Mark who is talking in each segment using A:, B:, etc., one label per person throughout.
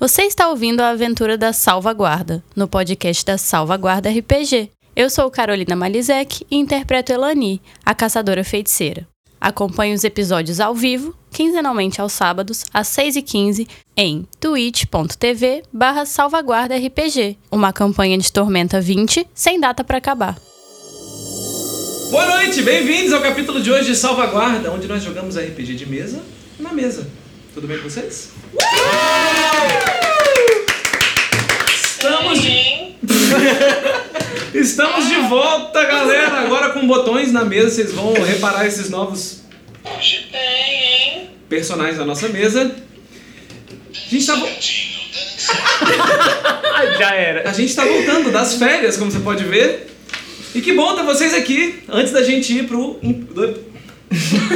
A: Você está ouvindo a aventura da Salvaguarda, no podcast da Salvaguarda RPG. Eu sou Carolina Malizek e interpreto Elani, a caçadora feiticeira. Acompanhe os episódios ao vivo, quinzenalmente aos sábados, às 6h15, em twitch.tv barra salvaguarda RPG, uma campanha de Tormenta 20 sem data para acabar.
B: Boa noite, bem-vindos ao capítulo de hoje de Salvaguarda, onde nós jogamos RPG de mesa na mesa. Tudo bem com vocês? Estamos de,
C: Sim.
B: estamos de volta, galera, agora com botões na mesa. Vocês vão reparar esses novos
C: Hoje tem, hein?
B: personagens na nossa mesa. A gente tá, vo-
D: Já era.
B: a gente tá voltando das férias, como você pode ver. E que bom ter vocês aqui. Antes da gente ir pro... do-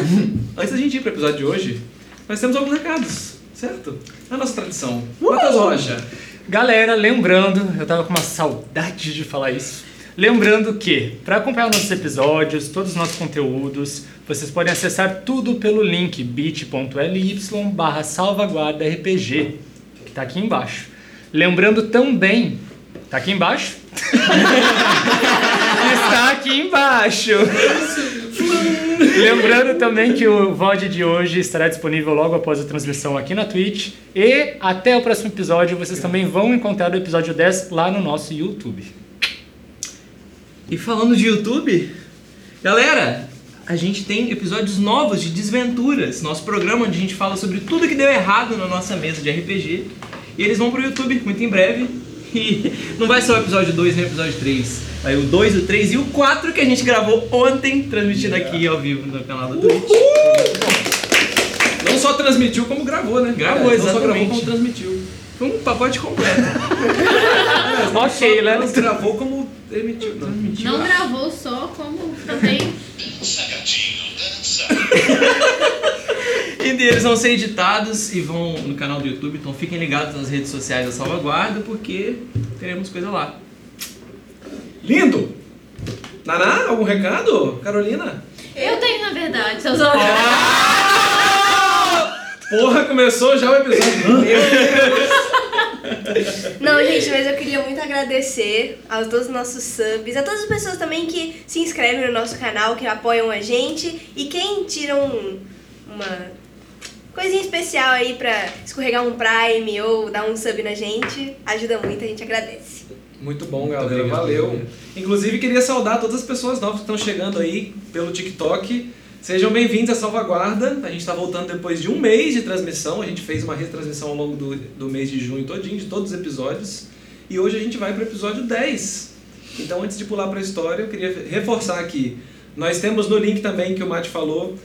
B: Antes da gente ir pro episódio de hoje, nós temos alguns recados, certo? É a nossa tradição. Matheus Rocha.
D: Galera, lembrando, eu tava com uma saudade de falar isso. Lembrando que, para acompanhar nossos episódios, todos os nossos conteúdos, vocês podem acessar tudo pelo link bit.ly barra salvaguarda RPG, que tá aqui embaixo. Lembrando também, tá aqui embaixo? Está aqui embaixo! Lembrando também que o VOD de hoje estará disponível logo após a transmissão aqui na Twitch. E até o próximo episódio, vocês também vão encontrar o episódio 10 lá no nosso YouTube.
E: E falando de YouTube, galera, a gente tem episódios novos de Desventuras, nosso programa onde a gente fala sobre tudo que deu errado na nossa mesa de RPG. E eles vão pro YouTube muito em breve. E não vai ser o episódio 2 nem o episódio 3. Vai o 2, o 3 e o 4 que a gente gravou ontem, transmitido aqui ao vivo no canal do Twitch.
B: Não só transmitiu, como gravou, né?
E: Gravou,
B: Não só gravou,
E: exatamente.
B: como transmitiu.
E: Foi um pacote completo.
D: Ok,
B: Não
D: né?
B: só gravou, como emitiu. Transmitiu.
F: Não gravou só, como também.
E: e eles vão ser editados e vão no canal do YouTube, então fiquem ligados nas redes sociais da Salvaguarda, porque teremos coisa lá.
B: Lindo! Naná, algum recado? Carolina?
F: Eu tenho, na verdade, seus
B: Porra, começou já o episódio.
G: Não, gente, mas eu queria muito agradecer aos todos os nossos subs, a todas as pessoas também que se inscrevem no nosso canal, que apoiam a gente e quem tira um, uma coisinha especial aí pra escorregar um Prime ou dar um sub na gente, ajuda muito, a gente agradece.
B: Muito bom, galera.
E: Muito obrigado,
B: Valeu.
E: galera.
B: Inclusive, queria saudar todas as pessoas novas que estão chegando aí pelo TikTok. Sejam bem-vindos à Salvaguarda. A gente está voltando depois de um mês de transmissão. A gente fez uma retransmissão ao longo do, do mês de junho todinho, de todos os episódios. E hoje a gente vai para o episódio 10. Então, antes de pular para a história, eu queria reforçar aqui. Nós temos no link também que o Mate falou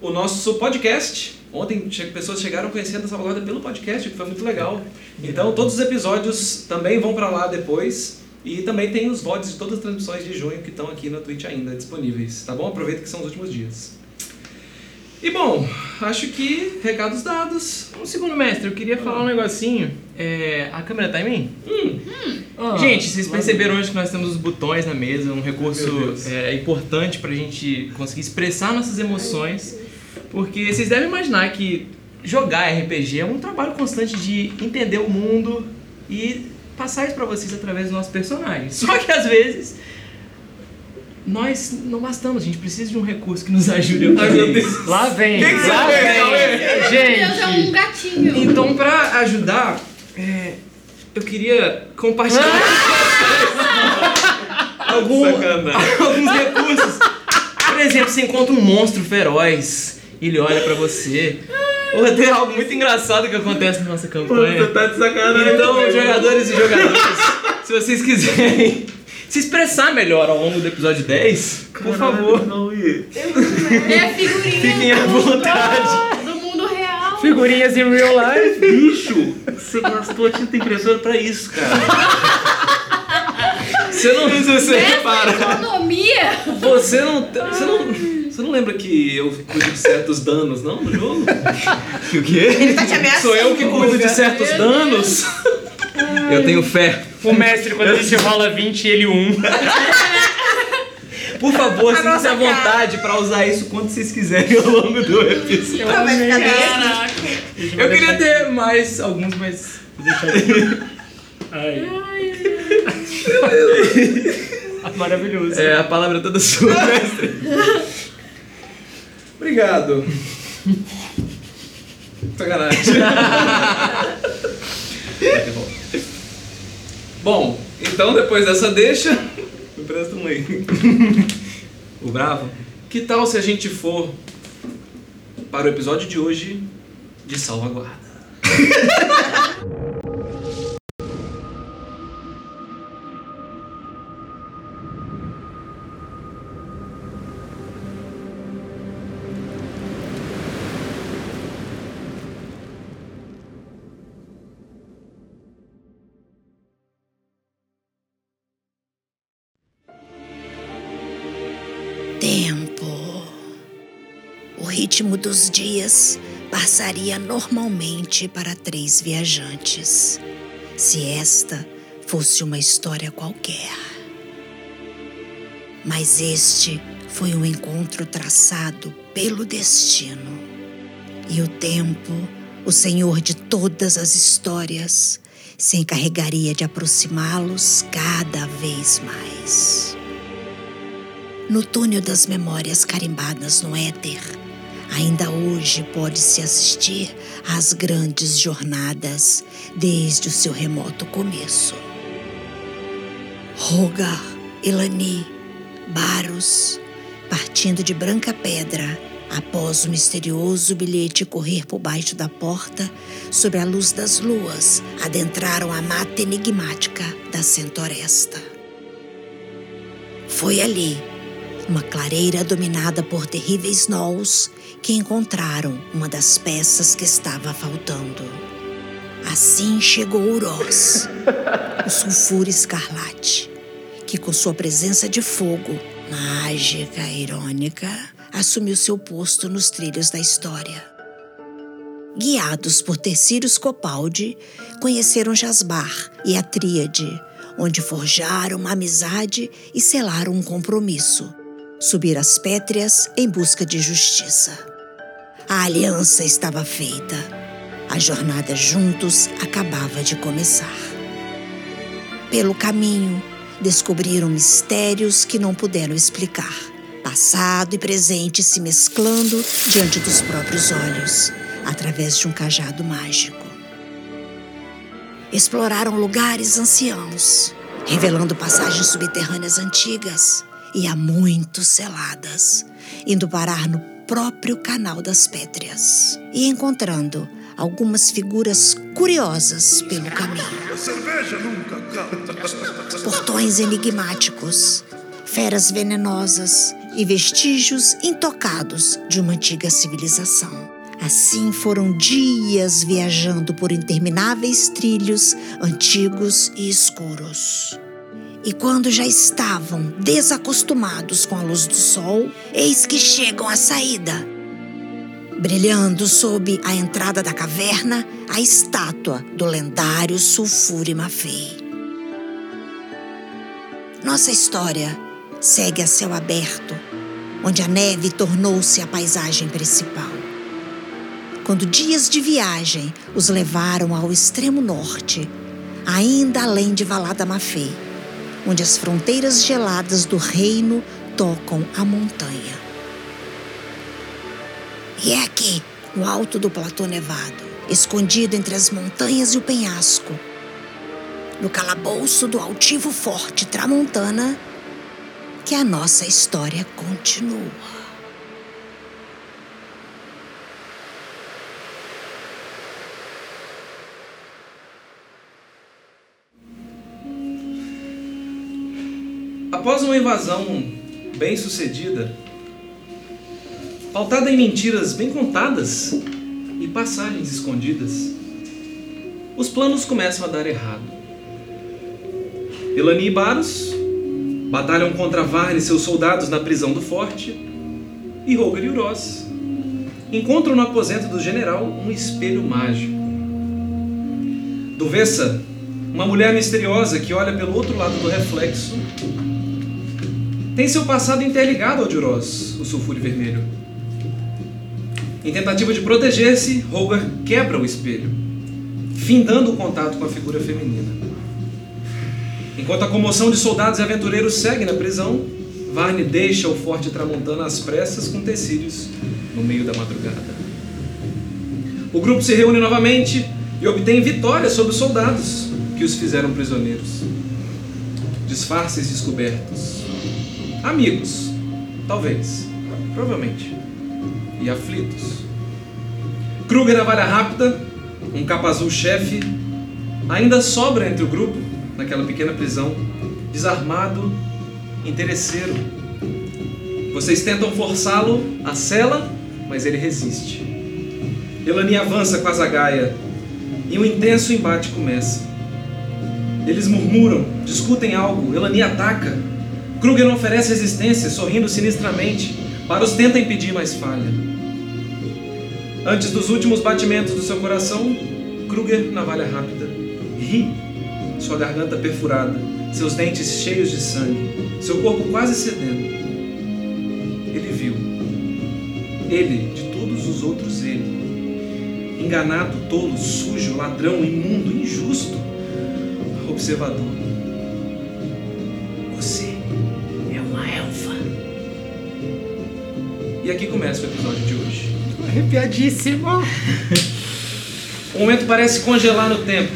B: o nosso podcast. Ontem che- pessoas chegaram conhecendo a Salvaguarda pelo podcast, o que foi muito legal. Então todos os episódios também vão pra lá depois. E também tem os VODs de todas as transmissões de junho que estão aqui na Twitch ainda disponíveis, tá bom? Aproveita que são os últimos dias. E bom, acho que recados dados.
E: Um segundo, mestre, eu queria falar um negocinho. É, a câmera tá em mim?
D: Ah,
E: gente, vocês perceberam hoje que nós temos os botões na mesa, um
B: Meu
E: recurso
B: Deus.
E: é, importante pra gente conseguir expressar nossas emoções. Porque vocês devem imaginar que jogar RPG é um trabalho constante de entender o mundo e passar isso pra vocês através dos nossos personagens. Só que às vezes. Nós não bastamos, a gente precisa de um recurso que nos ajude a fazer isso.
D: Lá vem,
E: Que que
D: lá
E: você fez,
D: vem.
F: Deus é um
D: Gente,
F: gatinho.
E: Então, pra ajudar, é, eu queria compartilhar com vocês
B: Sacana.
E: algum- alguns recursos. Por exemplo, você encontra um monstro feroz, ele olha pra você. Ou até algo muito engraçado que acontece na nossa campanha.
B: tá de sacanagem.
E: Então, jogadores e jogadoras, se vocês quiserem se expressar melhor ao longo do episódio 10, por favor,
F: É figurinha
E: fiquem à vontade.
F: do mundo real.
D: figurinhas em real life.
E: Você gastou a tinta impressora pra isso, cara. Você não você
B: é
E: repara.
F: Economia.
B: Você não, te- você não. Você não lembra que eu cuido de certos danos, não, no jogo?
E: O quê?
G: Tá te ameaçando?
B: Sou eu que cuido de certos
F: Meu
B: danos.
E: Eu tenho fé.
D: O mestre, quando a gente rola 20, ele 1.
E: Por favor,
G: A
E: sinta-se
G: nossa
E: à
G: cara.
E: vontade pra usar isso quanto vocês quiserem ao
G: Então
E: longo do episódio.
G: Não, vai ficar bem.
F: Caraca.
E: Eu queria ter mais alguns, mas
D: Vou deixar aqui. Ai, maravilhoso.
E: É a palavra toda sua, mestre.
B: Obrigado. Sacanagem. Bom, então depois dessa deixa, me presta um aí.
E: O bravo?
B: Que tal se a gente for para o episódio de hoje de Salvaguarda?
H: Tempo. O ritmo dos dias passaria normalmente para três viajantes, se esta fosse uma história qualquer. Mas este foi um encontro traçado pelo destino. E o tempo, o senhor de todas as histórias, se encarregaria de aproximá-los cada vez mais. No túnel das memórias carimbadas no éter, ainda hoje pode-se assistir às grandes jornadas desde o seu remoto começo. Rogar, Elani, Baros, partindo de Branca Pedra, após o misterioso bilhete correr por baixo da porta, sob a luz das luas, adentraram a mata enigmática da Centoresta. Foi ali, uma clareira dominada por terríveis nós, que encontraram uma das peças que estava faltando. Assim chegou Uroz, o sulfuro escarlate, que com sua presença de fogo, mágica e irônica, assumiu seu posto nos trilhos da história. Guiados por Tercírio Scopaldi, conheceram Jasbar e a Tríade, onde forjaram uma amizade e selaram um compromisso: subir as pétreas em busca de justiça. A aliança estava feita. A jornada juntos acabava de começar. Pelo caminho, descobriram mistérios que não puderam explicar, passado e presente se mesclando diante dos próprios olhos, através de um cajado mágico exploraram lugares anciãos, revelando passagens subterrâneas antigas e há muito seladas, indo parar no próprio canal das Pétreas e encontrando algumas figuras curiosas pelo caminho. Portões enigmáticos, feras venenosas e vestígios intocados de uma antiga civilização. Assim foram dias viajando por intermináveis trilhos antigos e escuros. E quando já estavam desacostumados com a luz do sol, eis que chegam à saída. Brilhando sob a entrada da caverna, a estátua do lendário Sulfure Mafei. Nossa história segue a céu aberto, onde a neve tornou-se a paisagem principal quando dias de viagem os levaram ao extremo norte, ainda além de Valada Mafei, onde as fronteiras geladas do reino tocam a montanha. E é aqui, no alto do platô nevado, escondido entre as montanhas e o penhasco, no calabouço do altivo forte Tramontana, que a nossa história continua.
B: Após uma invasão bem sucedida, pautada em mentiras bem contadas e passagens escondidas, os planos começam a dar errado. Elani e Baros batalham contra Var e seus soldados na prisão do forte, e Roger e Uroz encontram no aposento do general um espelho mágico. Duvessa, uma mulher misteriosa que olha pelo outro lado do reflexo, tem seu passado interligado ao de Uroz, o sulfúrio vermelho. Em tentativa de proteger-se, Rogar quebra o espelho, findando o contato com a figura feminina. Enquanto a comoção de soldados e aventureiros segue na prisão, Varne deixa o forte Tramontana às pressas com tecidos no meio da madrugada. O grupo se reúne novamente e obtém vitória sobre os soldados que os fizeram prisioneiros. Disfarces descobertos. Amigos, talvez, provavelmente. E aflitos. Kruger na vara rápida, um capa azul chefe, ainda sobra entre o grupo, naquela pequena prisão, desarmado, interesseiro. Vocês tentam forçá-lo à cela, mas ele resiste. Elani avança com a zagaia e um intenso embate começa. Eles murmuram, discutem algo, Elani ataca. Kruger não oferece resistência, sorrindo sinistramente. Varus tenta impedir, mas falha. Antes dos últimos batimentos do seu coração, Kruger, navalha rápida, ri, sua garganta perfurada, seus dentes cheios de sangue, seu corpo quase cedendo. Ele viu. Ele, de todos os outros, ele. Enganado, tolo, sujo, ladrão, imundo, injusto. Observador. Você é uma elfa. E aqui começa o episódio de hoje.
D: Arrepiadíssimo.
B: O momento parece congelar no tempo.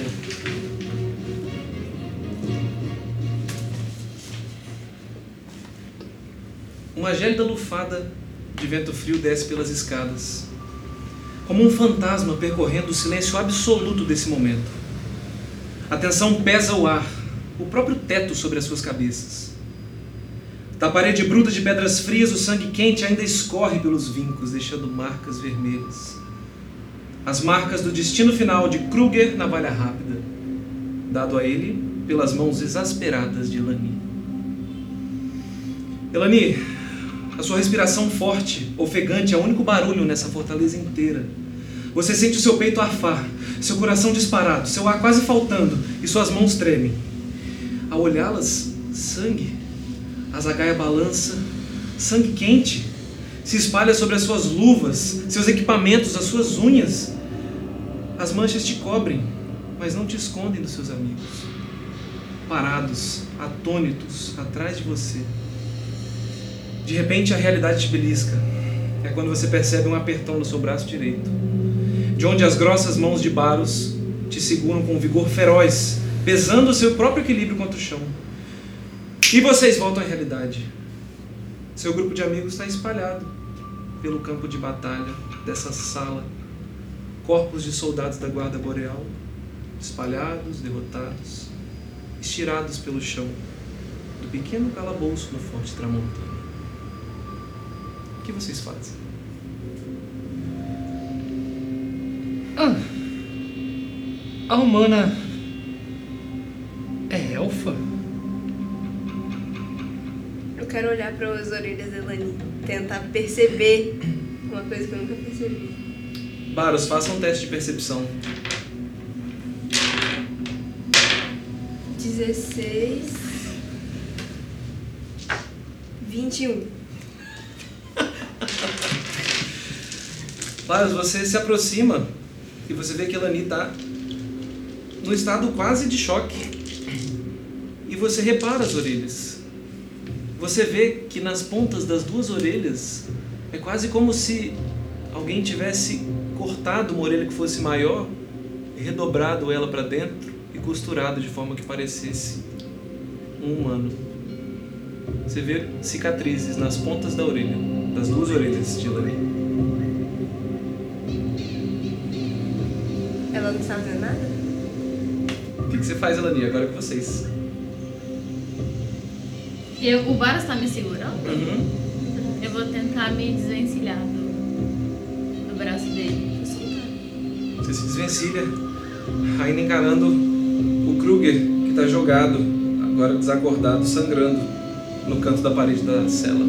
B: Uma gélida lufada de vento frio desce pelas escadas, como um fantasma percorrendo o silêncio absoluto desse momento. A tensão pesa o ar, o próprio teto sobre as suas cabeças. Da parede bruta de pedras frias, o sangue quente ainda escorre pelos vincos, deixando marcas vermelhas as marcas do destino final de Kruger na Valha Rápida, dado a ele pelas mãos exasperadas de Elani. Elani, a sua respiração forte, ofegante, é o único barulho nessa fortaleza inteira. Você sente o seu peito arfar, seu coração disparado, seu ar quase faltando e suas mãos tremem. Ao olhá-las, sangue. A zagaia balança, sangue quente, se espalha sobre as suas luvas, seus equipamentos, as suas unhas. As manchas te cobrem, mas não te escondem dos seus amigos. Parados, atônitos, atrás de você. De repente a realidade te belisca. É quando você percebe um apertão no seu braço direito, de onde as grossas mãos de Baros te seguram com um vigor feroz, pesando o seu próprio equilíbrio contra o chão. E vocês voltam à realidade. Seu grupo de amigos está espalhado pelo campo de batalha dessa sala. Corpos de soldados da Guarda Boreal, espalhados, derrotados, estirados pelo chão do pequeno calabouço do Forte Tramontana. O que vocês fazem?
D: A humana é elfa?
G: Eu quero olhar para as orelhas da Elani, tentar perceber uma coisa que eu nunca percebi.
B: Baros, faça um teste de percepção.
G: 16. 21.
B: Baros, você se aproxima e você vê que Elani está num estado quase de choque. E você repara as orelhas. Você vê que nas pontas das duas orelhas é quase como se alguém tivesse cortado uma orelha que fosse maior, redobrado ela para dentro e costurado de forma que parecesse um humano. Você vê cicatrizes nas pontas da orelha, das duas orelhas de Elani.
G: Ela não está fazendo nada?
B: O que, que você faz, Elani? Agora é com vocês.
F: Eu, o Baras tá me segurando?
B: Uhum.
F: Eu vou tentar me desvencilhar do, do braço dele. Vou soltar.
B: Você se desvencilha, ainda encarando o Kruger, que está jogado, agora desacordado, sangrando, no canto da parede da cela.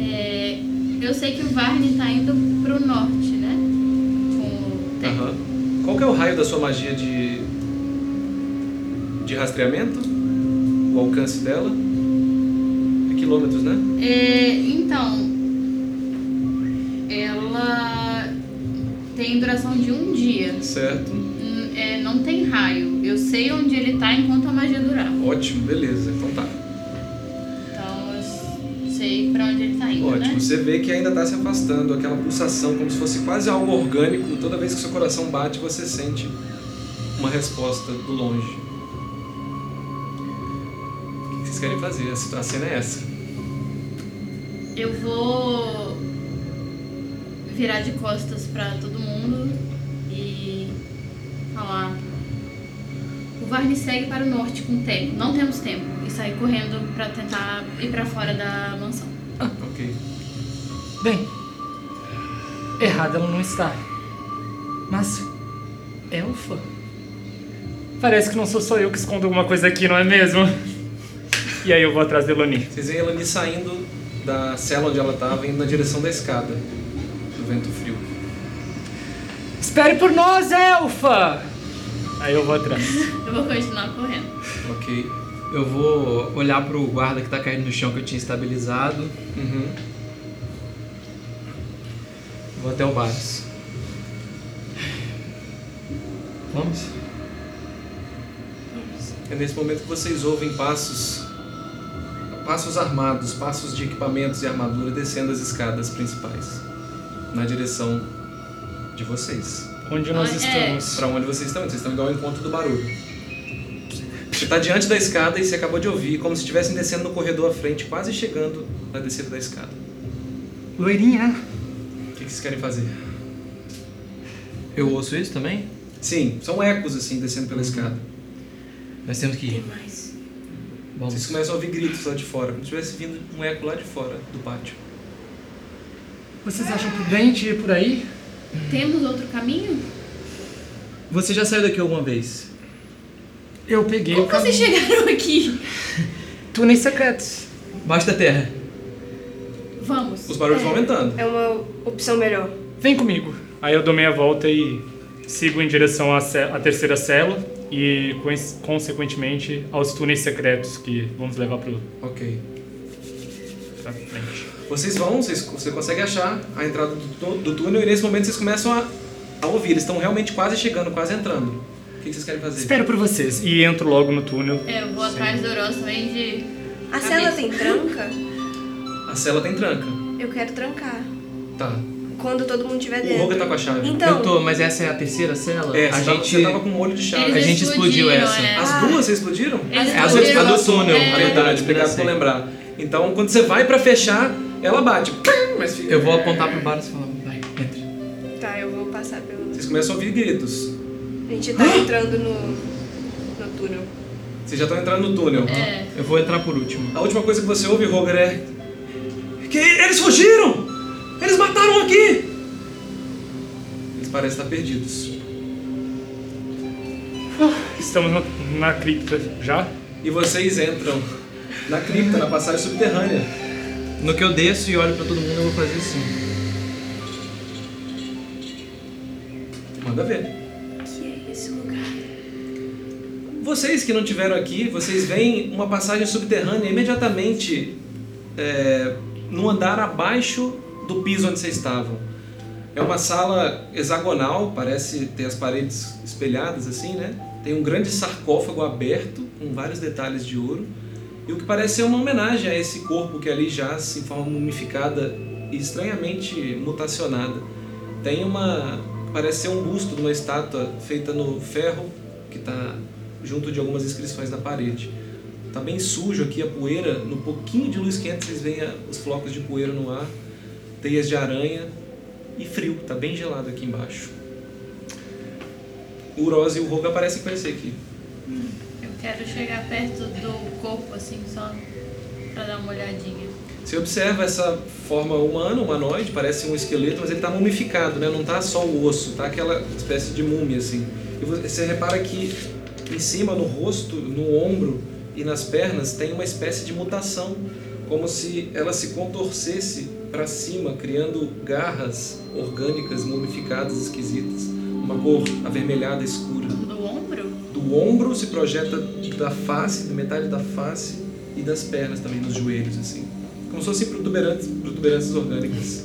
F: É, eu sei que o Varney tá indo pro norte, né? Com o tempo.
B: Aham. Qual que é o raio da sua magia de. de rastreamento? O alcance dela? É quilômetros, né?
F: É, então, ela tem duração de um dia.
B: Certo.
F: Hum, é, não tem raio. Eu sei onde ele tá enquanto a magia durar.
B: Ótimo, beleza. Então tá.
F: Então eu s- sei pra onde ele tá indo,
B: Ótimo.
F: né?
B: Você vê que ainda tá se afastando, aquela pulsação, como se fosse quase algo orgânico. Toda vez que seu coração bate, você sente uma resposta do longe. O que vocês querem fazer? A cena é essa.
F: Eu vou virar de costas pra todo mundo e falar. O Varney segue para o norte com tempo. Não temos tempo. E sair correndo pra tentar ir pra fora da mansão.
B: Ok.
D: Bem, errada ela não está. Mas, elfa? Parece que não sou só eu que escondo alguma coisa aqui, não é mesmo? E aí eu vou atrás de Eloni.
B: Vocês veem ela me saindo da cela onde ela estava, indo na direção da escada, do vento frio.
D: Espere por nós, elfa! Aí eu vou atrás.
F: Eu vou continuar correndo.
B: Ok.
E: Eu vou olhar pro guarda que tá caindo no chão que eu tinha estabilizado.
B: Uhum.
E: Vou até o Baros. Vamos?
B: É nesse momento que vocês ouvem passos, passos armados, passos de equipamentos e armadura descendo as escadas principais, na direção de vocês.
D: Onde nós
F: Ah, é.
D: estamos?
B: Pra onde vocês estão? Vocês estão indo ao encontro do barulho. Você tá diante da escada e você acabou de ouvir, como se estivessem descendo no corredor à frente, quase chegando na descida da escada.
D: Loirinha! né?
B: O que que vocês querem fazer?
E: Eu ouço isso também?
B: Sim, são ecos assim descendo
D: Hum.
B: pela escada.
E: Nós temos que ir.
F: Mas
B: Vocês
E: Vamos.
B: começam a ouvir gritos lá de fora, como se tivesse vindo um eco lá de fora do pátio.
D: Vocês acham prudente ir por aí?
F: temos outro caminho?
E: Você já saiu daqui alguma vez?
D: Eu peguei
F: Como assim?
D: o caminho.
F: vocês chegaram aqui?
D: Túneis secretos.
E: Baixo da terra.
F: Vamos.
B: Os barulhos vão aumentando.
G: É uma opção melhor.
D: Vem comigo. Aí eu dou meia volta e sigo em direção à, ce- à terceira cela e, coin- consequentemente, aos túneis secretos que vamos levar pro,
B: Ok.
D: pra frente.
B: Vocês vão, vocês, você consegue achar a entrada do, tu- do túnel e nesse momento vocês começam a, a ouvir. Eles estão realmente quase chegando, quase entrando. O que que vocês querem fazer?
D: Espero por vocês e entro logo no túnel.
F: É, eu vou atrás do Oroz também de.
G: A cela tem tranca?
B: A cela tem tranca.
G: Eu quero trancar.
B: Tá.
G: Quando todo mundo estiver
B: O Roga
G: dentro.
B: tá com a chave.
G: Então,
E: Eu tô, mas essa é a terceira cela?
B: é,
E: a
B: você, tava,
E: gente.
B: você tava com um molho de chave.
E: Eles- gente explodiu
F: explodiram,
E: essa.
F: É.
B: As duas vocês explodiram?
F: Eles
E: É, as duas
F: explodiram
E: ficaram
F: no
E: do túnel,
B: É
F: É.
B: verdade, obrigado por lembrar. Então, quando você vai pra fechar, ela bate. Pum, Mas fica...
E: Eu vou apontar pro Baros e falar, vai, entra.
G: tá, eu vou passar pelo.
B: Vocês começam a ouvir gritos.
G: A gente tá entrando no. no túnel.
B: Vocês já estão entrando no túnel.
F: É.
E: Eu vou entrar por último.
B: A última coisa que você ouve, Roger, é. Que eles fugiram! Eles mataram aqui! Eles parecem estar perdidos.
D: Estamos no- na cripta já.
B: E vocês entram na cripta, na passagem subterrânea.
E: No que eu desço e olho pra todo mundo, eu vou fazer assim.
B: Manda ver.
G: Que é esse lugar?
B: Vocês que não tiveram aqui, vocês veem uma passagem subterrânea imediatamente é, no andar abaixo do piso onde vocês estavam. É uma sala hexagonal, parece ter as paredes espelhadas assim, né? Tem um grande sarcófago aberto com vários detalhes de ouro e o que parece ser uma homenagem a esse corpo que ali jaz em forma mumificada e estranhamente mutacionada. Tem uma parece ser um busto de uma estátua feita no ferro que está junto de algumas inscrições na parede. Tá bem sujo aqui a poeira, no pouquinho de luz quente vocês veem a- os flocos de poeira no ar, teias de aranha e frio, tá bem gelado aqui embaixo. O Uroz e o Roga parecem conhecer aqui.
F: Eu quero chegar perto do corpo, assim, só pra dar uma olhadinha.
B: Você observa essa forma humana, humanoide, parece um esqueleto, mas ele está mumificado, né? Não tá só o osso, tá aquela espécie de múmia assim. E vo- você repara que em cima, no rosto, no ombro e nas pernas tem uma espécie de mutação, como se ela se contorcesse para cima, criando garras orgânicas mumificadas esquisitas, uma cor avermelhada escura
F: Do ombro?
B: do ombro se projeta da face, da metade da face e das pernas também, dos joelhos, assim. Como se fossem protuberâncias, protuberâncias orgânicas.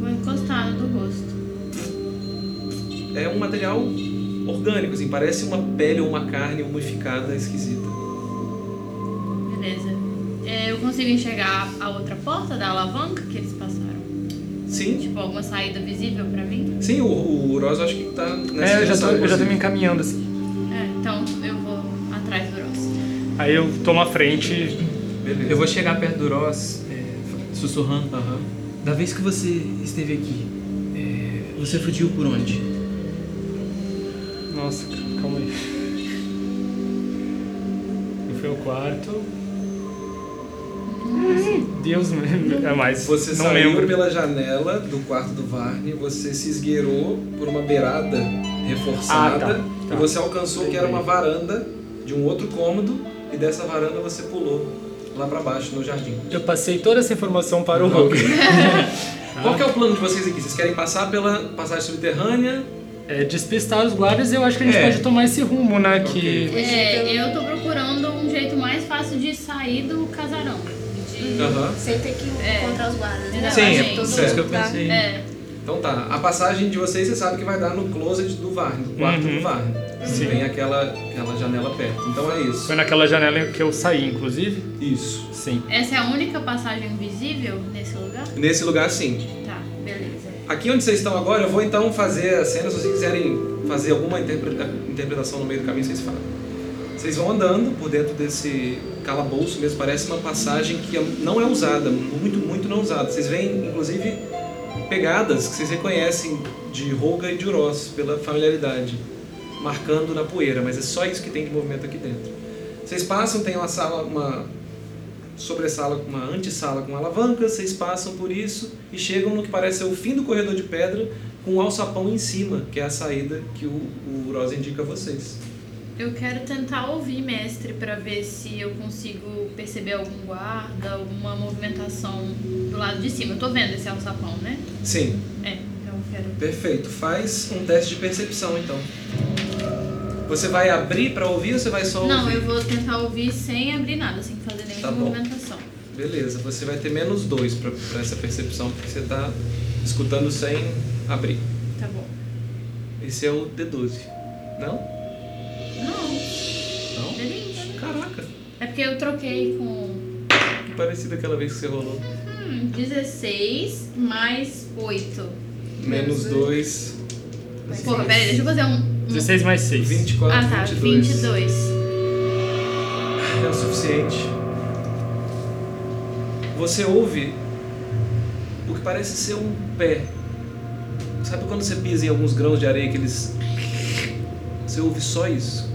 F: Vou encostar no do rosto.
B: é um material orgânico, assim, parece uma pele ou uma carne mumificada esquisita.
F: Beleza. É, eu consigo enxergar a outra porta da alavanca que eles passaram?
B: Sim,
F: Tipo, alguma saída visível pra mim?
B: sim, o, o Ross acho que tá nessa
D: É, eu já, tô,
B: direção,
D: eu já tô
B: inclusive.
D: me encaminhando assim.
F: É, então eu vou atrás do Ross.
D: Aí eu tomo a frente.
B: Beleza.
E: Eu vou chegar perto do Ross, é, sussurrando.
B: Aham.
E: Da vez que você esteve aqui, é, você fugiu por onde?
D: Nossa, calma aí. Eu fui ao quarto. Deus me- é mais.
B: Você
D: não
B: saiu
D: lembro.
B: pela janela do quarto do Varney, você se esgueirou por uma beirada reforçada
D: Ah, tá, tá.
B: e você alcançou que era
D: Entendi.
B: uma varanda de um outro cômodo e dessa varanda você pulou lá pra baixo no jardim.
D: Eu passei toda essa informação para o Hulk. Ah.
B: Qual que é o plano de vocês aqui? Vocês querem passar pela passagem subterrânea?
D: É, despistar os guardas e eu acho que a gente
B: É.
D: pode tomar esse rumo, né? Que.
F: É, eu tô procurando um jeito mais fácil de sair do casarão. De...
B: Aham.
G: Sem ter que
F: É.
G: encontrar os guardas, né?
F: Sim,
G: Acho que
F: é,
G: todo
B: isso é
E: isso que eu
G: mundo tá-
E: pensei.
F: É,
B: Então tá, a passagem de vocês você sabe que vai dar no closet do Varney, do quarto
D: Uhum.
B: do Varney.
D: Sim.
B: Tem aquela, aquela janela perto. Então é isso.
D: Foi naquela janela que eu saí, inclusive?
B: Isso.
D: Sim.
F: essa é a única passagem visível nesse lugar?
B: Nesse lugar sim.
F: Tá, beleza.
B: Aqui onde vocês estão agora, eu vou então fazer a cena. Se vocês quiserem fazer alguma interpreta- interpretação no meio do caminho, vocês falam. Vocês vão andando por dentro desse calabouço mesmo. Parece uma passagem que não é usada, muito, muito não usada. Vocês veem, inclusive, pegadas que vocês reconhecem de Roga e de Uros pela familiaridade, marcando na poeira, mas é só isso que tem de movimento aqui dentro. Vocês passam, tem uma sala, uma sobressala, uma antessala com alavancas, vocês passam por isso e chegam no que parece ser o fim do corredor de pedra com um alçapão em cima, que é a saída que o, o Uros indica a vocês.
F: Eu quero tentar ouvir, mestre, pra ver se eu consigo perceber algum guarda, alguma movimentação do lado de cima. Eu tô vendo esse alçapão, né?
B: Sim,
F: É, então eu quero.
B: perfeito. Faz um teste de percepção então. Você vai abrir pra ouvir ou você vai só
F: Não,
B: ouvir?
F: eu vou tentar ouvir sem abrir nada, sem fazer nenhuma
B: Tá bom.
F: movimentação.
B: Beleza, você vai ter menos dois pra, pra essa percepção, porque você tá escutando sem abrir.
F: Tá bom.
B: Esse é o D12. Não?
F: Não,
B: Não?
F: é 20.
B: Caraca,
F: É porque eu troquei com
B: que parecido aquela vez que você rolou.
F: hum, 16 mais 8.
B: Menos dois.
F: Porra, peraí, deixa eu fazer um.
B: Uhum.
F: um-
D: 16 mais 6.
B: 24,
F: Ah tá,
B: 22.
F: 22.
B: É o suficiente. Você ouve o que parece ser um pé. Sabe quando você pisa em alguns grãos de areia que eles. Você ouve só isso.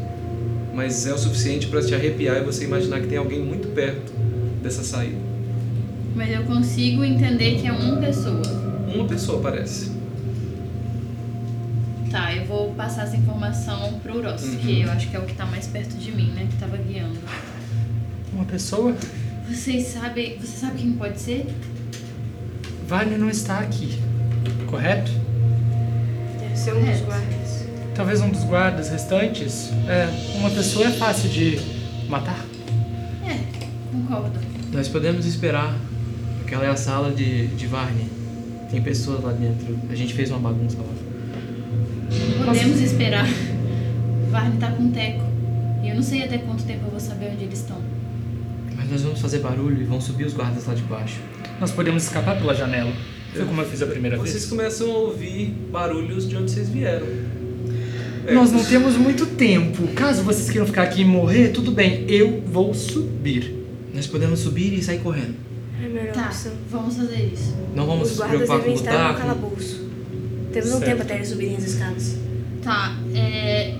B: Mas é o suficiente pra te arrepiar e você imaginar que tem alguém muito perto dessa saída.
F: Mas eu consigo entender que é uma pessoa.
B: Uma pessoa parece.
F: Tá, eu vou passar essa informação pro Ross,
B: Uhum.
F: que eu acho que é o que tá mais perto de mim, né? Que tava guiando.
D: Uma pessoa?
F: Vocês sabem. Você sabe quem pode ser?
D: Vale não está aqui. Correto?
G: Deve ser um dos
F: É.
G: guardas.
D: Talvez um dos guardas restantes. É, uma pessoa é fácil de matar.
F: É, concordo.
E: Nós podemos esperar. Aquela é a sala de, de Varney. Tem pessoas lá dentro. A gente fez uma bagunça lá.
F: Podemos esperar. Varney tá com teco. E eu não sei até quanto tempo eu vou saber onde eles estão.
E: Mas nós vamos fazer barulho e vão subir os guardas lá de baixo.
D: Nós podemos escapar pela janela. Foi como eu fiz a primeira
B: Vocês
D: vez.
B: começam a ouvir barulhos de onde vocês vieram. É,
D: Nós não temos muito tempo. Caso vocês queiram ficar aqui e morrer, tudo bem. Eu vou subir.
E: Nós podemos subir e sair correndo.
G: É a melhor
F: Tá,
G: opção.
F: vamos fazer isso.
E: Não vamos
G: Os
E: nos
G: guardas
E: preocupar com
G: devem
E: o
G: estar no
E: buraco.
G: calabouço. Temos um
D: Certo.
G: tempo até eles subirem as escadas.
F: Tá, é.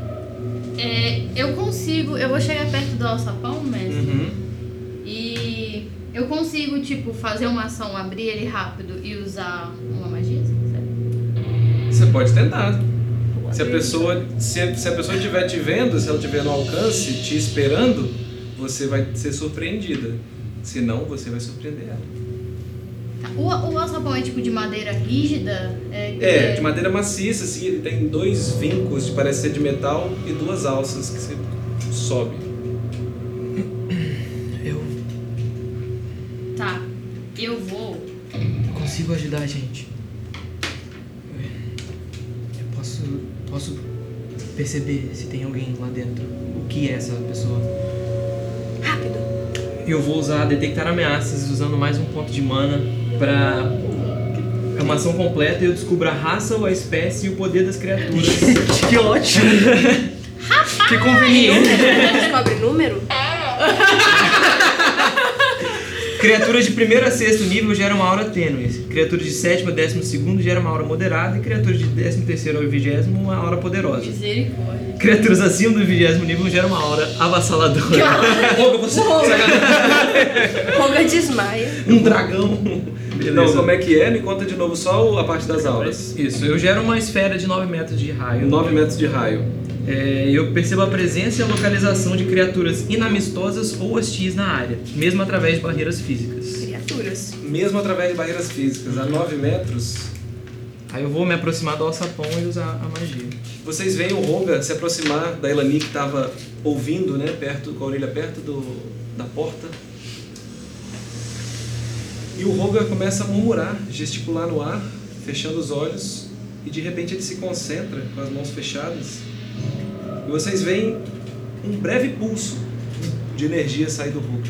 F: É. Eu consigo. Eu vou chegar perto do alçapão, mestre.
B: Uhum.
F: E eu consigo, tipo, fazer uma ação, abrir ele rápido e usar uma magia? sabe?
B: Você pode tentar.
F: Vou
B: Se a
F: abrir.
B: pessoa se a, se a pessoa estiver te vendo, se ela estiver no alcance, te esperando, você vai ser surpreendida. Se não, você vai surpreender ela.
F: Tá, O, o alçapão é tipo de madeira rígida? É,
B: É, de madeira maciça, assim, ele tem dois vincos, de parece ser de metal, e duas alças que você sobe.
E: Eu
F: Tá, eu vou.
E: Eu consigo ajudar a gente. Eu posso, posso perceber se tem alguém lá dentro. O que é essa pessoa?
G: Rápido.
E: Eu vou usar detectar ameaças usando mais um ponto de mana pra. É uma ação completa e eu descubro a raça ou a espécie e o poder das criaturas.
D: que ótimo! que conveniente!
G: Descobre número?
E: Criaturas de primeiro a sexto nível geram uma aura tênue. Criaturas de sétimo a décimo segundo geram uma aura moderada. E criaturas de décimo terceiro ao vigésimo, uma aura poderosa.
F: Misericórdia.
E: Criaturas acima do vigésimo nível geram uma aura avassaladora.
B: Fogo, você.
G: Roga desmaia.
B: Um dragão. Não,
E: Beleza.
B: como é que é? Me conta de novo só a parte das auras.
E: Isso, eu gero uma esfera de 9 metros de raio.
B: 9 metros de raio.
E: É, eu percebo a presença e a localização de criaturas inamistosas ou hostis na área, mesmo através de barreiras físicas.
G: Criaturas.
B: Mesmo através de barreiras físicas, a 9 metros,
E: Aí eu vou me aproximar do alçapão e usar a magia.
B: vocês veem o Roga se aproximar da Elani que estava ouvindo, né? Perto, com a orelha perto do, da porta. E o Roga começa a murmurar, gesticular no ar, fechando os olhos, e de repente ele se concentra com as mãos fechadas. E vocês veem um breve pulso de energia sair do Roga.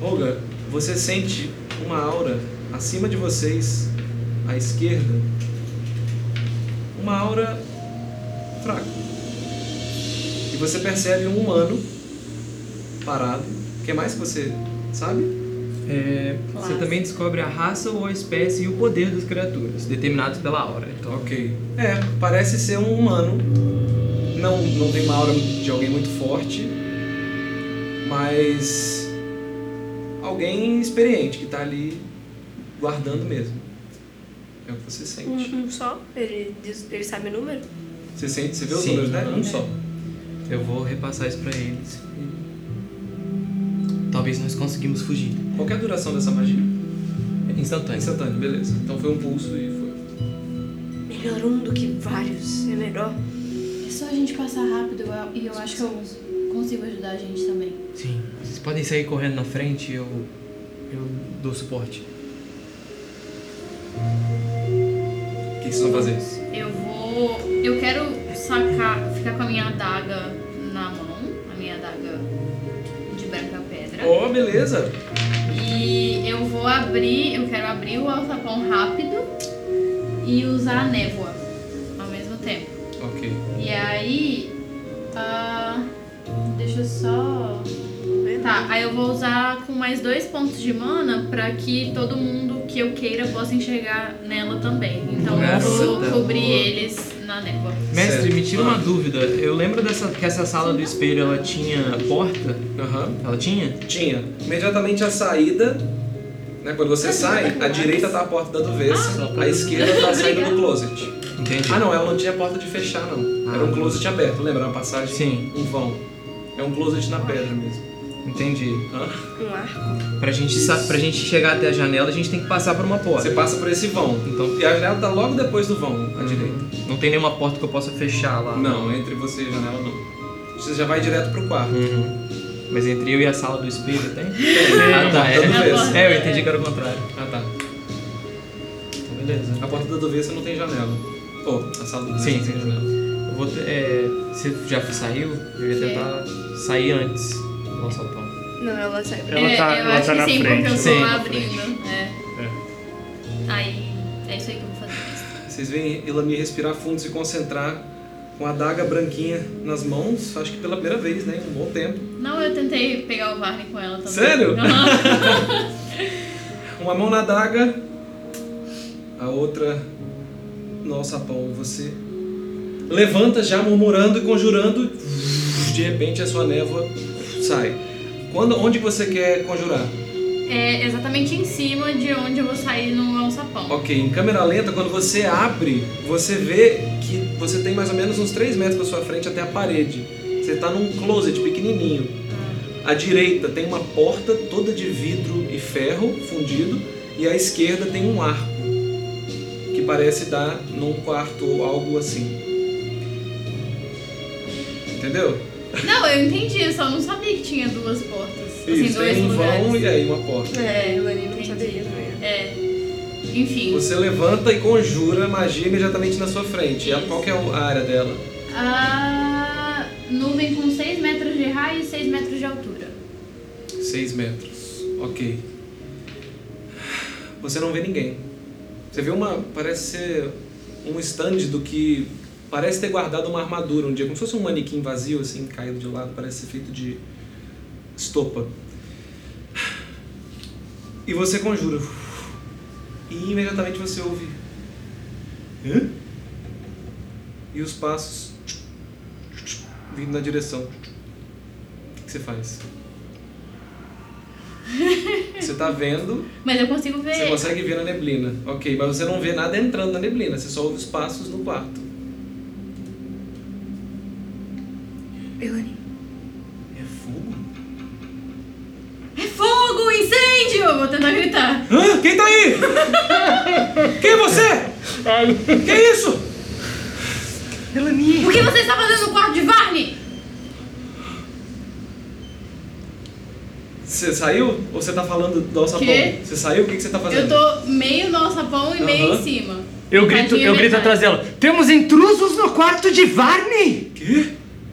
B: Olga, você sente uma aura acima de vocês, à esquerda, uma aura fraca. E você percebe um humano parado. O que mais que você sabe?
E: É, você
F: Claro.
E: também descobre a raça ou a espécie e o poder das criaturas, determinados pela aura. Então,
B: Ok. É, parece ser um humano. Não, não tem uma aura de alguém muito forte, mas alguém experiente que tá ali guardando mesmo. É o que você sente.
G: Um, um só? Ele, diz, ele sabe o número?
B: Você sente, você vê os
E: Sim.
B: números, né? Um só.
E: eu vou repassar isso pra eles. Talvez nós conseguimos fugir.
B: Qual que é a duração dessa magia?
E: Instantâneo.
B: Instantâneo, beleza. Então foi um pulso e foi.
G: Melhor um do que vários. É melhor.
F: É só a gente passar rápido eu- e eu acho que eu consigo ajudar a gente também.
E: Sim. Vocês podem sair correndo na frente, eu. eu dou suporte.
B: O que que vocês vão fazer?
F: Eu vou. Eu quero sacar, ficar com a minha adaga na mão, a minha adaga de branca pedra.
B: Oh, beleza.
F: E eu vou abrir, eu quero abrir o alçapão rápido e usar a névoa ao mesmo tempo.
B: Ok.
F: E aí. ah, deixa eu só. Tá, aí eu vou usar com mais dois pontos de mana pra que todo mundo que eu queira possa enxergar nela também. Então
E: Nossa,
F: eu
E: tá
F: vou cobrir
E: boa.
F: eles na névoa.
E: Mestre,
B: Certo.
E: me tira uma dúvida. Eu lembro dessa, que essa sala do espelho ela tinha porta?
B: Aham.
E: Ela tinha?
B: Tinha. Imediatamente a saída, né? Quando você sai, a direita tá a porta da
E: Ah,
B: duvessa, a esquerda tá a saída do closet.
E: Entendi. Ah.
B: Ah não, ela não tinha porta de fechar, não. Era um closet aberto, lembra? Uma passagem,
E: Sim.
B: um vão. É um closet na pedra mesmo.
E: Entendi.
B: Hã?
G: Um arco.
E: Pra gente, sa- pra gente chegar até a janela, a gente tem que passar por uma porta.
B: Você passa por esse vão.
E: Então,
B: E a janela tá logo depois do vão,
E: Uhum.
B: à direita.
E: não tem nenhuma porta que eu possa fechar lá.
B: Não, entre você e a janela não. Você já vai direto pro quarto.
E: Uhum. Mas entre eu e a sala do espelho tem?
B: Ah, tá, é.
F: a porta.
E: É, eu entendi que era o contrário.
B: Ah tá.
E: Então, beleza.
B: A porta da duvessa não tem janela. Pô, a sala do
E: Sim,
B: não
E: sim,
B: tem janela.
E: Eu vou te- é, Você já saiu? Eu ia tentar sair antes do alçapão.
G: Não, ela sabe.
D: Ela
F: é,
D: tá-
F: eu
D: ela
F: acho
D: tá
F: que
D: na
F: sim, porque eu
D: frente.
F: vou
E: Sim, na
F: abrindo. É. Aí, é isso aí que eu vou fazer.
B: Vocês veem Elani respirar fundo, se concentrar com a daga branquinha nas mãos, acho que pela primeira vez, né? em Um bom tempo.
F: Não, eu tentei pegar o Varney com ela também.
B: Sério?
F: Aham.
B: Uma mão na daga, a outra no alçapão. E você levanta já murmurando e conjurando. De repente a sua névoa sai. Quando, onde você quer conjurar?
F: É exatamente em cima de onde eu vou sair no alçapão.
B: Ok, em câmera lenta, quando você abre, você vê que você tem mais ou menos uns 3 metros pra sua frente até a parede. Você tá num closet pequenininho. À direita tem uma porta toda de vidro e ferro fundido, e à esquerda tem um arco que parece dar num quarto ou algo assim. Entendeu?
F: Não, eu entendi, eu só não sabia que tinha duas portas. assim,
B: Isso,
F: dois
B: tem um
F: lugares.
B: vão e aí uma porta.
G: É, Elani não
F: Entendi.
G: saberia também.
F: É. Enfim,
B: Você levanta e conjura magia imediatamente na sua frente. E Qual que é a área dela?
F: a nuvem com 6 metros de raio e 6 metros de altura.
B: 6 metros. Ok. Você não vê ninguém. Você vê uma. Parece ser um stand do que. Parece ter guardado uma armadura um dia, como se fosse um manequim vazio, assim, caído de lado, parece ser feito de estopa. E você conjura. E imediatamente você ouve. Hã? E os passos vindo na direção. O que você faz? Você tá vendo,
F: Mas eu consigo
B: você
F: ver.
B: consegue ver na neblina. Ok, mas você não vê nada entrando na neblina, você só ouve os passos no quarto.
G: Melanie.
B: É fogo?
F: É fogo, incêndio! Eu Vou tentar gritar.
B: Hã? Quem tá aí? Quem é você? Que é isso?
F: O que você está fazendo no quarto de Varney?
B: Você saiu? Ou você tá falando do alçapão?
F: Quê?
B: Você saiu? O que, que você tá fazendo?
F: Eu tô meio no alçapão e meio
B: Aham.
F: em cima.
D: Eu grito,
F: Tadinho,
D: eu grito
F: verdade.
D: atrás dela. Temos intrusos no quarto de Varney!
B: Quê?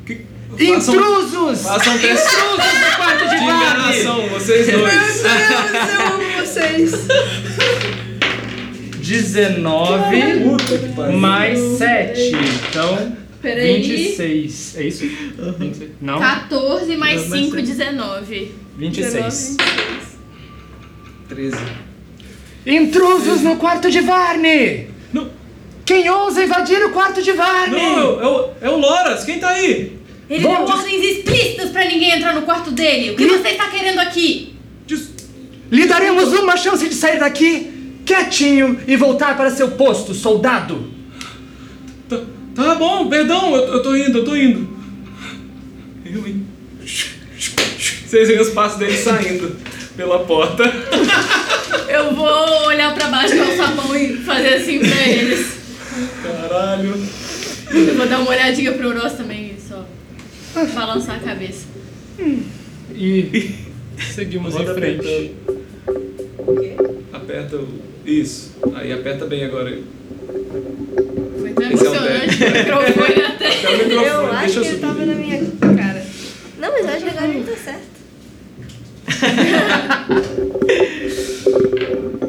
B: Que... Façam-
D: Intrusos!
B: Façam um teste
D: Intrusos no quarto de
B: de
D: Varney!
B: enganação, vocês dois.
G: Eu amo vocês.
D: 19
B: Puta que pariu.
D: mais 7. Então,
F: Peraí. Tá.
D: 26. É isso? 26. Não?
F: 14 mais
D: Não, mas
F: 5,
D: é-
F: 19.
D: 26.
B: 13.
D: Intrusos no quarto de Varney!
B: Não.
D: Quem ousa invadir o quarto de Varney?
B: Não, é o- é o, é o Loras, quem tá aí?
F: Ele
D: Bom,
F: deu
D: des-
F: ordens explícitas pra ninguém entrar no quarto dele. O que
B: Hum?
F: você está querendo aqui?
B: Des-
D: Lhe daremos uma chance de sair daqui quietinho e voltar para seu posto, soldado!
B: Tá, tá bom, perdão, eu, eu tô indo, eu tô indo. Eu, hein? Vocês veem os passos dele saindo pela porta.
F: Eu vou olhar pra baixo do alçapão e fazer assim pra eles.
B: Caralho.
F: Eu vou dar uma olhadinha pro Ross também, só. Balançar a cabeça.
D: E seguimos
B: Roda
D: em frente.
B: apertando. Aperta o. Isso. Aí aperta bem agora.
F: Foi tão
B: Esse é o
F: emocionante o microfone até.
B: É o microfone,
G: Eu acho
B: deixa
G: que
B: eu
G: ele tá tava
B: subir.
G: na minha cara. Não, mas eu acho que agora ele tá certo.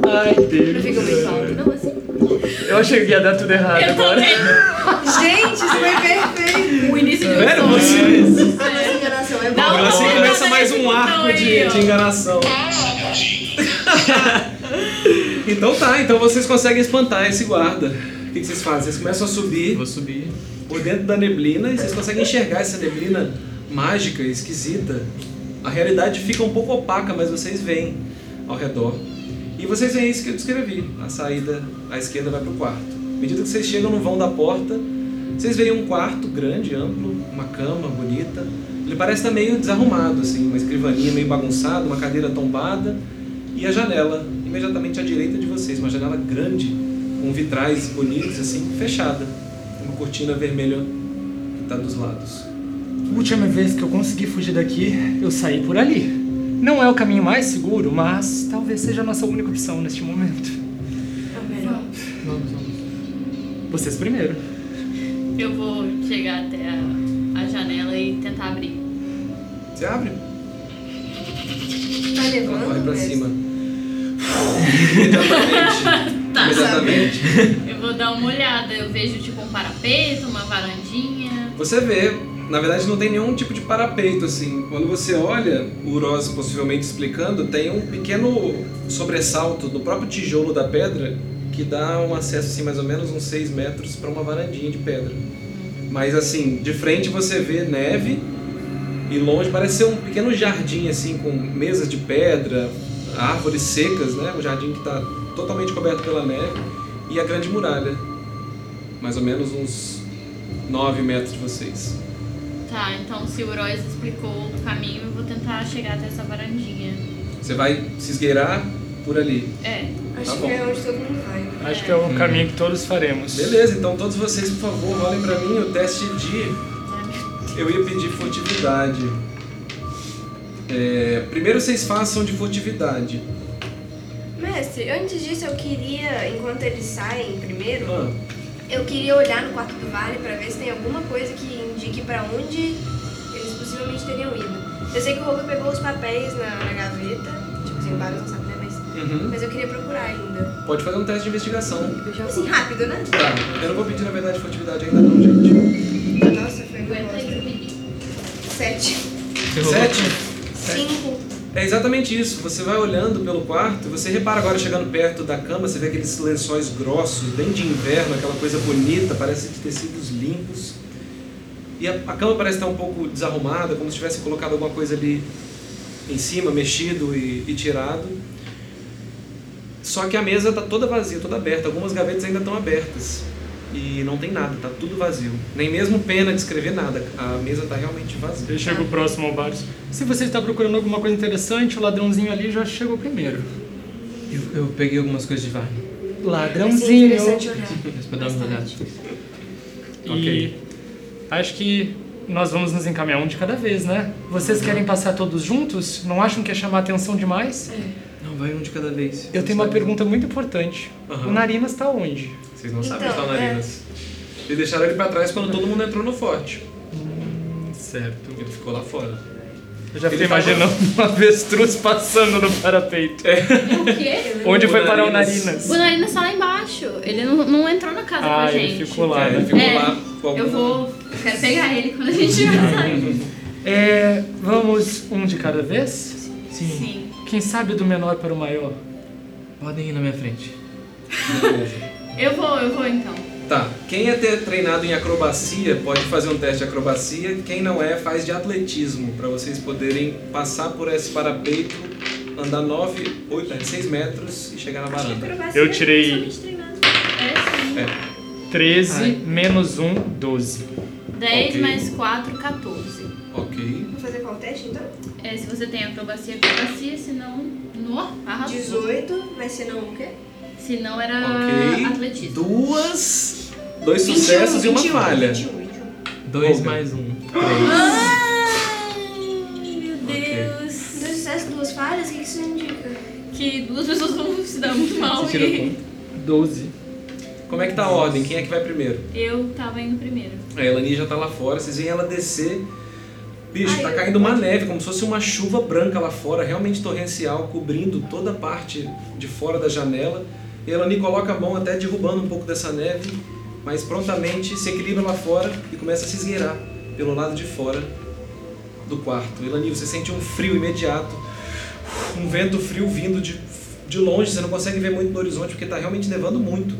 D: Ai,
G: Eu
D: Deus.
G: fico muito alto, não assim?
D: Eu achei que ia dar tudo
B: Tá,
D: errado
F: Eu
D: agora.
F: também.
G: Gente, isso foi perfeito.
F: O início de um
B: Pera,
F: sonho.
B: vocês.
G: A nossa enganação é
F: Não,
G: boa.
B: Agora
F: não,
B: você
F: não,
B: começa
F: não,
B: mais
F: não,
B: um
F: não,
B: arco
F: aí,
B: de,
F: ó.
B: de enganação. Então tá, então vocês conseguem espantar esse guarda. O que que vocês fazem? Vocês começam a subir.
E: Vou subir.
B: por dentro da neblina e vocês conseguem enxergar essa neblina mágica, esquisita. A realidade fica um pouco opaca, mas vocês veem ao redor. E vocês veem isso que eu descrevi. A saída à esquerda vai para o quarto. À medida que vocês chegam no vão da porta, vocês veem um quarto grande, amplo, uma cama bonita. Ele parece estar meio desarrumado, assim, uma escrivaninha meio bagunçada, uma cadeira tombada e a janela imediatamente à direita de vocês, uma janela grande com vitrais bonitos assim, fechada, uma cortina vermelha que está dos lados.
D: Última vez que eu consegui fugir daqui, eu saí por ali. Não é o caminho mais seguro, mas talvez seja a nossa única opção neste momento. Vocês primeiro.
F: Eu vou chegar até a, a janela e tentar abrir.
B: Você abre,
G: Tá
B: ela corre
G: levando,
B: para
G: mesmo.
B: cima. imediatamente.
F: Tá.
B: imediatamente.
F: Eu vou dar uma olhada, eu vejo tipo um parapeito, uma varandinha.
B: Você vê, na verdade não tem nenhum tipo de parapeito assim. Quando você olha, o Ross possivelmente explicando, tem um pequeno sobressalto do próprio tijolo da pedra que dá um acesso assim mais ou menos uns 6 metros para uma varandinha de pedra. Mas assim, de frente você vê neve e longe parece ser um pequeno jardim assim com mesas de pedra, árvores secas, né? Um jardim que está totalmente coberto pela neve e a grande muralha. Mais ou menos uns 9 metros de vocês.
F: Tá, então se o Royce explicou o caminho, eu vou tentar chegar até essa varandinha.
B: Você vai se esgueirar por ali.
F: É,
B: Tá
G: Acho
B: bom.
G: que é onde todo mundo vai.
D: Acho que é o caminho que todos faremos.
B: Beleza, então todos vocês, por favor, rolem pra mim o teste de. Eu ia pedir furtividade. É, Primeiro vocês façam de furtividade.
G: Mestre, antes disso eu queria, enquanto eles saem primeiro,
B: Ah,
G: eu queria olhar no quarto do vale pra ver se tem alguma coisa que indique pra onde eles possivelmente teriam ido. Eu sei que o Robo pegou os papéis na, na gaveta, tipo assim, vários não sabe, né? Mas,
B: uhum.
G: mas eu queria procurar ainda.
B: Pode fazer um teste de investigação.
G: Assim, rápido, né?
B: Tá, eu não vou pedir, na verdade, furtividade ainda não, gente.
G: Nossa, foi uma
F: Aguenta aí,
G: bosta.
F: menino.
G: Sete.
B: Sete?
G: Cinco.
B: É exatamente isso. Você vai olhando pelo quarto, você repara agora chegando perto da cama, você vê aqueles lençóis grossos, bem de inverno, aquela coisa bonita, parece de tecidos limpos. E a, a cama parece estar um pouco desarrumada, como se tivesse colocado alguma coisa ali em cima, mexido e, e tirado. Só que a mesa está toda vazia, toda aberta. Algumas gavetas ainda estão abertas. E não tem nada, está tudo vazio. Nem mesmo pena de escrever nada. A mesa está realmente vazia.
D: Eu chego próximo ao bar. Se você está procurando alguma coisa interessante, o ladrãozinho ali já chegou primeiro.
E: Eu, eu peguei algumas coisas de Varney.
D: Ladrãozinho!
E: Mas pra dar uma olhada.
D: E
B: Ok.
D: acho que nós vamos nos encaminhar um de cada vez, né?
B: Uhum.
D: Vocês querem passar todos juntos? Não acham que é chamar atenção demais?
E: Não, vai um de cada vez.
D: Eu
E: Não
D: tenho uma
E: sabe.
D: pergunta muito importante.
B: Aham.
D: O Narinas tá onde?
B: Vocês não sabem
G: Então,
B: onde está o Narinas. Eles deixaram ele pra trás quando todo mundo entrou no forte.
D: Certo.
B: Ele ficou lá fora.
D: Eu já
B: Ele
D: fiquei
B: tava-
D: imaginando um avestruz passando no parapeito.
F: O quê?
D: Onde
B: É. O
D: foi parar o
B: Narinas.
D: Narinas?
F: O Narinas tá lá embaixo. Ele não, não entrou na casa tá com
D: Ah,
F: a
D: ele
F: gente.
D: ficou lá,
B: É, ele
D: né?
B: ficou
F: É,
B: lá com algum...
F: Eu vou. Eu quero pegar ele quando a gente vai sair.
D: É, vamos um de cada vez?
E: Sim.
F: Sim.
D: Quem sabe do menor para o maior?
E: Podem ir na minha frente.
B: Beleza.
F: Eu vou, eu vou então.
B: Tá. Quem é ter treinado em acrobacia pode fazer um teste de acrobacia. Quem não é, faz de atletismo, pra vocês poderem passar por esse parapeito, andar 9, 8, 6 metros e chegar na varanda.
D: Eu tirei-
G: né?
F: É sim.
D: 13
B: Ai.
D: menos 1, 12.
F: 10
B: Ok.
F: mais 4, 14.
B: Ok.
G: Vou fazer qual teste então?
F: É, se você tem acrobacia, acrobacia, se não. No, arrasou.
G: 18, mas se não o quê?
F: Se não era
B: Ok.
F: Ah, atletismo.
B: Duas. Dois sucessos e uma
G: 21,
B: falha.
G: 21, 21.
E: Dois
B: Olga.
E: mais um.
F: Ai, meu Deus.
G: Dois sucessos, duas falhas, o que que isso indica?
F: Que duas pessoas vão se dar muito mal.
E: Você tirou
F: e
E: quanto? 12.
B: Como é que tá a ordem? Quem é que vai primeiro?
F: eu tava indo primeiro.
B: A Elani já tá lá fora, vocês veem ela descer. Bicho,
G: Ai,
B: tá
G: eu-
B: caindo uma neve, como se fosse uma chuva branca lá fora, realmente torrencial, cobrindo toda a parte de fora da janela. E a Elani coloca a mão até derrubando um pouco dessa neve, mas prontamente se equilibra lá fora e começa a se esgueirar pelo lado de fora do quarto. Elani, você sente um frio imediato, um vento frio vindo de, de longe, você não consegue ver muito no horizonte porque tá realmente nevando muito.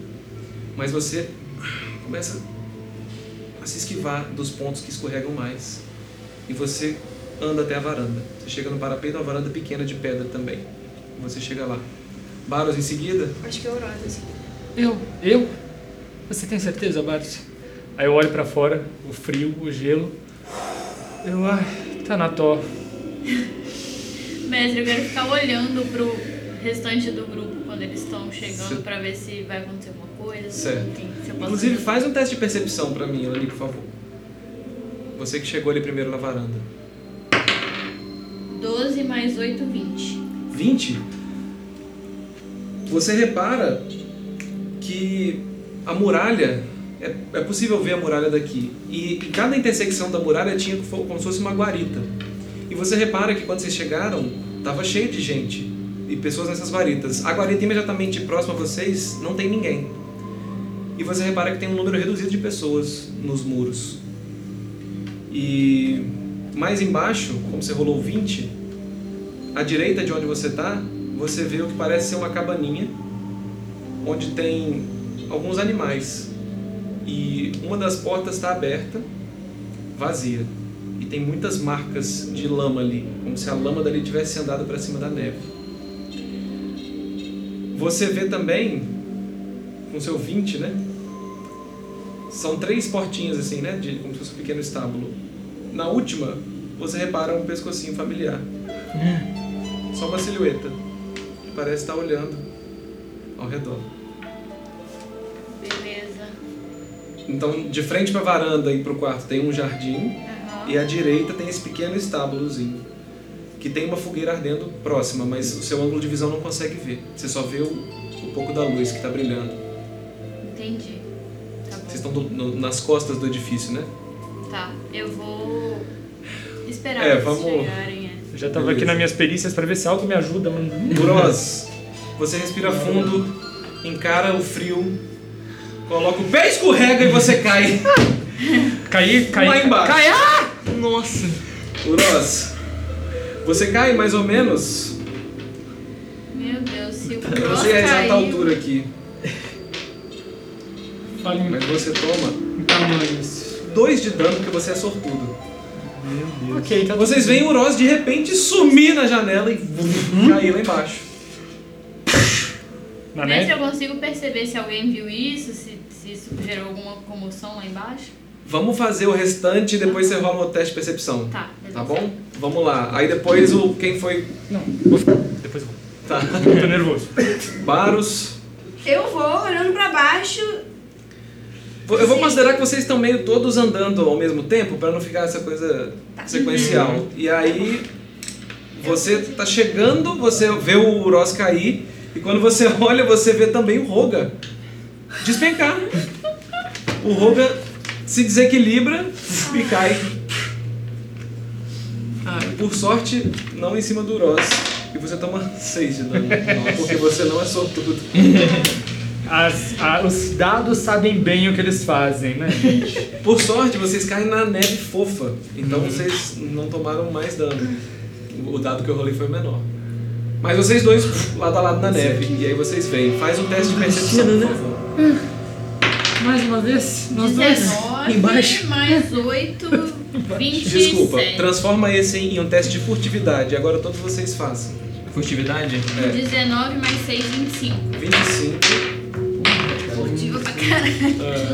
B: Mas você começa a se esquivar dos pontos que escorregam mais. E você anda até a varanda. Você chega no parapeito, é uma varanda pequena de pedra também. Você chega lá. Baros em seguida?
G: Acho que é Aurora, assim.
D: Eu? Eu? Você tem certeza, Bart? Aí eu olho pra fora, o frio, o gelo. Eu, ai, tá na tó.
F: Mestre, eu quero ficar olhando pro restante do grupo quando eles estão chegando pra ver se vai acontecer alguma coisa. se-
B: Certo.
F: Enfim, se eu posso
B: Inclusive,
F: fazer.
B: faz um teste de percepção pra mim, Elani, por favor. Você que chegou ali primeiro na varanda.
F: 12 mais 8, 20.
B: 20, você repara que a muralha, é, é possível ver a muralha daqui, e em cada intersecção da muralha tinha co- como se fosse uma guarita. E você repara que quando vocês chegaram, estava cheio de gente e pessoas nessas guaritas. A guarita imediatamente próxima a vocês não tem ninguém. E você repara que tem um número reduzido de pessoas nos muros. E mais embaixo, como você rolou 20, à direita de onde você está, você vê o que parece ser uma cabaninha, onde tem alguns animais. E uma das portas está aberta, vazia. E tem muitas marcas de lama ali, como se a lama dali tivesse andado para cima da neve. Você vê também, com seu 20, né? São três portinhas assim, né? De, como se fosse um pequeno estábulo. Na última, você repara um pescocinho familiar. Só uma silhueta. que Parece estar olhando ao redor.
F: Beleza.
B: Então, de frente pra varanda e pro quarto tem um jardim.
F: Aham.
B: E à direita tem esse pequeno estábulozinho. que tem uma fogueira ardendo próxima, mas o seu ângulo de visão não consegue ver. Você só vê o, o pouco da luz que tá brilhando.
F: Entendi. Tá bom.
B: Vocês estão do- no- nas costas do edifício, né?
F: Tá, eu vou esperar
B: É,
F: eles
B: vamos-
F: chegarem. é.
D: Eu já tava
B: Beleza.
D: aqui nas minhas perícias pra ver se algo me ajuda, mano.
B: Gross, você respira fundo, encara o frio, coloca o pé, escorrega e você cai.
D: Caí, caí.
B: Lá embaixo.
D: Caí. Ah!
E: Nossa.
B: Gross, você cai mais ou menos.
F: Meu Deus, se
D: Tá.
F: o
B: Eu não
F: Cross
B: sei a exata
F: caiu...
B: altura aqui,
D: Fala em
B: mas você toma
D: em tamanhos.
B: dois de dano porque você é sortudo.
D: Ok, tá
B: Vocês veem o Ross de repente sumir na janela e
D: Uhum.
B: vum, cair lá embaixo. né?
D: Na
F: Vê se
D: neve?
F: eu consigo perceber se alguém viu isso, se, se isso gerou alguma comoção lá embaixo.
B: Vamos fazer o restante e depois você rola um teste de percepção.
F: Tá, beleza.
B: Tá bom? Vamos lá. Aí depois o quem foi.
D: Não, vou ficar. Depois eu vou.
B: Tá.
D: Eu tô nervoso.
B: Baros.
G: Eu vou olhando pra baixo.
B: Eu vou considerar que vocês estão meio todos andando ao mesmo tempo pra não ficar essa coisa sequencial. E aí você tá chegando, você vê o Ross cair e quando você olha você vê também o Roga despencar. O Roga se desequilibra e cai. Por sorte, não em cima do Ross. E você toma 6 de dano. Porque você não é sortudo.
D: As- a- os dados sabem bem o que eles fazem, né, gente?
B: Por sorte, vocês caem na neve fofa. Então vocês não tomaram mais dano. O dado que eu rolei foi menor. Mas vocês dois puf, lado a lado na neve. E aí vocês veem. Faz um teste de percepção, por favor.
D: Mais uma vez, nós dois.
F: 19
E: Embaixo.
F: mais 8, 27.
B: Desculpa, transforma esse em um teste de furtividade. Agora todos vocês façam.
E: Furtividade?
B: É.
F: 19 mais 6, 25.
B: 25.
F: Furtiva pra caralho.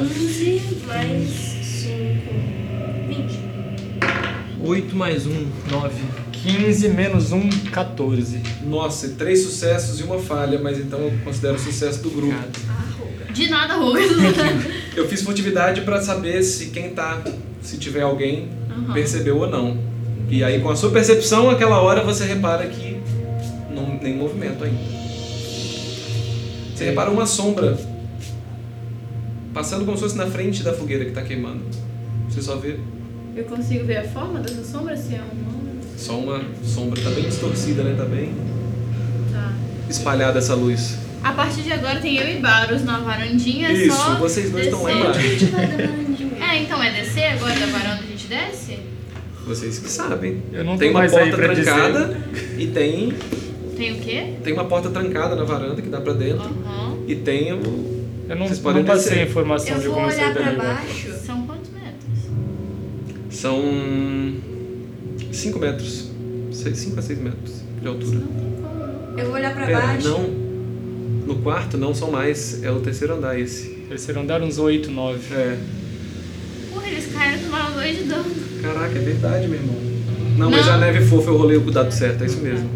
G: 11 mais 5. 20.
E: 8 mais 1, 9.
D: 15 menos 1, 14.
B: Nossa, três sucessos e uma falha, mas então eu considero o sucesso do grupo.
F: De nada, Roga.
B: Eu fiz furtividade pra saber se quem tá, se tiver alguém,
F: Aham.
B: percebeu ou não. E aí com a sua percepção, aquela hora você repara que não nem movimento ainda. Você repara uma sombra passando como se fosse na frente da fogueira que tá queimando. Você só vê
F: Eu consigo ver a forma dessa sombra? Se é um homem?
B: só uma sombra, tá bem distorcida, né? Tá bem
F: Tá.
B: espalhada essa luz.
F: A partir de agora tem eu e Baros na varandinha.
B: Isso,
F: é só
B: vocês dois estão lá
F: descer.
B: embaixo.
F: É, então é descer agora da varanda a gente desce?
B: Vocês que sabem.
D: Eu não tô
B: tem uma
D: mais
B: porta
D: aí pra
B: trancada e tem
F: Tem o quê?
B: tem uma porta trancada na varanda que dá pra dentro
F: Aham.
B: e tem o
D: Eu não,
B: Vocês podem
D: não passei
B: descer.
D: a informação
G: Eu
D: de
G: vou
D: como
G: olhar
D: sair
G: pra
D: dali. né?
G: baixo.
F: São quantos metros?
B: São 5 metros. 5 a 6 metros de altura.
G: Eu vou olhar pra
B: Pera,
G: baixo.
B: não. No quarto não são mais. É o terceiro andar esse.
D: Terceiro andar, uns 8, 9.
B: É.
F: Porra, eles caíram e tomaram dois de dano.
B: Caraca, é verdade, meu irmão. Não, mas
F: Não.
B: a neve fofa eu rolei o dado certo, é isso mesmo.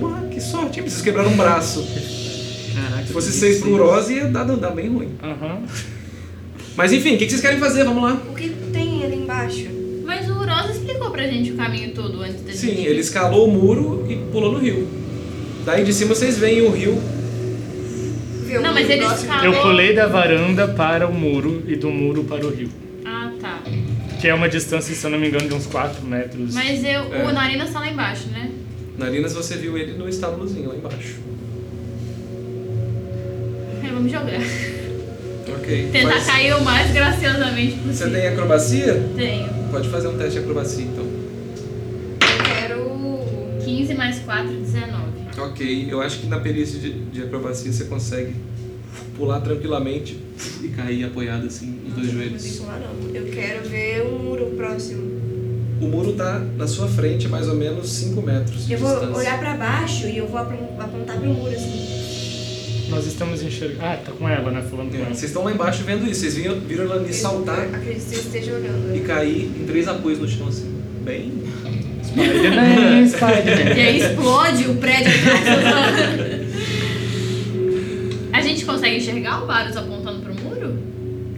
B: Ué, que sorte, hein? vocês quebraram um braço.
E: Caraca.
B: Se fosse 6 pro Rosa, ia dar andar bem ruim.
D: Aham.
B: Mas enfim, o que que vocês querem fazer? Vamos lá.
G: O que tem ali embaixo?
F: Mas o Rosa explicou pra gente o caminho todo antes da gente.
B: Sim, ele escalou o muro e pulou no rio. Daí de cima vocês veem o rio.
G: Vê
F: Não, mas eles
G: Tá
F: escalou.
D: Eu pulei da varanda para o muro e do muro para o rio.
F: Ah, tá.
D: Que é uma distância, se eu não me engano, de uns 4 metros.
F: Mas eu,
B: É.
F: o Narina está lá embaixo, né?
B: Narinas, você viu ele no estábulozinho lá embaixo.
F: Eu vou me jogar.
B: Ok.
F: Tentar
B: É. faz-
F: cair o mais graciosamente
B: Você
F: possível.
B: tem acrobacia?
F: Tenho.
B: Pode fazer um teste de acrobacia então.
G: Eu quero.
F: 15 mais 4, 19.
B: Ok, eu acho que na perícia de, de acrobacia você consegue pular tranquilamente e cair apoiado assim nos dois
G: Não sei
B: joelhos.
G: pular, não. Eu quero ver o muro próximo.
B: O muro tá na sua frente, mais ou menos 5 metros de
G: Eu
B: distância.
G: vou olhar pra baixo e eu vou apron- apontar pro muro assim.
D: Nós estamos enxergando. Ah, tá com ela, né? Falando com
B: É,
D: ela.
B: vocês estão lá embaixo vendo isso, vocês viram, viram ela me saltar
G: Acredito que eu esteja
B: e
G: olhando.
B: cair em três apoios no chão assim. Bem.
D: Spider-Man,
B: É.
D: Spider-Man.
F: E aí explode o prédio atrás. A gente consegue enxergar o Varus apontando pro muro?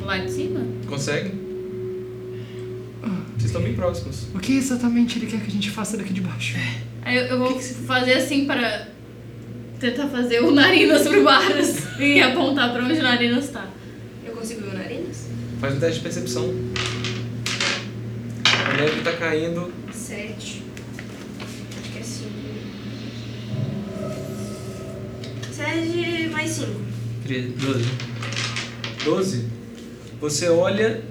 F: Lá de cima?
B: Consegue? Vocês Vocês estão bem próximos.
D: O que exatamente ele quer que a gente faça daqui de baixo?
F: Aí eu, eu vou fazer assim para tentar fazer o Narinas pro Baras e apontar pra onde o Narinas tá.
G: Eu consigo ver o nariz?
B: Faz um teste de percepção. A neve tá caindo.
G: Sete. Acho que é cinco. Sete mais cinco.
E: 12.
B: 12. Você olha,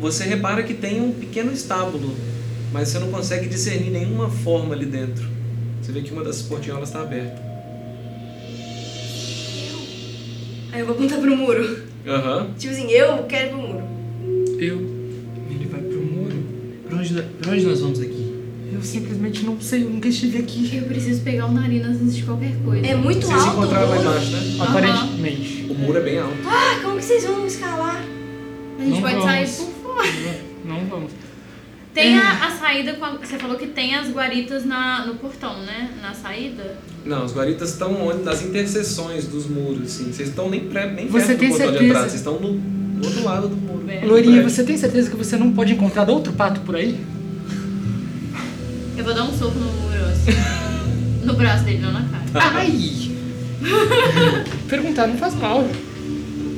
B: você repara que tem um pequeno estábulo, mas você não consegue discernir nenhuma forma ali dentro. Você vê que uma das portinholas está aberta.
G: Aí eu vou apontar pro muro.
B: Aham.
G: Tipo assim, eu quero ir pro muro.
E: Eu. Ele vai pro muro. Pra onde, pra onde nós vamos daqui?
D: Eu simplesmente não sei, eu nunca estive aqui.
F: Eu preciso pegar o Narinas antes de qualquer coisa.
G: É muito
B: Vocês se
G: alto o
B: encontraram lá
G: muro.
B: embaixo, né?
D: Aparentemente.
B: O muro é bem alto.
G: Ah, como que vocês vão escalar?
F: A gente
D: Não
F: pode
D: vamos.
F: sair por fora.
D: Não vamos.
F: Tem a, a saída com a- Você falou que tem as guaritas na, no portão, né? Na saída.
B: Não, os guaritas estão onde? Nas interseções dos muros, assim. Vocês estão nem, pré, nem
D: Você
B: perto
D: tem
B: do portão de
D: certeza?
B: entrada, vocês estão no, no outro lado do muro.
F: Bem.
B: do
D: Lourinha,
B: prédio.
D: você tem certeza que você não pode encontrar outro pato por aí?
F: Eu vou dar um soco no muro, assim. no braço dele, não na cara.
B: Ah,
D: Ai! Perguntar não faz mal.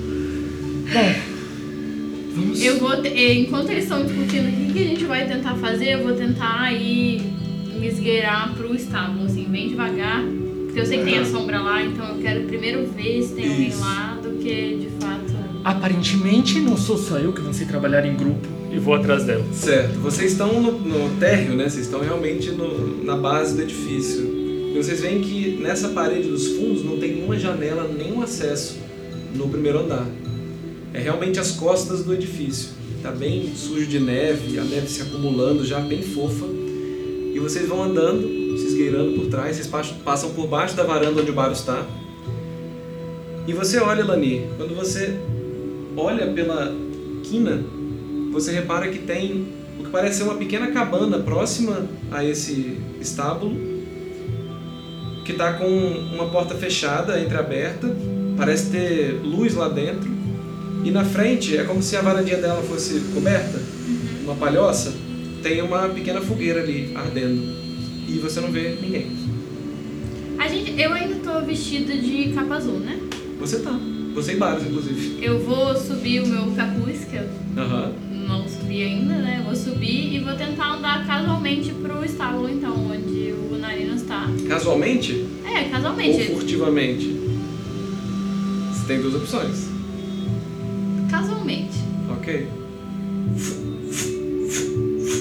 D: Bom, vamos.
F: Eu vou. te- eh, Enquanto eles estão discutindo o que que a gente vai tentar fazer, eu vou tentar ir me esgueirar pro estábulo, assim, bem devagar. Porque eu sei que tem a sombra lá, então eu quero primeiro ver se tem alguém
B: Isso.
F: lá do que de fato.
D: Aparentemente não sou só eu que você trabalhar em grupo e vou atrás dela.
B: Certo, vocês estão no, no térreo, né? Vocês estão realmente no- na base do edifício. E vocês veem que nessa parede dos fundos não tem nenhuma janela, nenhum acesso no primeiro andar. É realmente as costas do edifício. Tá bem sujo de neve, a neve se acumulando já bem fofa. E vocês vão andando, se esgueirando por trás, vocês pas- passam por baixo da varanda onde o bar está. E você olha, Lani, quando você olha pela quina você repara que tem o que parece ser uma pequena cabana próxima a esse estábulo, que está com uma porta fechada, entreaberta, parece ter luz lá dentro, e na frente é como se a varandinha dela fosse coberta, uma palhoça, tem uma pequena fogueira ali ardendo, e você não vê ninguém.
F: A gente, eu ainda tô vestida de capa azul, né?
B: Você tá, você e Baros, inclusive.
F: Eu vou subir o meu capuz, que eu
B: Aham.
F: não subi ainda, né? Eu Vou subir e vou tentar andar casualmente pro estábulo, então, onde o Narinas tá.
B: Casualmente
F: É,
B: ou
F: casualmente.
B: furtivamente? Você tem duas opções.
F: Casualmente.
B: Ok.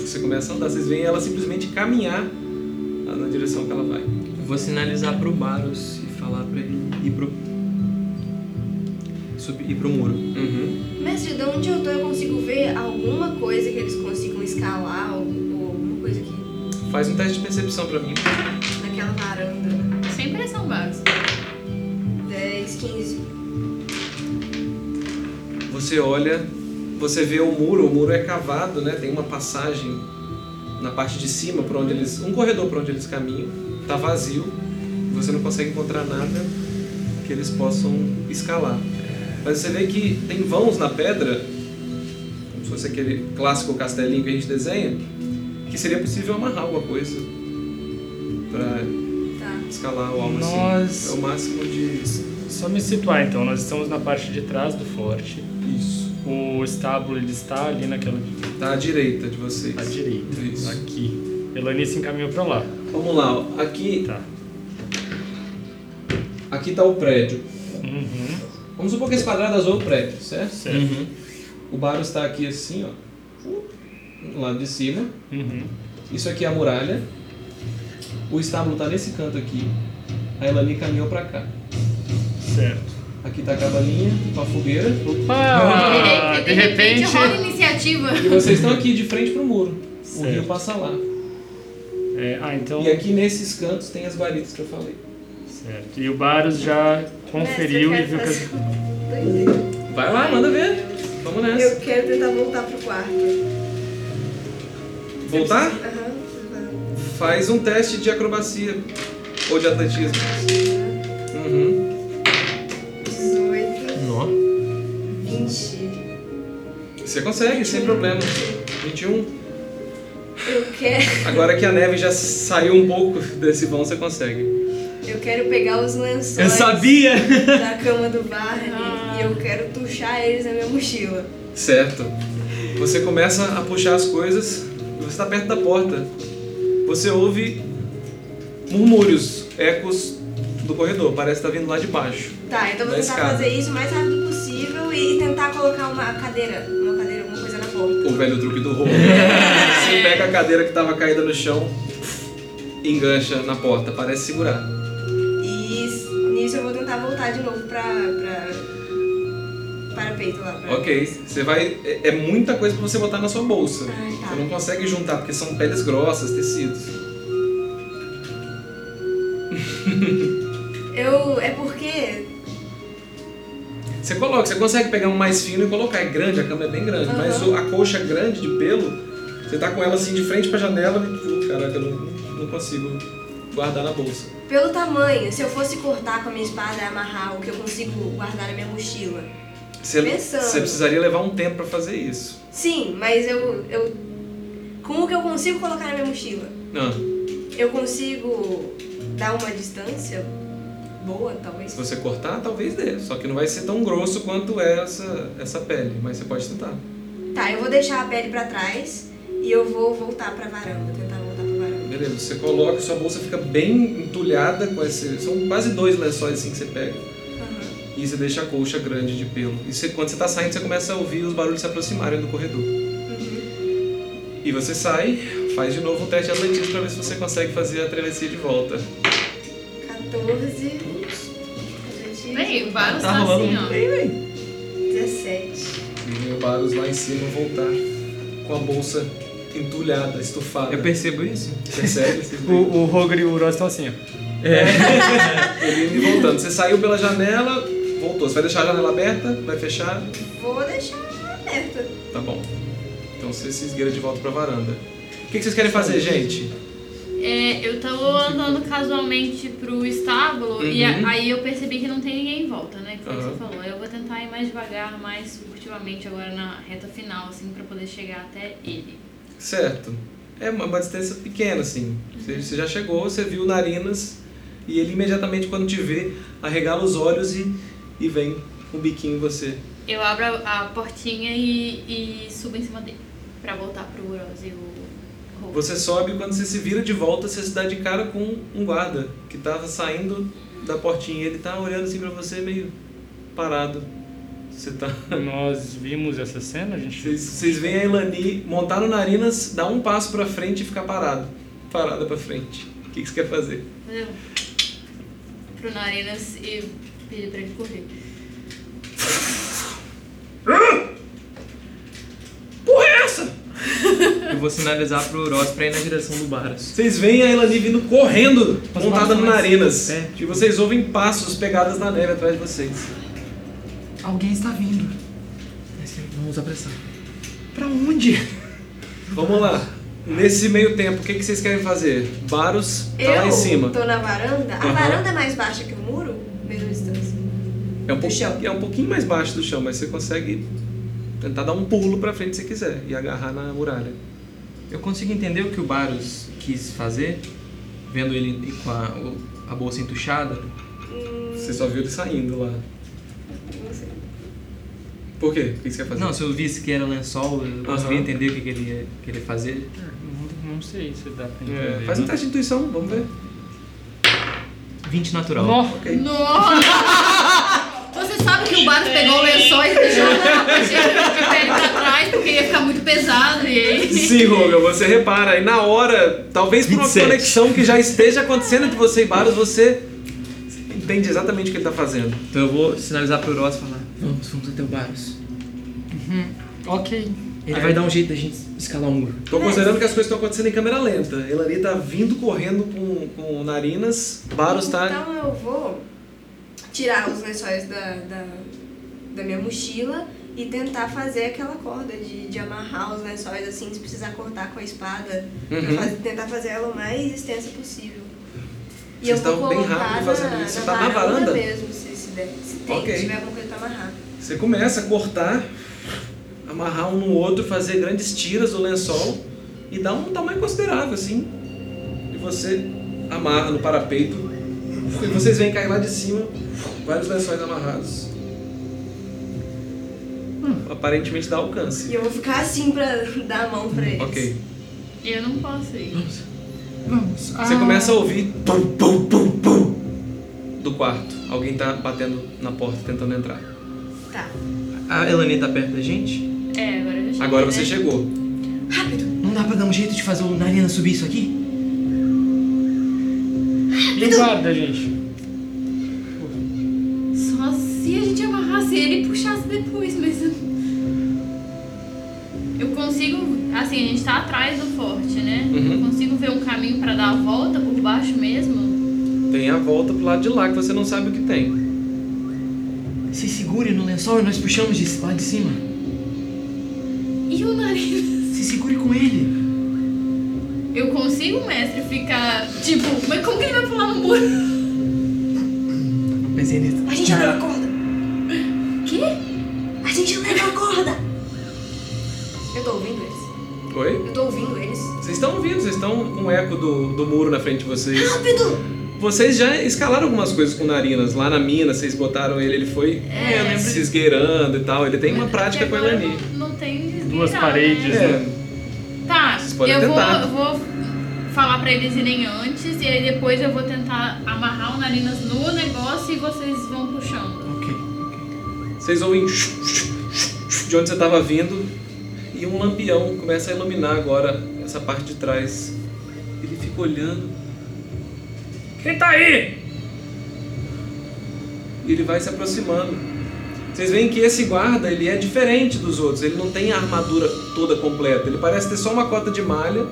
B: Você começa a andar, vocês veem ela simplesmente caminhar na direção que ela vai.
E: Eu vou sinalizar pro Baros e falar pra ele ir pro. Subir, ir pro muro.
B: Uhum.
G: Mestre, de onde eu tô, eu consigo ver alguma coisa que eles consigam escalar ou, ou alguma coisa aqui
B: Faz um teste de percepção pra mim.
G: naquela varanda, né?
F: Sem pressão, Barros.
G: 10, 15.
B: Você olha, você vê o muro, o muro é cavado, né? Tem uma passagem na parte de cima para onde eles, um corredor para onde eles caminham. Tá vazio. Você não consegue encontrar nada que eles possam escalar. Mas você vê que tem vãos na pedra, como se fosse aquele clássico castelinho que a gente desenha, que seria possível amarrar alguma coisa para
G: Tá.
B: escalar o algo assim.
D: Nós-
B: É o máximo de
D: Só me situar então, nós estamos na parte de trás do forte.
B: isso.
D: O estábulo ele está ali naquela
B: Tá à direita de vocês.
D: à direita,
B: Isso.
D: aqui. Elani se encaminhou pra lá.
B: Vamos lá, ó. aqui
D: Tá.
B: Aqui está o prédio.
D: Uhum.
B: Vamos supor que esse quadrado azul é o prédio, certo? Uhum.
D: Certo.
B: O Baros está aqui assim, ó. No lado de cima.
D: Uhum.
B: Isso aqui é a muralha. O estábulo está nesse canto aqui. A Elani caminhou para cá.
D: Certo.
B: Aqui está a cabaninha, com a fogueira.
D: Ah, Opa!
F: de, repente, rola iniciativa.
B: E vocês estão aqui de frente pro muro. O
D: Certo.
B: rio passa lá.
D: É, ah, então.
B: E aqui nesses cantos tem as varitas que eu falei.
D: Certo. E o Baros já conferiu e
G: Mestre,
D: viu
G: eu quero
D: que.
G: fazer uma doideira.
B: Vai lá, manda ver. Vamos nessa.
G: Eu quero tentar voltar pro quarto.
B: Voltar?
G: Aham. preciso fazer.
B: Faz um teste de acrobacia. Ou de atletismo. Uhum.
G: 18,
E: Nó.
G: 20.
B: Você consegue, sem problema. 21.
G: Eu quero,
B: Agora que a neve já saiu um pouco desse vão, você consegue.
G: eu quero pegar os lençóis da cama do Barney e eu quero tuchar eles na minha mochila.
B: Certo. Você começa a puxar as coisas e você está perto da porta. Você ouve murmúrios, ecos do corredor. Parece que está vindo lá de baixo.
G: Tá, então eu vou
B: Da
G: tentar
B: escada.
G: fazer isso o mais rápido possível e tentar colocar uma cadeira, uma cadeira, alguma coisa na porta.
B: O velho truque do roubo. Você pega a cadeira que estava caída no chão, engancha na porta. Parece segurar.
G: E s- nisso eu vou tentar voltar de novo pra. pra. para peito lá. Pra...
B: Ok, você vai. É, é muita coisa pra você botar na sua bolsa.
G: Ah, tá.
B: Você não consegue juntar, porque são peles grossas, tecidos.
G: Eu. é porque.
B: Você coloca, você consegue pegar um mais fino e colocar. É grande, a cama é bem grande,
G: Aham.
B: mas o- a colcha é grande de pelo, você tá com ela assim de frente pra janela e. tipo, Caraca, eu não, não consigo guardar na bolsa.
G: pelo tamanho, se eu fosse cortar com a minha espada e amarrar o que eu consigo guardar na minha mochila.
B: Você,
G: Pensando.
B: você precisaria levar um tempo pra fazer isso.
G: Sim, mas eu. eu. com o que eu consigo colocar na minha mochila.
B: Não,
G: Eu consigo dar uma distância boa, talvez.
B: se você cortar, talvez dê. Só que não vai ser tão grosso quanto é essa, essa pele, mas você pode tentar.
G: Tá, eu vou deixar a pele pra trás e eu vou voltar pra varanda, tentar voltar pra varanda.
B: Beleza, você coloca, sua bolsa fica bem entulhada com esse. São quase dois lençóis assim que você pega.
G: Aham.
B: E você deixa a colcha grande de pelo. E você- quando você tá saindo, você começa a ouvir os barulhos se aproximarem do corredor. E você sai, faz de novo um teste de atletismo pra ver se você consegue fazer a travessia de volta.
G: 14. atletismo,
F: Vem, o Baros
E: Tá
F: tá
E: rolando
F: assim,
E: muito
F: ó.
E: bem, velho.
G: 17.
B: E vem o Baros lá em cima voltar com a bolsa entulhada, estufada.
E: Eu percebo isso.
B: Percebe?
D: O, o Rogre e o Uros estão assim, ó.
B: Ele indo e voltando. Você saiu pela janela, voltou. Você vai deixar a janela aberta, vai fechar,
G: Vou deixar aberta.
B: Tá bom. Então você se esgueira de volta pra varanda. O que que vocês querem fazer, gente?
F: É, eu tava andando casualmente pro estábulo e a- aí eu percebi que não tem ninguém em volta, né? Que foi o que
B: Aham.
F: você falou. Eu vou tentar ir mais devagar, mais furtivamente agora na reta final, assim, pra poder chegar até ele.
B: Certo. É uma, uma distância pequena, assim. Você, você já chegou, você viu Narinas e ele imediatamente, quando te vê, arregala os olhos e, e vem com o biquinho em você.
F: Eu abro a a portinha e, e subo em cima dele pra voltar pro Uros e o. o-
B: Você sobe e quando você se vira de volta, você se dá de cara com um guarda que tava saindo da portinha. Ele tá olhando assim pra você meio parado. Você tá
D: Nós vimos essa cena, a gente.
B: Vocês- Vocês veem a Elani montar no Narinas, dar um passo pra frente e ficar parado. Parada pra frente. O que, que você quer fazer?
F: Fazer um Pro Narinas e pedir pra ele correr.
E: Eu vou sinalizar pro Ross pra ir na direção do Baros.
B: Vocês veem a Elani vindo correndo, montada no
E: mais É.
B: Narinas.
E: perto.
B: E vocês ouvem passos pegadas na neve atrás de vocês.
E: Alguém está vindo. Vamos apressar. Pra onde?
B: Vamos lá. Nesse meio tempo, o que, que vocês querem fazer? Baros tá
G: eu
B: lá em cima.
G: tô na varanda. A
B: Aham.
G: varanda é mais baixa que o muro? Mesma distância.
B: É um, pouco-
G: chão.
B: é um pouquinho mais baixo do chão, mas você consegue tentar dar um pulo pra frente se quiser e agarrar na muralha.
E: Eu consigo entender o que o Baros quis fazer, vendo ele com a, o- a bolsa entuchada.
B: Você só viu ele saindo lá.
G: Não sei.
B: Por quê? O que que você quer fazer?
E: Não, se eu visse que era lençol, eu conseguia
B: Aham.
E: entender o que, que ele ia querer fazer.
D: Não, não sei se dá pra
B: É,
D: entender.
B: faz um teste de intuição, vamos ver.
E: 20 natural.
D: Nó,
F: Nossa! Você sabe que o Baros pegou o lençol e deixou a pele pra trás porque ia ficar muito pesado e é aí.
B: Sim, Roga, você repara. E na hora, talvez por uma
E: 27.
B: conexão que já esteja acontecendo entre você e Baros, você entende exatamente o que ele tá fazendo.
E: Então eu vou sinalizar pro Ross e falar: Vamos, vamos até o Baros. Uhum.
D: ok.
E: Ele vai dar um jeito da gente escalar o muro.
B: Tô considerando que as coisas estão acontecendo em câmera lenta. Elani tá vindo correndo com, com narinas, Baros tá.
G: Então eu vou tirar os lençóis da, da, da minha mochila e tentar fazer aquela corda de, de amarrar os lençóis assim, se precisar cortar com a espada,
B: Uhum.
G: pra faz- tentar fazer ela o mais extensa possível. E eu
B: Vocês
G: vou
B: estão bem
G: colocar
B: rápido
G: na,
B: fazendo isso.
G: na
B: Tá na varanda?
G: mesmo, se, se, der, se tem,
B: Ok.
G: tiver alguma coisa pra amarrar.
B: Você começa a cortar, amarrar um no outro, fazer grandes tiras do lençol. e dá um tamanho considerável, assim. E você amarra no parapeito. E vocês veem cair lá de cima vários lençóis amarrados. Aparentemente dá alcance.
G: E eu vou ficar assim pra dar a mão pra eles.
B: Ok.
F: Eu não posso ir.
B: Você começa a ouvir pum, pum, pum, pum, do quarto. Alguém tá batendo na porta tentando entrar.
G: Tá.
E: A Elani tá perto da gente?
F: É, agora eu já cheguei,
B: Agora você
F: né?
B: chegou.
G: Rápido,
E: Não dá pra dar um jeito de fazer o Narina subir isso aqui?
D: E o guarda, gente?
F: Só se a gente amarrasse ele e puxasse depois, mas. eu- Eu consigo. Assim, a gente tá atrás do forte, né? Eu
B: Uhum.
F: consigo ver um caminho pra dar a volta por baixo mesmo?
B: Tem a volta pro lado de lá que você não sabe o que tem.
E: Vocês segurem no lençol e nós puxamos de lá de cima.
F: E o nariz?
E: Se segure com ele.
F: Eu consigo, mestre, ficar tipo, mas como que ele vai pular no muro?
E: Mas ele.
G: a gente leva a corda.
F: Quê?
G: A gente leva a corda. Eu tô ouvindo eles.
B: Oi?
G: Eu tô ouvindo eles.
B: Vocês estão ouvindo, vocês estão com o eco do, do muro na frente de vocês.
G: Rápido!
B: Vocês já escalaram algumas coisas com narinas. Lá na mina, vocês botaram ele, ele foi
F: É, eu lembro
B: se esgueirando e tal. Ele tem uma
F: Porque
B: prática com a
F: agora
B: Elani.
F: Não, não tem
D: Duas
F: desvirar, né?
D: paredes, né?
B: É,
F: Tá,
B: Vocês podem
F: eu vou,
B: tentar.
F: eu vou falar pra eles irem antes e aí depois eu vou tentar amarrar o narinas no negócio e vocês vão puxando.
E: Ok.
B: vocês ouvem de onde você estava vindo e um lampião começa a iluminar agora essa parte de trás. Ele fica olhando
D: Quem tá aí?
B: e ele vai se aproximando. Vocês veem que esse guarda ele é diferente dos outros. Ele não tem a armadura toda completa. Ele parece ter só uma cota de malha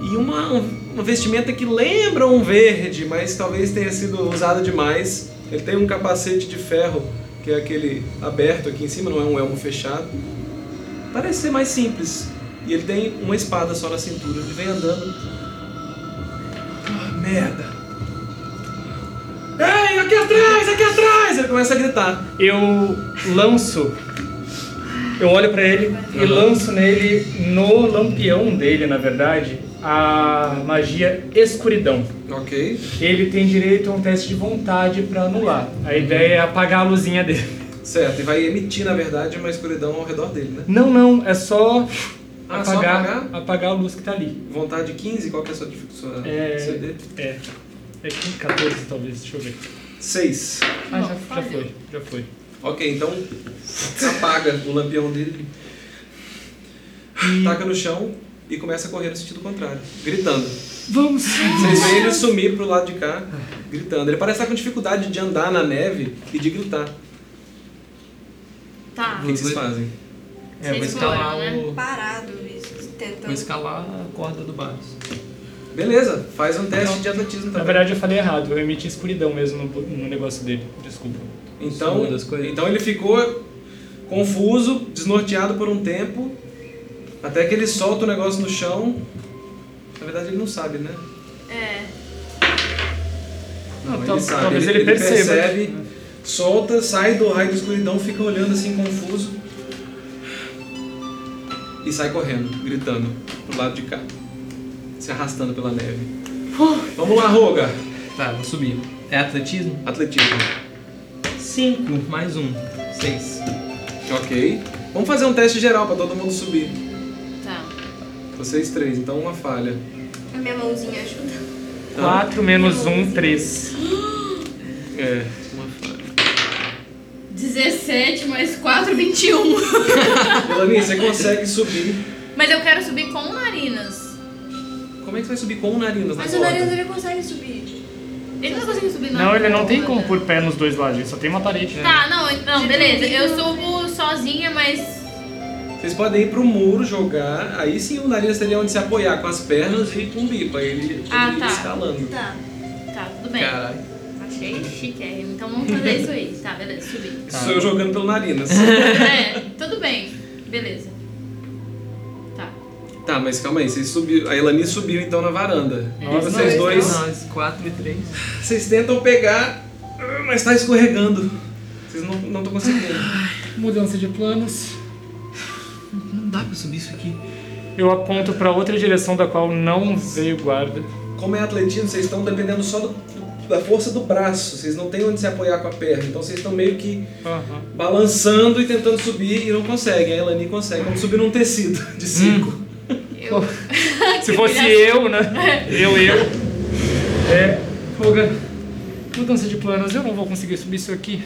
B: e uma, uma vestimenta que lembra um verde, mas talvez tenha sido usada demais. Ele tem um capacete de ferro que é aquele aberto aqui em cima, não é um elmo fechado. Parece ser mais simples. E ele tem uma espada só na cintura. Ele vem andando. Ah, merda! Ei, aqui atrás, aqui atrás! Ele começa a gritar.
D: Eu lanço. Eu olho pra ele e lanço nele, no lampião dele, na verdade, a magia escuridão.
B: Ok.
D: Ele tem direito a um teste de vontade pra anular. A ideia é apagar a luzinha dele.
B: Certo, e vai emitir, na verdade, uma escuridão ao redor dele, né?
D: Não, não, é só
B: Ah, só
D: apagar,
B: apagar?
D: apagar a luz que tá ali.
B: Vontade 15, qual que é a sua, dific- sua
D: É.
B: CD?
D: É. É 15, 14 talvez, deixa eu ver.
B: 6.
D: Ah,
F: Não,
D: já, já
F: falhou.
D: foi, já foi.
B: Ok, então apaga o lampião dele, taca no chão e começa a correr no sentido contrário, gritando.
D: Vamos!
B: Vocês veem ele sumir pro lado de cá, gritando. Ele parece estar com dificuldade de andar na neve e de gritar.
F: Tá.
B: O que que vocês fazem?
E: É, eu vou
F: Vocês
E: escalar
F: foram, né?
E: o.
G: Parado, isso.
E: Vou
G: Tentando.
E: escalar a corda do Barros.
B: Beleza, faz um teste de atletismo
D: Na
B: também.
D: verdade eu falei errado, eu emiti escuridão mesmo no, no negócio dele, desculpa.
B: Então,
E: Segundo as coisas.
B: então ele ficou confuso, desnorteado por um tempo, até que ele solta o negócio no chão. Na verdade ele não sabe, né?
F: É.
B: Não,
D: tal-
B: ele sabe.
D: talvez
B: ele,
D: ele
B: ele
D: perceba.
B: percebe, solta, sai do raio da escuridão, fica olhando assim confuso e sai correndo, gritando pro lado de cá, se arrastando pela neve. Vamos lá, Roga.
E: Tá, vou subir. É atletismo?
B: Atletismo.
E: 5 mais um. 6.
B: Ok. Vamos fazer um teste geral pra todo mundo subir.
F: Tá.
B: Vocês três, então uma falha.
G: A minha mãozinha ajuda.
D: 4 menos 1, 3.
B: É, uma falha.
F: 17 mais 4, 21.
B: Elaninha, você consegue subir.
F: Mas eu quero subir com o narinas.
B: Como é que você vai subir com o narinas na
G: Mas o
B: corda?
G: nariz ele consegue subir.
F: Ele não conseguiu subir na
D: Não, ele não tem
F: corda.
D: como pôr pé nos dois lados, ele só tem uma parede, né?
F: Tá, não, não, beleza. Eu subo sozinha, mas.
B: Vocês podem ir pro muro jogar, aí sim o nariz teria onde se apoiar com as pernas e com o bico, aí ele, ele
F: Ah,
B: ia
F: tá.
B: escalando.
G: Tá.
F: Tá, tudo bem.
E: Caralho.
F: Achei chique. Então vamos fazer isso aí. Tá, beleza, subi.
B: Isso eu jogando pelo narinas.
F: É, tudo bem. Beleza. Tá.
B: tá, mas calma aí, vocês subiram, a Elani subiu então na varanda. E
D: Nossa,
B: vocês dois,
E: Nós, 4 e 3.
B: vocês tentam pegar, mas tá escorregando. Vocês não estão conseguindo.
D: Mudança de planos.
E: Não dá pra subir isso aqui.
D: Eu aponto pra outra direção da qual não veio guarda.
B: Como é atletismo, vocês estão dependendo só do- do- da força do braço. Vocês não têm onde se apoiar com a perna. Então vocês estão meio que
D: Aham.
B: balançando e tentando subir e não conseguem. A Elani consegue. Vamos subir num tecido
F: Hum.
B: de cinco.
F: Eu.
D: Se fosse eu, né? Eu, eu. É, fuga. Mudança de planos, eu não vou conseguir subir isso aqui.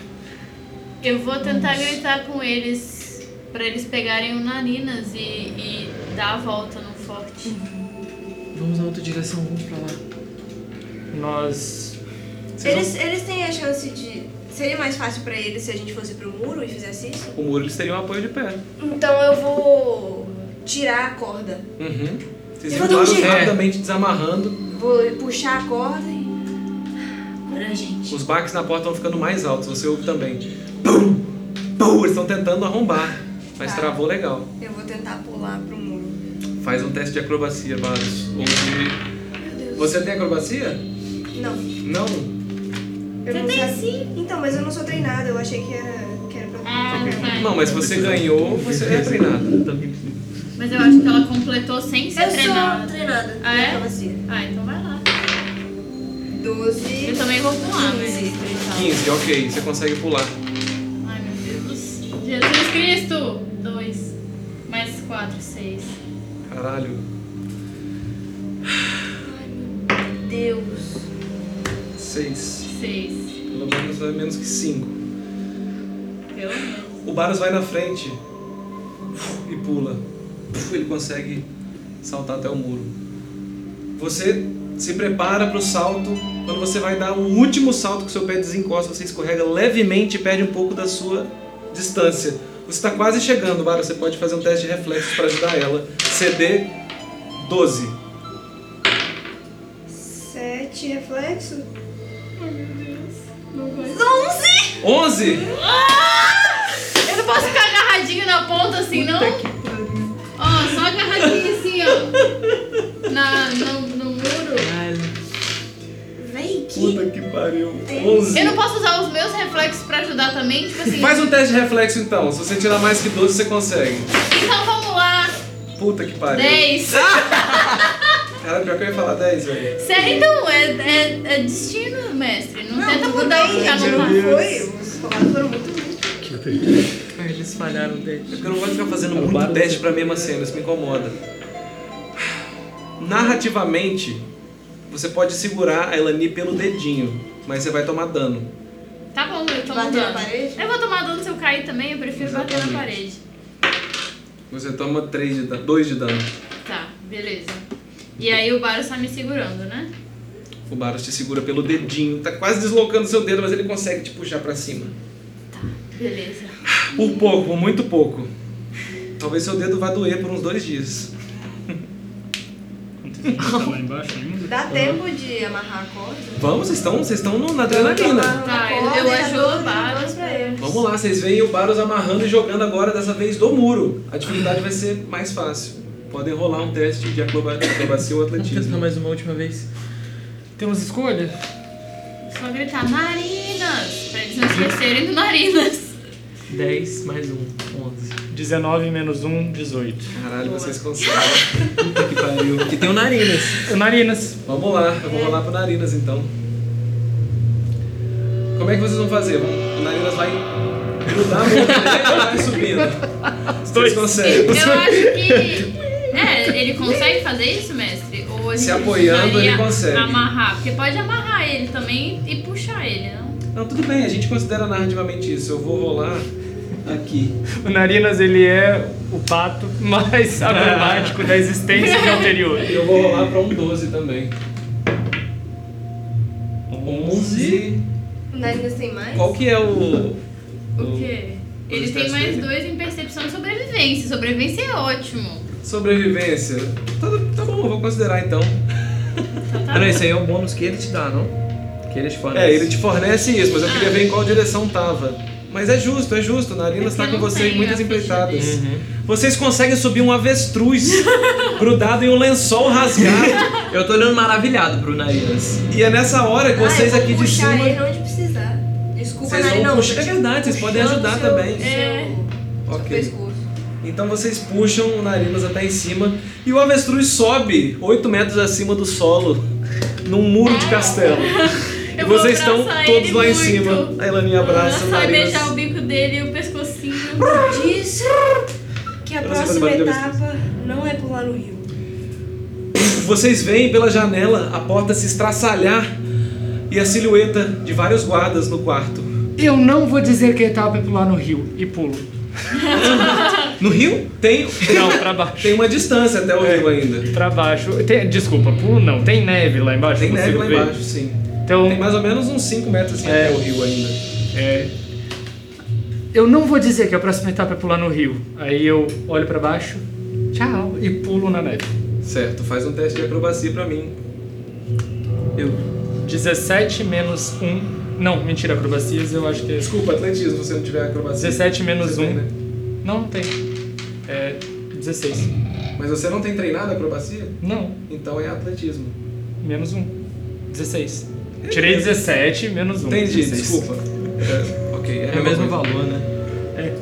F: Eu vou tentar gritar com eles pra eles pegarem o Naninas e, e dar a volta no forte.
E: Vamos na outra direção, vamos pra lá.
D: Nós.
G: Eles, eles têm a chance de. Seria mais fácil pra eles se a gente fosse pro muro e fizesse isso?
B: O muro eles teriam apoio de pé.
G: Então eu vou tirar a corda.
B: Uhum. Vocês
G: Eu vou dar um
B: acabaram
G: jeito.
B: rapidamente desamarrando.
G: Vou puxar a corda e. Agora, gente.
B: Os baques na porta vão ficando mais altos. Você ouve também. Pum! Pum! Eles estão tentando arrombar. Mas
G: Tá.
B: travou legal.
G: Eu vou tentar pular pro muro.
B: Faz um teste de acrobacia, Varus. Ou de...
G: Meu Deus.
B: Você tem acrobacia?
G: Não.
B: Não?
G: Eu não sei. sim. Então, mas eu não sou treinada, eu achei que era, que era pra.
F: Ah,
G: É.
F: tá.
B: Não, mas se você ganhou, você é treinado.
F: Mas eu acho que ela completou sem ser
G: Eu sou
F: treinada.
G: é treinada.
F: Ah, é?
G: Acrobacia.
F: Ah, então vai lá.
G: 12.
F: Eu
G: Então-
F: também vou pular, né? mas.
B: 15, ok. Você consegue pular.
F: Ai, meu Deus. Jesus Cristo! Dois. Mais quatro, seis.
B: Caralho.
G: Deus.
B: 6.
F: Seis.
B: Pelo menos é menos que 5.
F: Pelo menos.
B: O Baros vai na frente e pula. Ele consegue saltar até o muro. Você se prepara para o salto. Quando você vai dar o último salto que o seu pé desencosta, você escorrega levemente e perde um pouco da sua distância. Você está quase chegando, Baros. Você pode fazer um teste de reflexos para ajudar ela. CD 12.
G: 7 reflexo.
B: 11!
F: Eu não posso ficar agarradinho na ponta assim, não? Ó, só agarradinho assim, ó. Na, no, no muro.
G: Véi, que.
B: Puta que pariu. 11.
F: Eu não posso usar os meus reflexos pra ajudar também? Tipo assim.
B: Faz um teste de reflexo então. Se você tirar mais que 12, você consegue.
F: Então vamos lá.
B: Puta que pariu.
F: Dez.
B: Cara, pior que eu ia falar 10, velho.
F: Sério, então, é, é, é destino, mestre. Não, tenta
G: tudo
F: mudar o que
G: bem,
F: já
G: gente,
F: não
G: não
F: tá.
G: foi. Os rolados foram muito ruins.
E: Eles falharam dele.
B: É Porque eu não vou ficar fazendo muito teste pra mesma cena, isso me incomoda. Narrativamente, você pode segurar a Elani pelo dedinho, mas você vai tomar dano.
F: Tá bom, eu tô
G: Bater na
F: mudando.
G: parede?
F: Eu vou tomar dano se eu cair também, eu prefiro bater na parede.
B: Você toma 3 de dano, 2 de dano.
F: Tá, beleza. E aí o Baros tá me segurando, né?
B: O Baros te segura pelo dedinho, tá quase deslocando seu dedo, mas ele consegue te puxar pra cima.
F: Beleza.
B: Por pouco, por muito pouco. Talvez seu dedo vá doer por uns dois dias.
D: Quanto tempo tá lá embaixo ainda?
B: Hum.
G: Dá tempo de amarrar a corda?
B: Vamos, vocês estão, vocês estão no- na
G: Amarrar
B: adrenalina.
G: a
F: Tá, eu-
G: corda
F: eu
G: e
F: ajudo
G: dou-
F: o Baros
G: dou pra
F: pra-
G: ele.
B: Vamos lá, vocês veem o Baros amarrando e jogando agora, dessa vez do muro. A dificuldade vai ser mais fácil. Podem rolar um teste de acroba- acrobacia ou
E: Vamos tentar
B: atletismo.
E: mais uma última vez.
D: Temos escolha?
F: Só gritar Narinas! Pra eles não esquecerem do Narinas.
E: 10 mais um, 11.
D: 19 menos 1, 18.
B: Caralho, vocês conseguem. Puta que pariu.
E: Que tem o Narinas.
D: Narinas.
B: Vamos lá, eu vou rolar pro Narinas então. Como é que vocês vão fazer? O Narinas vai grudar muito e vai subindo. Vocês conseguem.
F: Eu acho que. É, ele consegue fazer isso, mestre? Ou a gente
B: Se apoiando, ele
F: precisaria
B: consegue.
F: Amarrar. Porque pode amarrar ele também e puxar ele, não?
B: Não, tudo bem, a gente considera narrativamente isso. Eu vou rolar aqui.
D: O Narinas, ele é o pato mais acrobático da existência de anterior.
B: E eu vou rolar pra um 12 também. 11.
G: O Narinas tem mais?
B: Qual que é o.
F: O quê? Ele tem
B: testes
F: mais
B: dele.
F: dois em percepção e sobrevivência. Sobrevivência é ótimo.
B: Sobrevivência. Tá, tá bom, eu vou considerar então.
E: Peraí, esse aí é o bônus que ele te dá, não? Que ele te fornece.
B: É, ele te fornece isso, mas eu
F: Ah.
B: queria ver em qual direção tava. Mas é justo, é justo. Narinas
F: É
B: tá
F: que
B: com
F: eu não
B: você em
F: tenho
B: muitas
F: a ficha
B: empreitadas.
F: dele.
B: Vocês conseguem subir um avestruz grudado em um lençol rasgado.
E: Eu tô olhando maravilhado pro Narinas.
B: e é nessa hora que vocês
G: ah, eu vou
B: aqui de
G: puxar
B: cima.
G: ele onde precisar. Desculpa,
B: Vocês vão
G: Narinas.
B: puxar- é verdade, vocês podem ajudar também.
G: É.
B: Ok.
G: Seu pescoço.
B: Então vocês puxam o Narinas até em cima e o avestruz sobe 8 metros acima do solo, num muro de castelo. E
F: Eu vou
B: vocês estão
F: abraçar
B: todos
F: ele
B: lá em
F: muito.
B: cima. A Elaninha abraça o
F: Vai
B: Narinas.
F: beijar o bico dele e o pescocinho.
G: Diz que a
B: Eu não sei fazer
G: próxima
B: barulho de avestruz.
G: etapa não é pular no rio.
B: Vocês veem pela janela a porta se estraçalhar e a silhueta de vários guardas no quarto.
D: Eu não vou dizer que ele tava pra pular no rio e pulo.
B: No rio? Tem,
D: Não, pra baixo.
B: tem uma distância até o
D: É.
B: rio ainda.
D: Pra baixo. Tem- desculpa, pulo não. Tem neve lá embaixo?
B: Tem
D: eu
B: neve
D: consigo
B: lá
D: ver?
B: embaixo, sim.
D: Então,
B: Tem mais ou menos uns 5 metros assim, até o rio ainda.
D: é, eu não vou dizer que a próxima etapa é pular no rio. Aí eu olho pra baixo, tchau, e pulo na neve.
B: Certo, faz um teste de acrobacia pra mim.
D: Eu. 17 menos 1. Não, mentira, acrobacias eu acho que é.
B: Desculpa, atletismo, se você não tiver acrobacia.
D: 17 menos
B: Você
E: um.
B: tem,
D: 1.
B: né?
D: Não, não tem. É. 16.
B: Mas você não tem treinado acrobacia?
D: Não,
B: Então é atletismo.
D: menos 1. 16. Tirei 17 menos 1.
B: Entendi,
D: 16.
B: desculpa. É, ok, é,
E: É o mesmo valor, né?
D: É.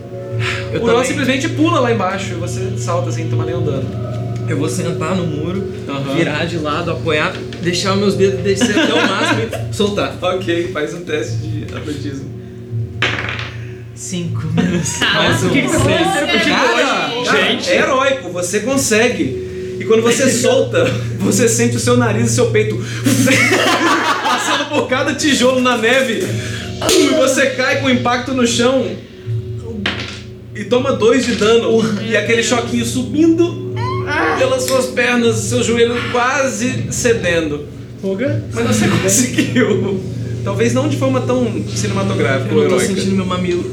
E: Eu,
B: o Ron
E: também,
B: simplesmente pula lá embaixo e você salta sem tomar nenhum dano.
E: eu vou sentar no muro,
B: Aham.
E: virar de lado, apoiar, deixar os meus dedos descer até o máximo e soltar.
B: Ok, faz um teste de atletismo.
E: Cinco menos. Mais um.
D: que que você fez?
E: Cara,
D: Gente.
B: é heróico, você consegue. E quando você solta, você sente o seu nariz e seu peito passando por cada tijolo na neve. E você cai com impacto no chão e toma dois de dano. E aquele choquinho subindo pelas suas pernas, seu joelho quase cedendo.
D: Fuga.
B: Mas você conseguiu. Talvez não de forma tão cinematográfica
E: eu
B: ou
E: não tô
B: heróica.
E: sentindo meu mamilo.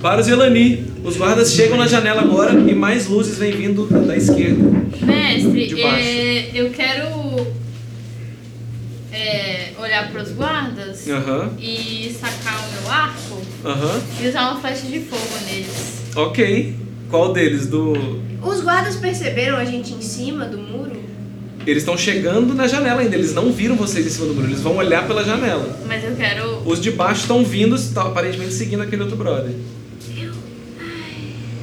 B: Para os Elani, os guardas chegam na janela agora e mais luzes vêm vindo da esquerda. De
F: Mestre,
B: baixo.
F: é, eu quero é, olhar pros guardas
B: Aham,
F: e sacar o meu arco
B: aham.
F: e usar uma flecha de fogo neles.
B: Ok. Qual deles? Do.
G: Os guardas perceberam a gente em cima do muro?
B: Eles estão chegando na janela ainda, eles não viram vocês em cima do muro, eles vão olhar pela janela.
F: Mas eu quero.
B: Os de baixo estão vindo, tá, aparentemente seguindo aquele outro brother.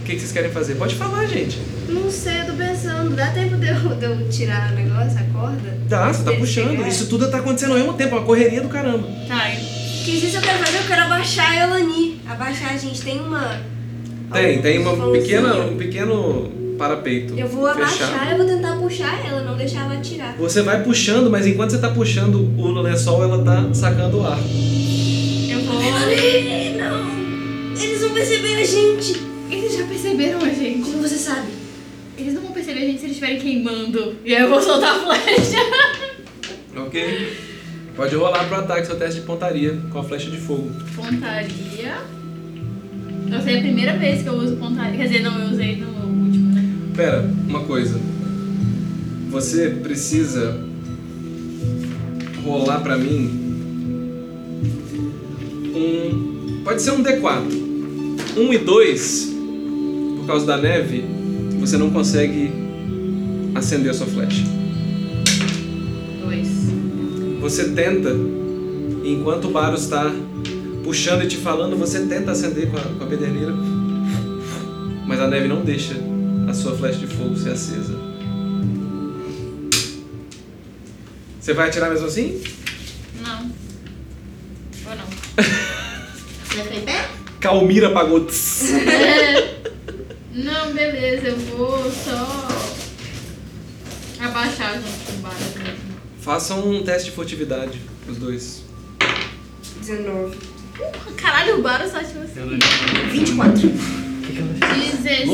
B: O que, que vocês querem fazer? Pode falar, gente.
G: Não sei, eu tô pensando. Dá tempo de eu, de eu tirar o negócio, a corda? É,
B: Tá, você tá
G: Eles
B: puxando.
G: chegaram.
B: Isso tudo tá acontecendo ao mesmo tempo, é uma correria do caramba.
F: Tá,
G: Que se eu quero fazer, eu quero abaixar a Elani. Abaixar, a gente tem uma.
B: Tem,
G: um
B: tem uma
G: vãozinho.
B: pequena, um pequeno parapeito.
G: assim, Eu vou abaixar,
B: fechado.
G: eu vou tentar puxar ela, não deixar ela tirar.
B: Você vai puxando, mas enquanto você tá puxando o lençol, ela tá sacando o ar.
F: eu vou.
G: Não! Eles vão perceber a gente!
F: Eles já perceberam a gente.
G: Como você sabe?
F: Eles não vão perceber a gente se eles estiverem queimando. E aí eu vou soltar a flecha.
B: Ok? Pode rolar pro ataque seu teste de pontaria com a flecha de fogo.
F: Pontaria. Eu sei é a primeira vez que eu uso pontaria. Quer dizer, não, eu usei no último, né?
B: Pera, uma coisa. Você precisa rolar pra mim um. Pode ser um D4. Um e dois, por causa da neve, você não consegue acender a sua flecha.
F: Dois.
B: Você tenta, e enquanto o Baro está puxando e te falando, você tenta acender com a, com a pederneira, mas a neve não deixa a sua flecha de fogo ser acesa. Você vai atirar mesmo assim?
F: Não. Ou não.
G: Já tá em pé?
B: Calmira apagou. Tss.
F: É. Não, beleza, eu vou só abaixar junto com o barco mesmo.
B: Façam um teste de furtividade, os dois.
G: 19.
F: Porra, Caralho, o Baro só tinha assim.
B: é
G: 24.
F: 16.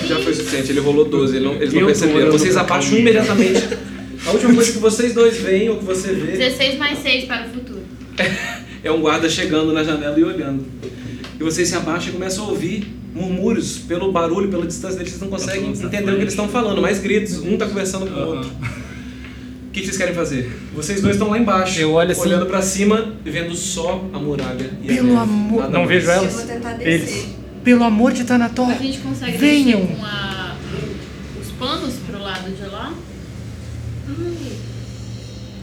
B: né? Já foi suficiente, ele rolou 12, ele não, eles não
D: Eu tô
B: perceberam.
D: olhando
B: Vocês
D: pra
B: abaixam
D: Calmira.
B: imediatamente. A última coisa que vocês dois veem, ou que você vê,
F: 16 mais 6 para o futuro.
B: É um guarda chegando na janela e olhando. E vocês se abaixam e começam a ouvir murmúrios pelo barulho, pela distância deles, vocês não conseguem entender o que eles estão falando, mas gritos, um tá conversando com o outro. O que que vocês querem fazer? Vocês dois estão lá embaixo,
D: Eu olho assim-
B: olhando pra cima e vendo só a muralha. E a
D: Pelo
B: neve.
D: amor-
B: Nada
D: Não
B: mais.
D: vejo
G: Eu
D: elas.
G: vou tentar descer.
D: Eles. Pelo amor de Tanator.
F: A gente consegue
D: Venham.
F: mexer com a- os panos pro lado de lá?
G: Ai,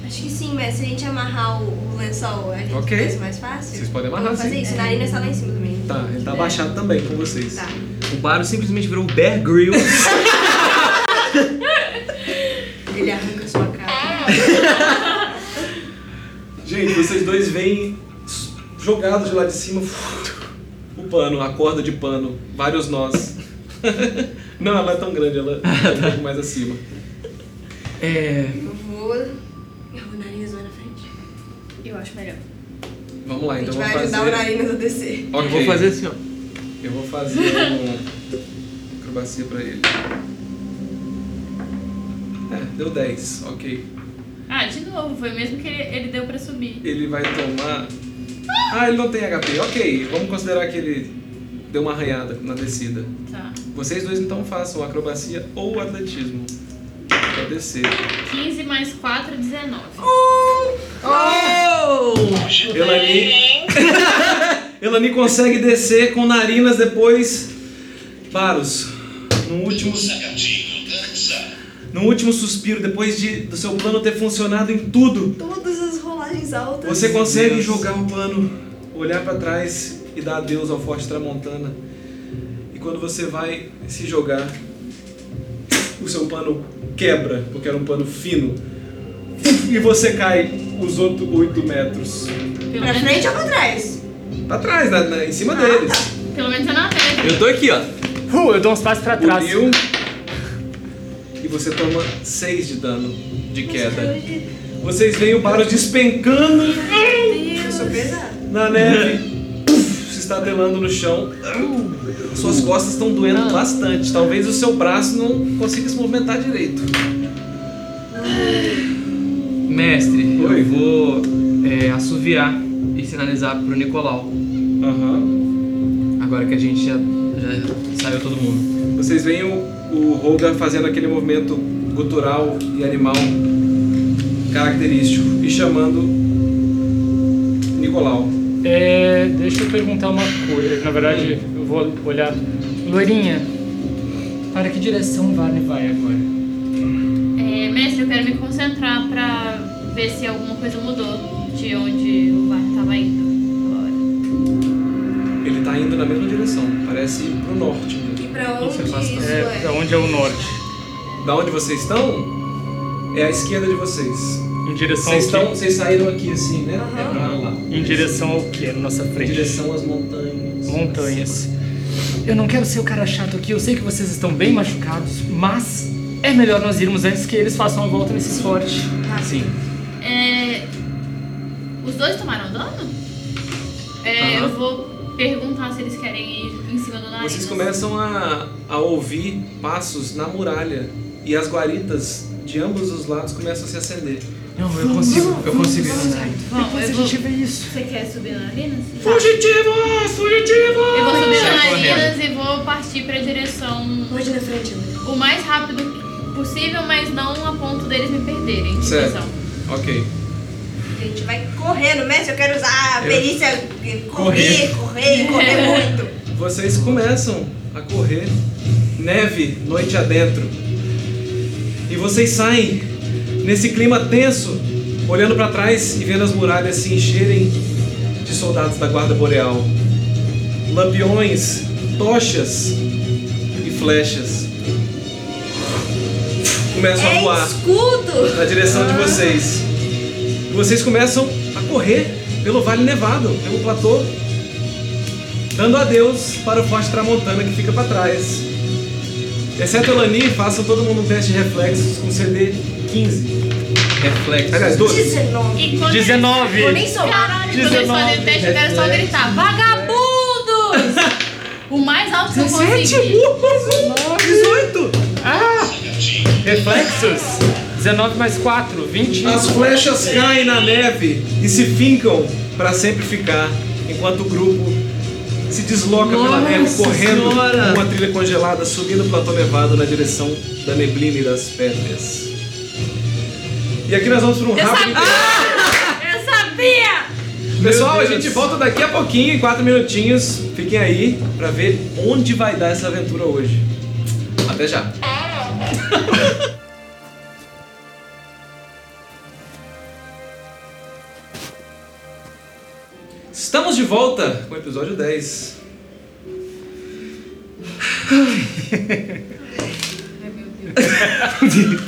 G: Acho que sim, mas se a gente amarrar o, o lençol, a gente
B: Ok.
G: faz mais fácil.
B: Vocês podem amarrar,
G: Vamos fazer tá?
B: sim.
D: É.
G: isso, a Narina está lá em cima também.
B: Tá, ele tá abaixado tá também com vocês.
G: Tá.
E: O Baro simplesmente
B: um
E: virou o Bear Grylls.
G: Ele arranca sua cara.
B: Gente, vocês dois vêm jogados de lá de cima. O pano, a corda de pano, vários nós. Não, ela é tão grande, ela é um pouco mais acima.
E: é.
G: Eu vou. Eu vou nariz lá na frente.
F: Eu acho melhor.
B: Vamos lá,
G: A
B: então
G: gente
B: eu vou
G: vai ajudar o
B: fazer.
G: nariz a descer.
E: Eu vou fazer assim, ó.
B: Eu vou fazer um acrobacia pra ele. É, deu 10, ok.
F: Ah, de novo, foi mesmo que ele, ele deu pra subir.
B: Ele vai tomar. Ah, ele não tem HP, ok. Vamos considerar que ele deu uma arranhada na descida.
F: Tá.
B: Vocês dois então façam acrobacia ou atletismo. Pra descer.
F: 15 mais 4, 19.
B: Elani. Elani consegue descer com narinas depois. Paros. No último. No último suspiro, depois de, do seu plano ter funcionado em tudo,
G: Todas as rolagens altas.
B: você consegue
E: Deus.
B: jogar o pano, olhar pra trás e dar adeus ao Forte Tramontana. E quando você vai se jogar, o seu pano quebra, porque era um pano fino. E você cai os outros 8 metros.
F: Pelo,
G: Pra
F: menos,
G: frente ou pra trás?
B: Pra trás, na- na- em cima deles.
F: pelo menos é na frente.
E: Eu tô aqui, ó.
D: Uh, eu dou uns passos pra trás.
B: Puliu. E você toma 6 de dano de queda. Vocês veem o Baros despencando
G: Eu sou pesado.
B: na neve. Puf, Se estatelando no chão. Suas costas estão doendo bastante. Talvez o seu braço não consiga se movimentar direito.
E: Mestre,
B: Oi.
E: eu vou é, assoviar e sinalizar pro Nicolau.
B: Aham.
E: Agora que a gente já, já saiu todo mundo.
B: Vocês veem o, o Holga fazendo aquele movimento gutural e animal característico e chamando Nicolau.
D: É, deixa eu perguntar uma coisa. Na verdade, eu vou olhar. Loirinha, para que direção Vale vai agora?
F: É, mestre, eu quero me concentrar pra ver se alguma coisa mudou de onde o barco tava indo. Agora.
B: Ele tá indo na mesma direção, parece ir pro norte mesmo.
G: E pra onde
B: Isso é bastante-
G: isso
D: É,
G: é?
D: pra onde é o norte?
B: Da onde vocês estão é a esquerda de vocês.
D: Em direção
B: Vocês,
D: ao
B: estão, vocês saíram aqui assim, né? É pra lá.
D: quê? Em direção ao que? Na nossa
B: Em
D: frente.
B: direção às montanhas.
D: Montanhas. Eu não quero ser o cara chato aqui, eu sei que vocês estão bem machucados, mas é melhor nós irmos antes que eles façam a volta nesse forte.
E: Sim.
F: É, os dois tomaram dano? É,
B: Aham.
F: Eu vou perguntar se eles querem ir em cima do nariz.
B: Vocês começam a, a ouvir passos na muralha e as guaritas de ambos os lados começam a se acender.
E: Não, eu consigo, eu consigo andar.
F: Vamos, eu vou...
D: vê isso.
F: Você quer subir na narinas?
B: Fugitivos! Fugitivos!
F: Eu vou subir
E: Sai
F: na narinas
E: correndo.
F: e vou partir pra direção
G: Pode ir na frente, Lu.
F: o mais rápido possível, mas não a ponto deles me perderem. de
B: Certo.
F: visão.
B: Ok.
G: A gente vai correndo, mestre. Eu quero usar a
B: Eu-
G: perícia. eh, Correr, correr, correr, muito.
B: Vocês começam a correr, neve, noite adentro. E vocês saem nesse clima tenso, olhando pra trás e vendo as muralhas se encherem de soldados da Guarda Boreal. Lampiões, tochas e flechas começam a
G: É
B: voar
G: escudo!
B: na direção de vocês. E vocês começam a correr pelo Vale Nevado, pelo platô, dando adeus para o Forte Tramontana que fica para trás. Exceto a Lani, façam todo mundo um teste de reflexos com CD 15.
E: Reflexo.
B: Aliás, 12.
G: 19.
F: E quando eles-
D: 19!
G: é? Vou nem somar.
F: Caralho, quando eles fazem o teste, eu quero só gritar: Vagabundos! é tipo o mais alto que eu conseguir.
B: 18!
D: Reflexos! 19 mais 4, 20.
B: As flechas caem na neve e se fincam para sempre ficar, enquanto o grupo se desloca pela
E: Nossa
B: neve, correndo
E: Senhora!
B: uma trilha congelada, subindo o platô nevado na direção da neblina e das pedras. E aqui nós vamos para um rápido intervalo.
F: Eu sabia!
B: Pessoal, a
E: Meu
B: gente
E: Deus.
B: volta daqui a pouquinho, em 4 minutinhos. Fiquem aí para ver onde vai dar essa aventura hoje. Até já! Estamos de volta com o episódio 10.
F: Ai, meu Deus.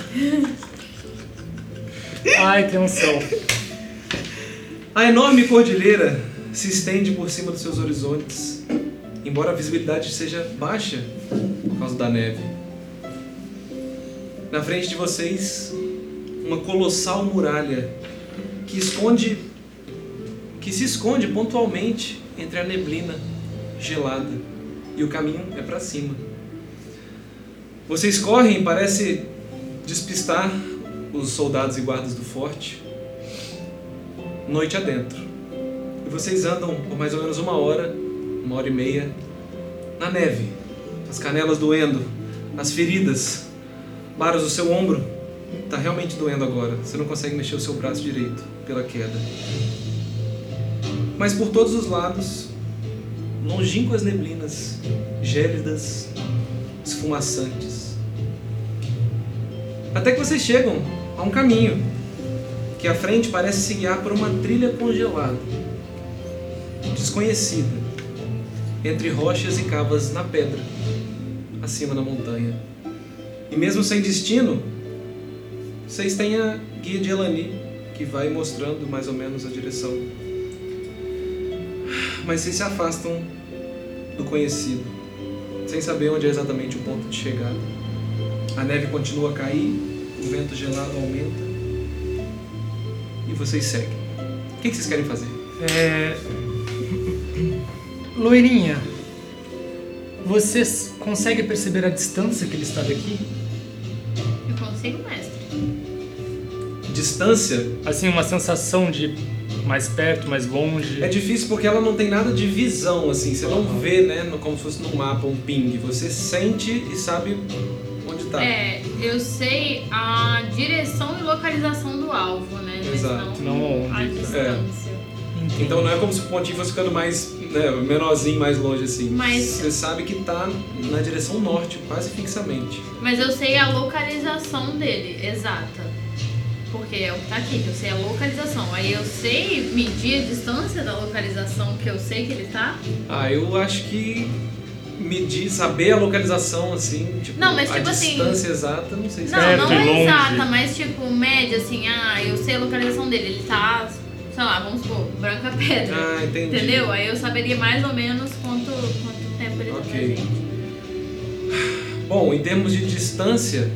D: Ai, tem um som.
B: A enorme cordilheira se estende por cima dos seus horizontes, embora a visibilidade seja baixa por causa da neve. Na frente de vocês, uma colossal muralha que esconde que se esconde pontualmente entre a neblina gelada e o caminho é para cima. Vocês correm, parece despistar os soldados e guardas do forte noite adentro. E vocês andam por mais ou menos uma hora, uma hora e meia, na neve, as canelas doendo, as feridas. Baros, o seu ombro tá realmente doendo agora. Você não consegue mexer o seu braço direito pela queda. Mas por todos os lados, longínquas neblinas, gélidas, esfumaçantes. Até que vocês chegam a um caminho que à frente parece se guiar por uma trilha congelada, desconhecida, entre rochas e cavas na pedra, acima da montanha. E mesmo sem destino, vocês têm a guia de Elani, que vai mostrando mais ou menos a direção. Mas vocês se afastam do conhecido, sem saber onde é exatamente o ponto de chegada. A neve continua a cair, o vento gelado aumenta e vocês seguem. O que, que vocês querem fazer?
D: É... Loirinha, você consegue perceber a distância que ele está daqui?
F: Eu consigo, mestre.
B: Distância
D: Assim, uma sensação de mais perto, mais longe.
B: é difícil porque ela não tem nada de visão, assim. Você não vê, né, no- como se fosse num mapa, um ping. Você sente e sabe onde tá.
F: É, eu sei a direção e localização do alvo, né? Mas
B: Exato,
D: não
F: a
D: onde.
F: distância.
B: Então não é como se o pontinho fosse ficando mais, né, menorzinho, mais longe, assim.
F: Mas-
B: Você sabe que tá na direção norte, quase fixamente.
F: Mas eu sei a localização dele, exata. Porque é o que tá aqui, que eu sei a localização. Aí eu sei medir a distância da localização que eu sei que ele tá.
B: Ah, eu acho que medir, saber a localização, assim, tipo,
F: Não, mas
B: a
F: tipo assim-
B: distância exata, não sei se
F: Não,
D: Certo,
F: não
D: e
F: é
D: longe.
F: exata, mas tipo, média, assim, ah, eu sei a localização dele. Ele tá, sei lá, vamos supor, Branca Pedra.
B: Ah, entendi.
F: é. Entendeu? Aí eu saberia mais ou menos quanto, quanto tempo ele tá
B: Ok.
F: com a gente.
B: Bom, em termos de distância,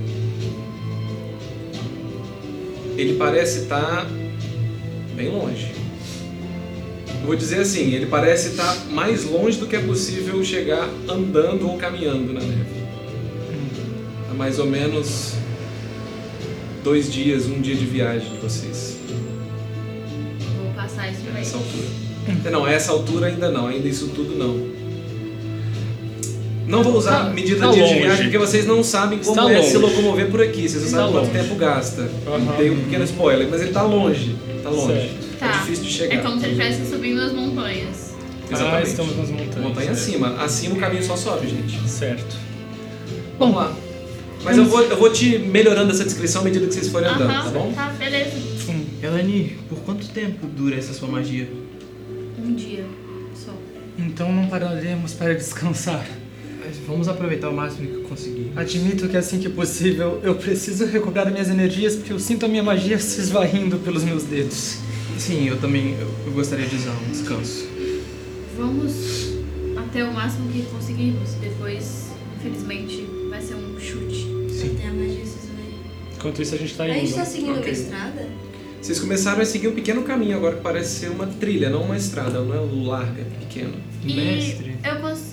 B: ele parece estar bem longe. Eu vou dizer assim, ele parece estar mais longe do que é possível chegar andando ou caminhando na neve. Há mais ou menos dois dias, um dia de viagem de vocês
F: Vou tipo, passar isso pra
B: a essa
F: ele.
B: altura. É, Não, a essa altura ainda não, ainda isso tudo não. Não vou usar
D: Tá-
B: medida
D: tá
B: de
D: longe.
B: viagem porque vocês não sabem como
D: Está
B: é se
D: longe.
B: locomover por aqui, vocês não
D: Está
B: sabem quanto
D: longe.
B: tempo gasta.
D: Aham.
B: Dei um pequeno spoiler, mas ele tá longe. Tá longe.
F: Tá.
B: É difícil de chegar.
F: É como se ele estivesse subindo as montanhas.
D: Ah,
B: Exatamente.
D: estamos nas montanhas.
B: Montanha acima. Acima o caminho só sobe, gente.
D: Certo.
B: Vamos lá. Mas eu vou, eu vou te melhorando essa descrição à medida que vocês forem andando, tá bom?
F: tá, beleza.
E: Elani, por quanto tempo dura essa sua magia?
F: Um dia só.
D: Então não pararemos para descansar.
E: Mas Vamos aproveitar o máximo que eu conseguir.
D: Admito que assim que possível eu preciso recuperar minhas energias porque eu sinto a minha magia se esvaindo pelos meus dedos.
E: Sim, eu também eu, eu gostaria de usar um descanso.
F: Vamos até o máximo que conseguirmos. Depois, infelizmente, vai ser um chute.
E: Sim.
G: Tem a magia sussurrando.
D: Enquanto isso a gente tá
G: A gente tá
D: indo.
G: seguindo
B: Ok.
G: uma estrada?
B: Vocês começaram a seguir um pequeno caminho agora que parece ser uma trilha, não uma estrada, não é um larga, pequeno.
F: E
E: Mestre.
F: eu consigo.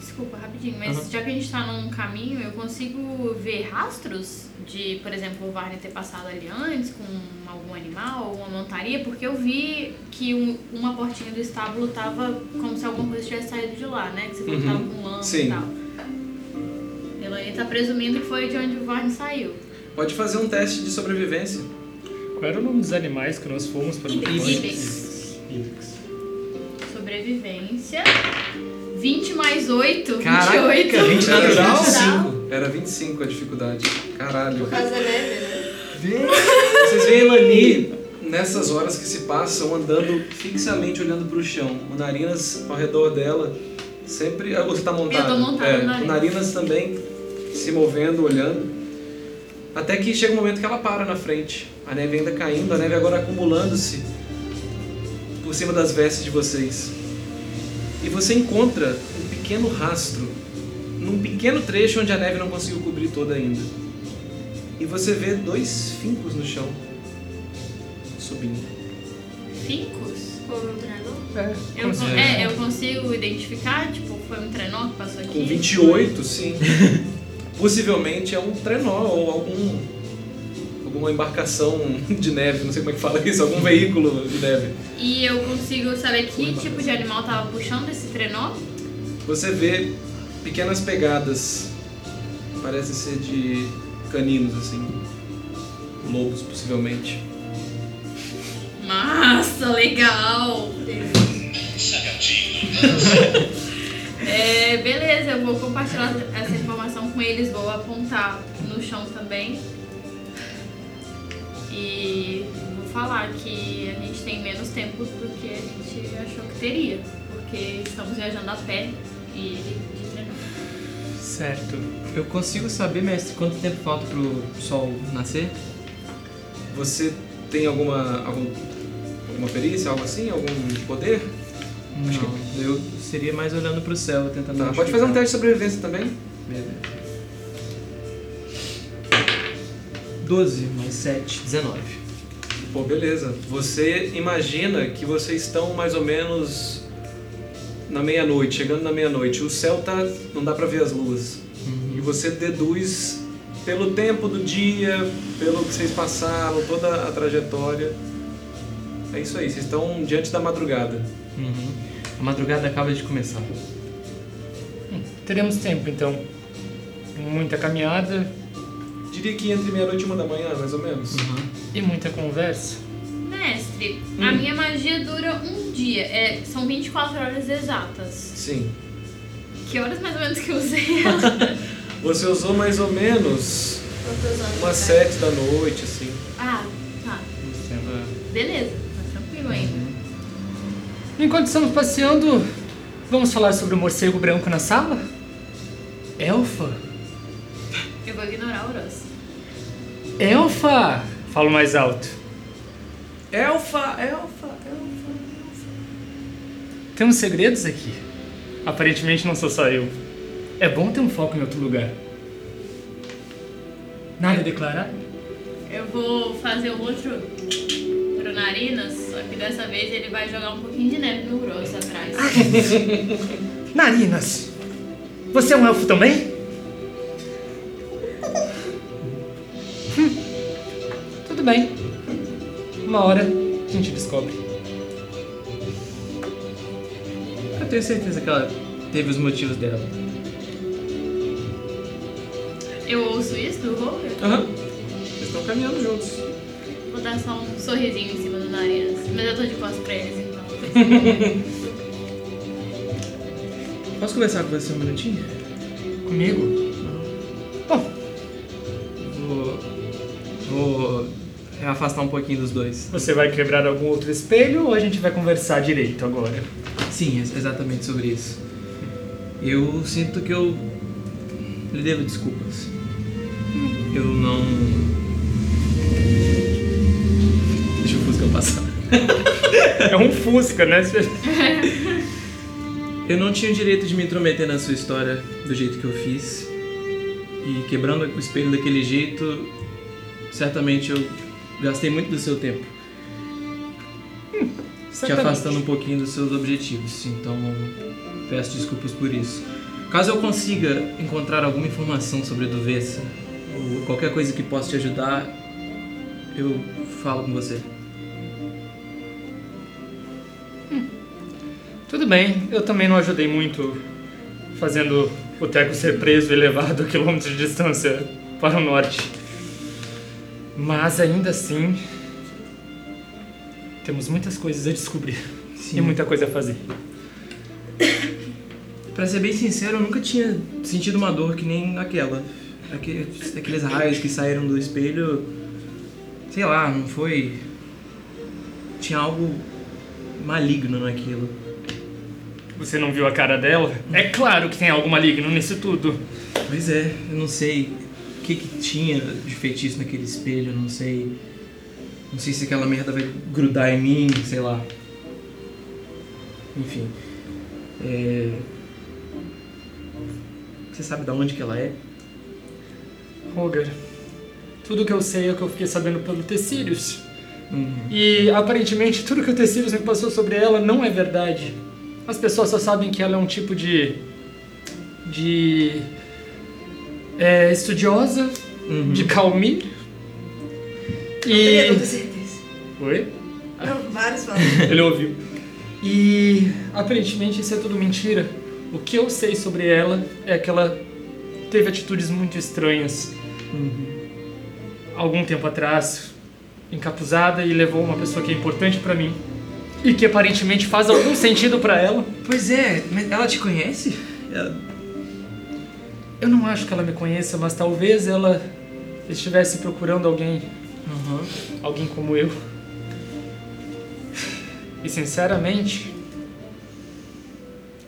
F: desculpa, rapidinho, mas
E: Aham.
F: já que a gente tá num caminho, eu consigo ver rastros de, por exemplo, o Varney ter passado ali antes com algum animal ou uma montaria, porque eu vi que um- uma portinha do estábulo tava como se alguma coisa tivesse saído de lá, né? Que você falou que
B: Uhum.
F: tava com lama
B: Sim.
F: e tal. Elaine tá presumindo que foi de onde o Varney saiu.
B: Pode fazer um teste de sobrevivência.
D: Qual era o nome dos animais que nós fomos para
F: Ibex. Sobrevivência. 20 mais 8,
E: Caraca,
F: 28.
E: 20
B: Era
E: natural?
B: 25. Era 25 a dificuldade. Caralho.
G: Por causa da neve, né?
B: Vocês veem a Elani nessas horas que se passam andando fixamente olhando para o chão. O narinas ao redor dela Sempre. ah, Você tá montado.
F: Eu tô montada,
B: É,
F: narinas.
B: narinas também se movendo, olhando. Até que chega um momento que ela para na frente. A neve ainda caindo, a neve agora acumulando-se por cima das vestes de vocês. E você encontra um pequeno rastro num pequeno trecho onde a neve não conseguiu cobrir toda ainda. E você vê dois fincos no chão subindo.
F: Fincos?
G: Como um trenó?
F: é Eu con- é, eu consigo identificar, tipo, foi um trenó que passou aqui.
B: Com 28, sim. Possivelmente é um trenó ou algum. alguma embarcação de neve, não sei como é que fala isso, algum veículo de neve.
F: E eu consigo saber que tipo de animal tava puxando esse trenó.
B: Você vê pequenas pegadas, parecem ser de caninos, assim. Lobos, possivelmente.
F: Massa, legal! É, beleza, eu vou compartilhar essa informação com eles, vou apontar no chão também. E vou falar que a gente tem menos tempo do que a gente achou que teria, porque estamos viajando a pé e de trenó.
E: Certo. Eu consigo saber, mestre, quanto tempo falta pro sol nascer?
B: Você tem alguma. algum- alguma perícia, algo assim? Algum poder?
E: Não, eu seria mais olhando pro céu, tentando...
B: Tá, pode fazer um
E: identificar.
B: teste de sobrevivência também.
E: Beleza. 12 mais 7, 19.
B: Pô, beleza. Você imagina que vocês estão mais ou menos na meia-noite, chegando na meia-noite. O céu tá. não dá pra ver as luas. E você deduz pelo tempo do dia, pelo que vocês passaram, toda a trajetória. É isso aí, vocês estão diante da madrugada.
E: Uhum. A madrugada acaba de começar.
D: Teremos tempo, então. Muita caminhada
B: Diria que entre meia-noite e uma da manhã, mais ou menos.
D: e muita conversa.
F: Mestre, a minha magia dura um dia, é, são 24 horas exatas.
B: Sim.
F: Que horas mais ou menos que eu usei ela?
B: Você usou mais ou menos
G: Quantos anos?
B: umas
G: vai?
B: sete da noite, assim.
F: ah, tá.
E: Sendo-
F: Beleza, tá tranquilo ainda.
D: Enquanto estamos passeando, vamos falar sobre o morcego branco na sala? Elfa?
F: Eu vou ignorar o Ross.
D: Elfa! Falo mais alto.
B: Elfa, elfa, elfa.
D: Temos segredos aqui. Aparentemente não sou só eu. É bom ter um foco em outro lugar. Nada a declarar?
F: Eu vou fazer o outro pro Narinas, só que dessa vez ele vai jogar um pouquinho de neve no Ross atrás.
D: Narinas! Você é um elfo também? Hum, Tudo bem. Uma hora a gente descobre.
E: Eu tenho certeza que ela teve os motivos dela.
F: Eu ouço isso do Rover?
B: Aham. Vocês estão caminhando juntos.
F: Vou dar só um sorrisinho em cima do Narinas. Mas eu tô de costas pra eles então.
E: Posso conversar com você um minutinho?
D: Comigo? Bom,
E: Vou. Vou. afastar um pouquinho dos dois.
D: você vai quebrar algum outro espelho ou a gente vai conversar direito agora?
E: Sim, ex- exatamente sobre isso. Eu sinto que eu. lhe devo desculpas. Eu não. Deixa um o Fusca passar.
D: É um Fusca, né?
E: Eu não tinha o direito de me intrometer na sua história do jeito que eu fiz. E quebrando o espelho daquele jeito, certamente eu gastei muito do seu tempo. te afastando um pouquinho dos seus objetivos. Então, peço desculpas por isso. Caso eu consiga encontrar alguma informação sobre a Duvessa, ou qualquer coisa que possa te ajudar, eu falo com você.
D: Tudo bem, eu também não ajudei muito fazendo o Teco ser preso e levado a quilômetros de distância para o norte. Mas ainda assim, temos muitas coisas a descobrir e muita coisa a fazer.
E: Pra ser bem sincero, eu nunca tinha sentido uma dor que nem aquela. Aque- Aqueles raios que saíram do espelho. Sei lá, não foi. Tinha algo maligno naquilo.
D: Você não viu a cara dela? É claro que tem algo maligno nisso tudo.
E: Pois é, eu não sei o que, que tinha de feitiço naquele espelho, eu não sei. Não sei se aquela merda vai grudar em mim, sei lá. Enfim. É... Você sabe da onde que ela é?
D: Roger, tudo que eu sei é que eu fiquei sabendo pelo Tecírios. E aparentemente tudo que o Tecírios me passou sobre ela não é verdade. As pessoas só sabem que ela é um tipo de. de. é, estudiosa, de calmi.
G: Teria
D: E.
G: tanta certeza.
D: Oi?
G: Não, vários falam.
D: Ele ouviu. E aparentemente isso é tudo mentira. O que eu sei sobre ela é que ela teve atitudes muito estranhas. Algum tempo atrás, encapuzada e levou uma pessoa que é importante pra mim e que aparentemente faz algum sentido pra ela.
E: Pois é, mas ela te conhece? Ela-
D: Eu não acho que ela me conheça, mas talvez ela estivesse procurando alguém,
E: Aham.
D: alguém como eu. E sinceramente,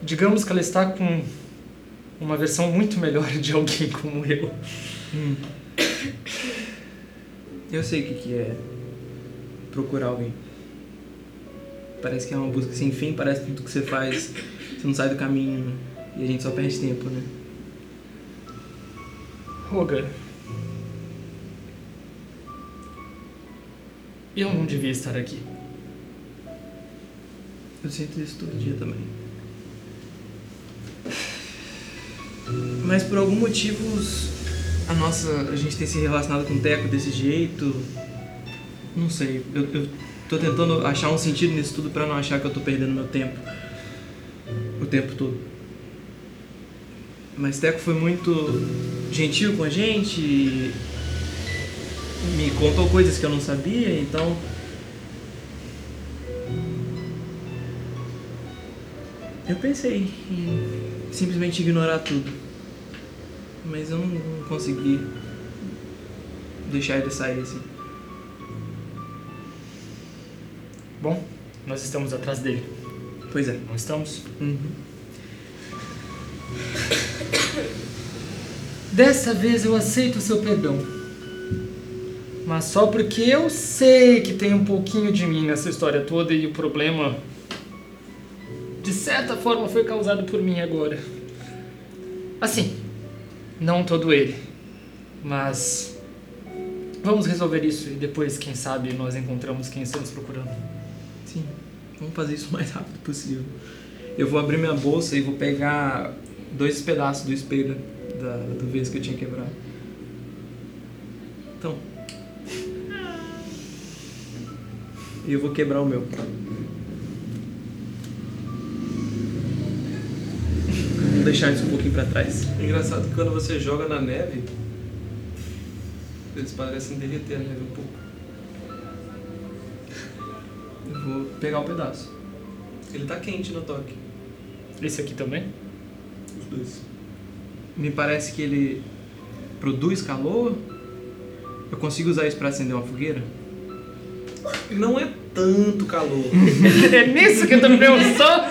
D: digamos que ela está com uma versão muito melhor de alguém como eu.
E: Eu sei o que, que é procurar alguém. Parece que é uma busca sem fim, parece que tudo que você faz, você não sai do caminho né? e a gente só perde tempo, né?
D: Roger. Eu não devia estar aqui.
E: Eu sinto isso todo dia também. Mas por algum motivo os- a nossa. a gente tem se relacionado com o Teco desse jeito. Não sei. Eu, eu tô tentando achar um sentido nisso tudo pra não achar que eu tô perdendo meu tempo. O tempo todo. Mas Teco foi muito gentil com a gente e me contou coisas que eu não sabia, então. Eu pensei em simplesmente ignorar tudo. Mas eu não consegui deixar ele sair assim.
D: Bom, nós estamos atrás dele,
E: Pois é.
D: não estamos? Dessa vez eu aceito o seu perdão. Mas só porque eu sei que tem um pouquinho de mim nessa história toda e o problema, de certa forma, foi causado por mim agora. Assim, não todo ele, mas vamos resolver isso e depois, quem sabe, nós encontramos quem estamos procurando.
E: Sim. Vamos fazer isso o mais rápido possível. Eu vou abrir minha bolsa e vou pegar dois pedaços do espelho da, do vez que eu tinha quebrado. Então. E eu vou quebrar o meu. Vou deixar isso um pouquinho pra trás.
B: É Engraçado que quando você joga na neve, eles parecem derreter a neve um pouco.
E: Eu vou pegar o pedaço.
B: Ele tá quente no toque,
D: Esse aqui também?
B: os dois.
E: Me parece que ele produz calor. Eu consigo usar isso pra acender uma fogueira?
B: Não é tanto calor.
D: É nisso que eu tô pensando!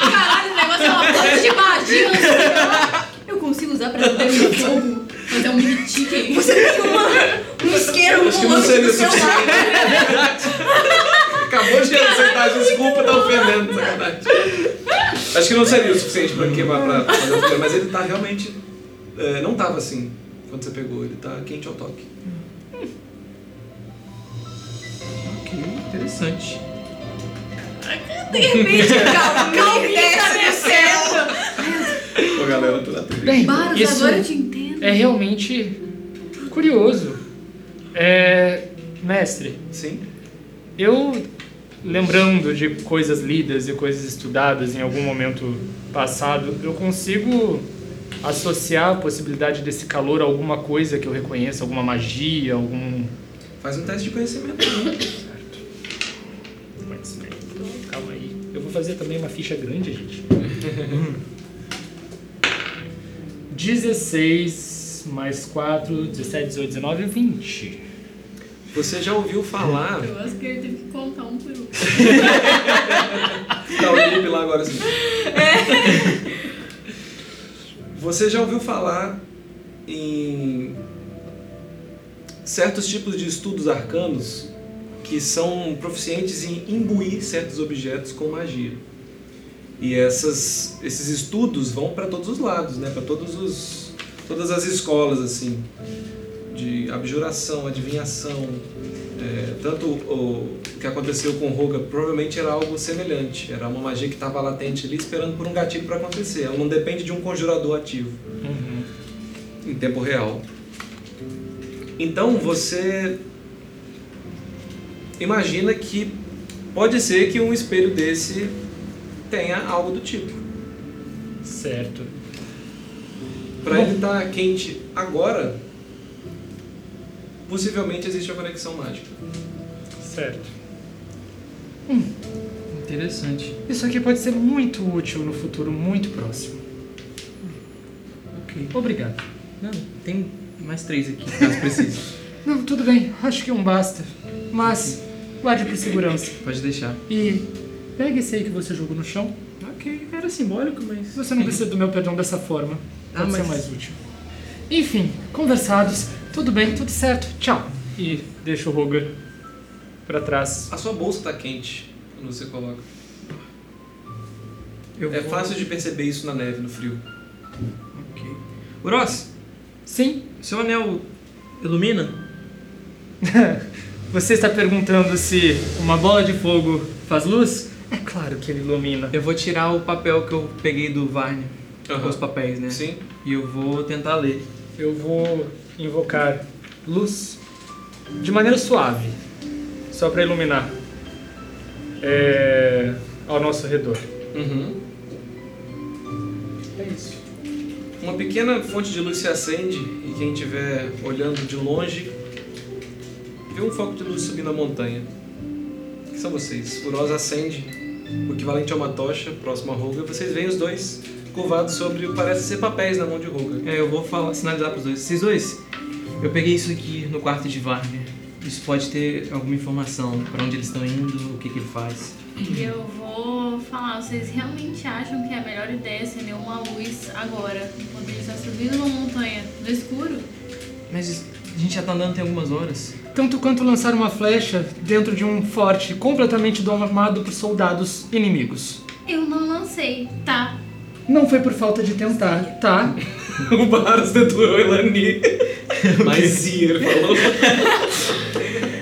F: Caralho, o negócio é uma planta de magia. assim, ó. Eu consigo usar pra fazer um fogo, fazer um mini chicken.
G: Você tem uma, um isqueiro
B: Acho que não
G: voando
B: seria
G: do seu
B: suficiente.
G: lado.
B: Acabou de aceitar, desculpa, tá ofendendo, sacanagem. Acho que não seria o suficiente pra queimar pra fazer o fogo, mas ele tá realmente. é, não tava assim quando você pegou, ele tá quente ao toque.
E: Ok, interessante.
G: De repente, calma, calma, desce do céu.
B: Ô galera, eu tô na TV.
D: Bem,
F: Baros,
D: isso
F: agora eu te entendo.
D: é realmente curioso. É, mestre,
B: Sim?
D: eu lembrando de coisas lidas e coisas estudadas em algum momento passado, eu consigo associar a possibilidade desse calor a alguma coisa que eu reconheça, alguma magia, algum
B: Faz um teste de conhecimento né?
D: conhecimento. Calma aí. Eu vou fazer também uma ficha grande, gente. é 16 mais 4, 17, 18, 19, 20.
B: Você já ouviu falar
F: Eu acho que ele teve que contar um por um.
B: Tá o Lipe lá agora assim. Você já ouviu falar em certos tipos de estudos arcanos que são proficientes em imbuir certos objetos com magia. E essas, esses estudos vão para todos os lados, né? Para todos os todas as escolas assim de abjuração, adivinhação, é, tanto o, o que aconteceu com Roga provavelmente era algo semelhante. Era uma magia que estava latente ali, esperando por um gatilho para acontecer. Ela não depende de um conjurador ativo em tempo real. Então você imagina que pode ser que um espelho desse tenha algo do tipo.
D: Certo.
B: Para ele estar quente agora, possivelmente existe a conexão mágica.
D: Certo.
E: Interessante.
D: Isso aqui pode ser muito útil no futuro muito próximo.
E: Ok.
D: Obrigado.
E: Não, tem mais três aqui, caso precise.
D: Não, tudo bem. Acho que um basta. Mas guarde por segurança.
E: Pode deixar.
D: E pegue esse aí que você jogou no chão.
E: Ok, era simbólico, mas.
D: Você não precisa do meu perdão dessa forma.
E: Ah,
D: Pode ser
E: mas-
D: mais útil. Enfim, conversados. Tudo bem, tudo certo. Tchau. E deixa o Roger pra trás.
B: A sua bolsa está quente quando você coloca.
E: Eu
B: É
E: vou-
B: fácil de perceber isso na neve, no frio.
E: Ok. Uros,
D: Sim?
E: seu anel ilumina?
D: Você está tá perguntando se uma bola de fogo faz luz? É claro que ele ilumina.
E: Eu vou tirar o papel que eu peguei do Varne.
B: Aham.
E: Os papéis,
D: É.
E: né?
B: Sim?
E: E eu vou tentar ler.
D: Eu vou invocar luz de maneira suave, só para iluminar é, ao nosso redor.
B: Uhum.
D: É isso.
B: Uma pequena fonte de luz se acende e quem estiver olhando de longe vê um foco de luz subindo a montanha. O que são vocês? Uroz acende o equivalente a uma tocha próxima a Roga. Vocês veem os dois curvados sobre o que parece ser papéis na mão de Roga.
E: É, eu vou falar, sinalizar pros dois. Vocês dois, eu peguei isso aqui no quarto de Wagner. Isso pode ter alguma informação pra onde eles estão indo, o que, que ele faz.
F: E eu vou falar, vocês realmente acham que é a melhor ideia acender uma luz agora, quando ele está subindo uma montanha no escuro?
E: Mas a gente já tá andando tem algumas horas.
D: Tanto quanto lançar uma flecha dentro de um forte completamente domado por soldados inimigos.
F: Eu não lancei, tá?
D: Não foi por falta de tentar, tá?
B: o Baros deturou Elani. Mas ia, ele falou.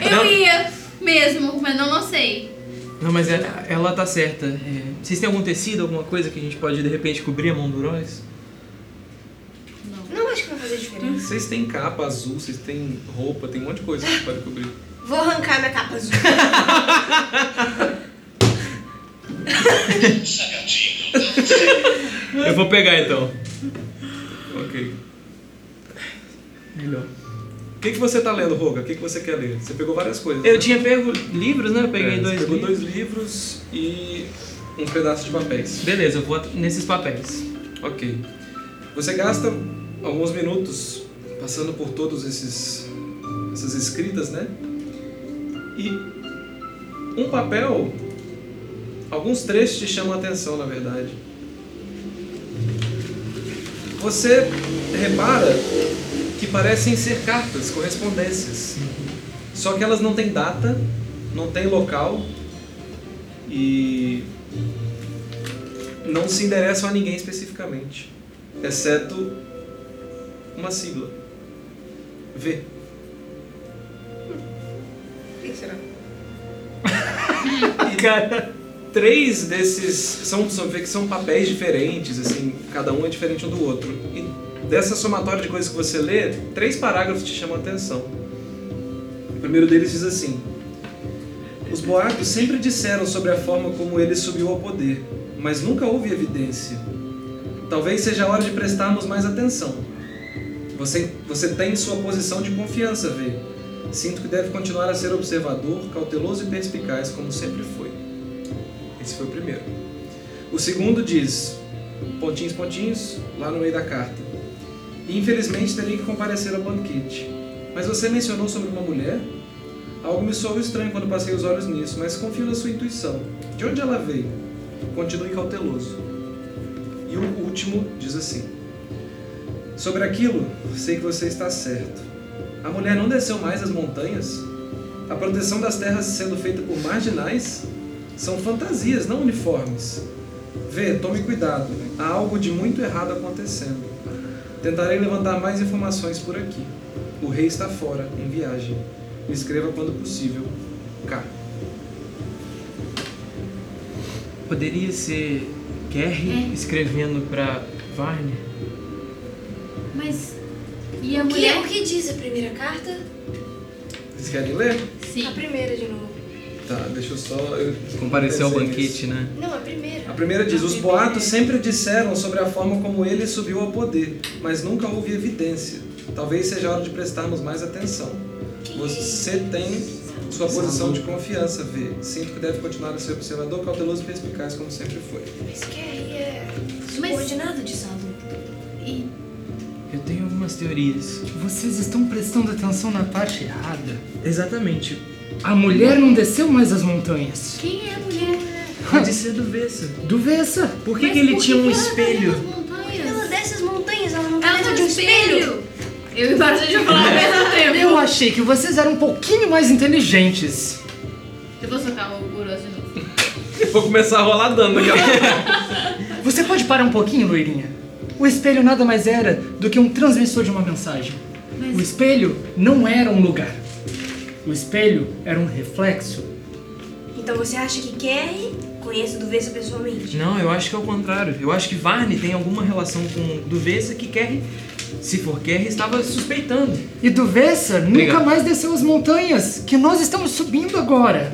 F: Eu ia mesmo, mas não lancei.
E: Não, mas ela, ela tá certa. É, vocês têm algum tecido, alguma coisa que a gente pode de repente cobrir a mão do Royce?
G: Não acho que vai fazer diferença.
B: Vocês têm capa azul, vocês têm roupa, tem um monte de coisa que pode cobrir.
G: Vou arrancar minha capa azul.
E: Eu vou pegar então.
B: Ok.
E: Melhor.
B: O que, que você tá lendo, Roga? O que, que você quer ler? Você pegou várias coisas. né?
E: Eu tinha pego livros, né? Eu peguei
B: É,
E: dois
B: você pegou
E: livros.
B: dois livros e um pedaço de papéis.
E: Beleza, eu vou at- nesses papéis.
B: Ok. Você gasta alguns minutos passando por todos esses essas escritas, né? E um papel, alguns trechos te chamam a atenção, na verdade. Você repara que parecem ser cartas, correspondências. Só que elas não têm data, não têm local e não se endereçam a ninguém especificamente, exceto uma sigla. V.
G: O que será?
D: Cara,
B: Três desses são, são, vê que são papéis diferentes, assim, cada um é diferente um do outro. E dessa somatória de coisas que você lê, três parágrafos te chamam a atenção. O primeiro deles diz assim: Os boatos sempre disseram sobre a forma como ele subiu ao poder, mas nunca houve evidência. Talvez seja a hora de prestarmos mais atenção. Você, você tem sua posição de confiança, V. Sinto que deve continuar a ser observador, cauteloso e perspicaz, como sempre foi. Esse foi o primeiro. O segundo diz, pontinhos, pontinhos, lá no meio da carta. Infelizmente terei que comparecer ao banquete. Mas você mencionou sobre uma mulher? Algo me soou estranho quando passei os olhos nisso, mas confio na sua intuição. De onde ela veio? Continue cauteloso. E o último diz assim: Sobre aquilo, sei que você está certo. A mulher não desceu mais as montanhas? A proteção das terras sendo feita por marginais? São fantasias, não uniformes. Vê, tome cuidado. Há algo de muito errado acontecendo. Tentarei levantar mais informações por aqui. O rei está fora, em viagem. Me escreva quando possível. K.
E: Poderia ser Kerry
F: É.
E: escrevendo pra Varney?
F: Mas. E a
G: O que, é?
F: mulher?
G: o que diz a primeira carta?
B: Vocês querem ler?
F: Sim.
G: A primeira de novo.
B: Tá, deixa eu só. Eu
E: Compareceu ao
B: pensei
E: banquete, né?
G: Não, a primeira.
B: A primeira diz: Os boatos sempre disseram sobre a forma como ele subiu ao poder, mas nunca houve evidência. Talvez seja a hora de prestarmos mais atenção. Você tem sua posição de confiança, V. Sinto que deve continuar a ser observador, cauteloso e perspicaz, como sempre foi.
G: Mas que aí é subordinado de Salu.
F: E
E: Eu tenho algumas teorias.
I: Vocês estão prestando atenção na parte errada.
E: Exatamente.
I: A mulher não desceu mais as montanhas.
F: quem é a mulher?
E: Pode ser do Vessa.
I: Duvessa!
E: Por que,
F: Mas
E: que ele
F: por
E: tinha um
F: que ela tá
E: espelho?
F: nas montanhas?
G: Ela desce as montanhas, ela não tá
F: Ela
G: dentro
F: tá
G: de
F: de
G: um espelho.
F: Eu e o Barça já falaram ao mesmo
E: É.
F: tempo.
I: Eu achei que vocês eram um pouquinho mais inteligentes.
F: Eu vou socar o Guros de novo.
B: Vou começar a rolar dano aqui.
I: Você pode parar um pouquinho, loirinha? O espelho nada mais era do que um transmissor de uma mensagem. O espelho não era um lugar. O espelho era um reflexo.
J: Então você acha que Kerry conhece o Duvessa pessoalmente?
E: Não, eu acho que é o contrário. Eu acho que Varney tem alguma relação com do Vessa que Kerry, se for Kerry, estava suspeitando.
I: E Duvessa nunca
E: Obrigado.
I: mais desceu as montanhas que nós estamos subindo agora.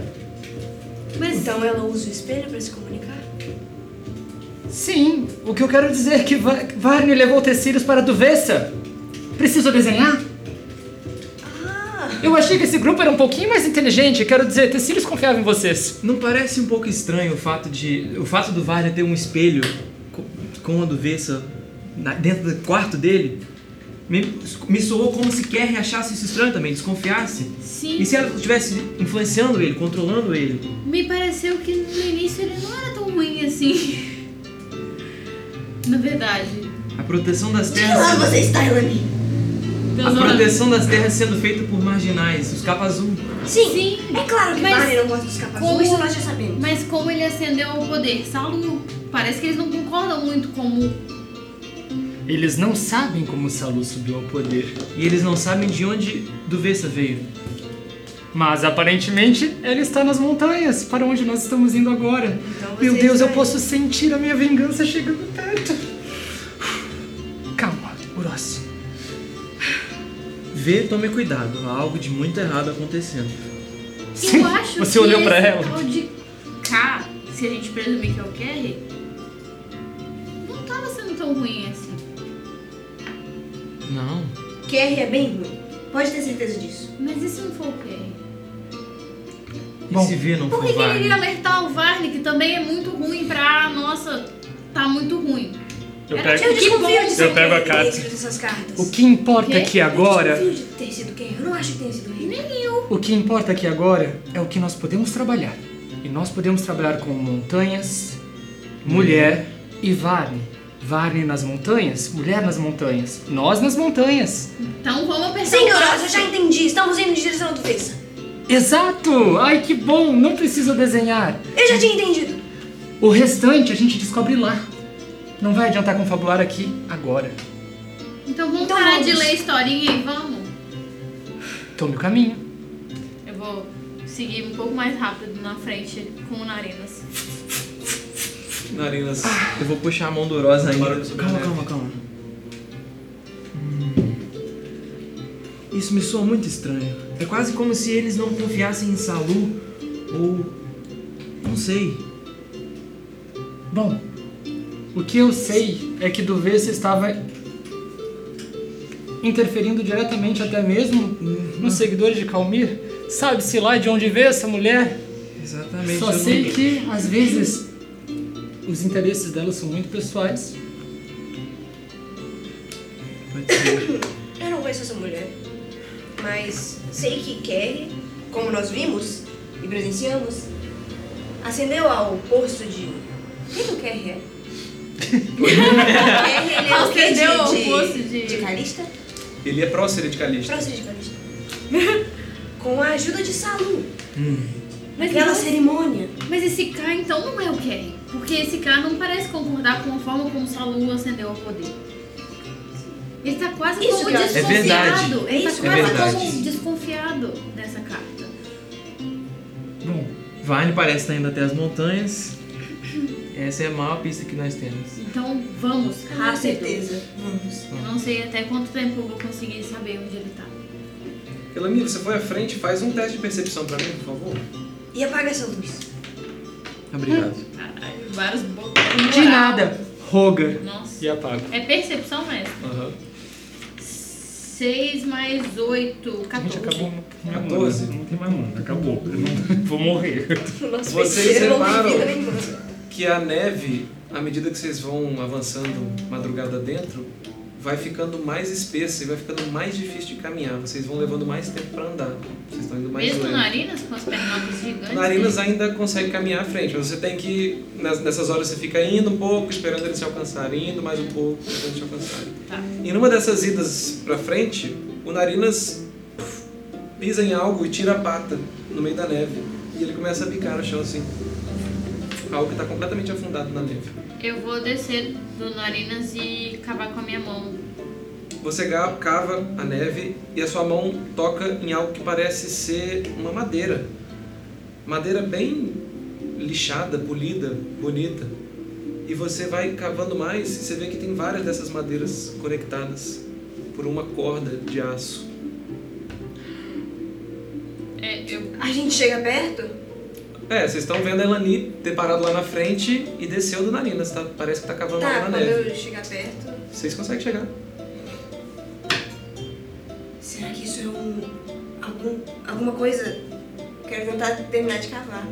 F: Mas
J: Então ela usa o espelho pra se comunicar?
I: Sim, o que eu quero dizer é que Va Varney levou tecidos para Duvessa. Preciso desenhar? Eu achei que esse grupo era um pouquinho mais inteligente. Quero dizer, Tecílios confiava em vocês.
E: Não parece um pouco estranho o fato de o fato do Varney ter um espelho co- com a do Vessa na- dentro do quarto dele? Me, me soou como se Kerry achasse isso estranho também, desconfiasse.
F: sim,
E: E se ela estivesse influenciando ele, controlando ele?
F: me pareceu que no início ele não era tão ruim assim. Na verdade.
E: A proteção das
G: Lá
E: terras.
G: você está, Elani.
E: A
F: Pelo nome-
E: proteção das terras sendo feita por marginais, os capa azul.
G: Sim.
F: Sim,
G: É claro que
F: Mas-
G: Barney não gosta dos capas.
F: Como-
G: Como isso nós já sabemos.
F: mas como ele ascendeu ao poder, Salu, parece que eles não concordam muito como
I: Eles não sabem como Salu subiu ao poder.
E: E eles não sabem de onde do Vessa veio.
I: Mas aparentemente ela está nas montanhas, para onde nós estamos indo agora.
F: Então
I: Meu
J: você
I: Deus, eu
J: vai-
I: posso sentir a minha vingança chegando perto. Calma, Urossi.
E: Vê, tome cuidado, há algo de muito errado acontecendo.
F: Eu acho que
I: você olhou
F: esse
I: pra ela.
F: tal de K, se a gente presumir que é o Kerry, não tava sendo tão ruim assim.
E: Não.
G: Kerry é bem ruim. Pode ter certeza disso.
F: Mas e se não for o Kerry?
E: E
I: Bom,
E: se vê, não
F: Por
E: for
F: que, que ele
E: Varney?
F: iria alertar o Varney, que também é muito ruim pra nossa. Tá muito ruim.
I: Eu
F: Era
I: pego-
G: Eu desconfio de ser
I: Eu pego a
G: Kerry que
I: carta.
G: tem escrito essas cartas.
I: O que importa
F: Quê?
I: aqui
G: Eu
I: agora,
G: desconfio de ter sido Kerry. Eu não acho que tenha sido ele.
I: o que importa aqui agora é o que nós podemos trabalhar. E nós podemos trabalhar com montanhas, mulher e Varne. Varne nas montanhas, mulher nas montanhas, nós nas montanhas.
F: Então vamos apertar o
G: Senhoras,
F: braço.
G: eu já entendi. Estamos indo em direção ao Duvessa.
I: Exato! Ai que bom, não preciso desenhar.
G: Eu já tinha entendido.
I: O restante a gente descobre lá. Não vai adiantar confabular aqui agora.
F: Então vamos
G: Então
F: parar de
G: vamos.
F: ler historinha e vamos.
I: Tome o caminho.
F: Eu vou seguir um pouco mais rápido na frente com o Narinas.
B: Narinas.
E: Eu vou puxar a mão do Oroz ainda.
B: Claro, sobre
E: Calma,
B: a
E: calma, calma. Hum. Isso me soa muito estranho. É quase como se eles não confiassem em Salu ou. Não sei.
I: Bom, o que eu sei é que Duvessa estava interferindo diretamente até mesmo nos seguidores de Calmir. Sabe-se lá de onde veio essa mulher?
E: Exatamente.
I: Só
E: eu
I: sei
E: não-
I: que, às vezes, os interesses dela são muito pessoais.
E: Pode ser.
G: Eu não conheço essa mulher. Mas sei que Kerry como nós vimos e presenciamos, ascendeu ao posto de. Quem que o QR é? o QR ele é o quê?
F: Ascendeu ao
G: de,
F: posto de-
G: de calista?
B: Ele é prócer de Calista.
G: Próximo de calista. Com a ajuda de Salu.
B: Hum.
F: Mas
G: Aquela
F: então-
G: cerimônia.
F: Mas esse K então não é o Kerry. Porque esse K não parece concordar com a forma como Salu ascendeu ao poder. Ele tá quase
G: Isso
F: como
G: que eu- É
F: desconfiado.
E: verdade.
F: Ele
G: Isso
F: tá
E: é
F: quase
E: verdade.
F: como desconfiado nessa carta.
E: Bom, Vale parece estar indo até as montanhas. Essa é a maior pista que nós temos.
F: Então vamos,
G: Com
F: rápido.
G: certeza. Vamos.
F: Eu não sei até quanto tempo eu vou conseguir saber onde ele tá.
B: Elamir, você foi à frente, faz um teste de percepção pra mim, por favor.
G: E apaga essa luz.
E: Obrigado.
F: Caralho, vários botões.
D: De nada. Roga.
F: Nossa.
D: E apago.
F: É percepção mesmo.
B: Aham.
F: 6 mais 8, 14.
D: Gente, acabou minha
B: 14.
D: mana. Não tem mais mana. Acabou. Eu não- vou morrer.
G: Nosso
B: Vocês
G: feiticeiro não
B: separam.
G: tem vida nenhuma.
B: Que a neve, à medida que vocês vão avançando madrugada dentro, vai ficando mais espessa e vai ficando mais difícil de caminhar. Vocês vão levando mais tempo pra andar. Vocês estão indo mais
F: Mesmo
B: lento.
F: narinas com as pernas gigantes.
B: Narinas ainda consegue caminhar à frente, mas você tem que. nas- Nessas horas você fica indo um pouco, esperando eles te alcançarem, indo mais um pouco, esperando te alcançarem.
F: Tá.
B: E numa dessas idas pra frente, o Narinas puf, pisa em algo e tira a pata no meio da neve. E ele começa a bicar no chão assim. Algo que tá completamente afundado na neve.
F: Eu vou descer do Narinas e cavar com a minha mão.
B: Você ga- cava a neve e a sua mão toca em algo que parece ser uma madeira. Madeira bem lixada, polida, bonita. E você vai cavando mais e você vê que tem várias dessas madeiras conectadas por uma corda de aço.
F: É, eu.
G: A gente chega perto?
B: É, vocês estão vendo a Elani ter parado lá na frente e desceu do Narinas, tá? Parece que tá cavando
G: Tá,
B: lá na
G: quando
B: neve.
G: eu chegar perto.
B: Vocês conseguem chegar.
G: Será que isso é um. algum- alguma coisa? Quero tentar terminar de cavar.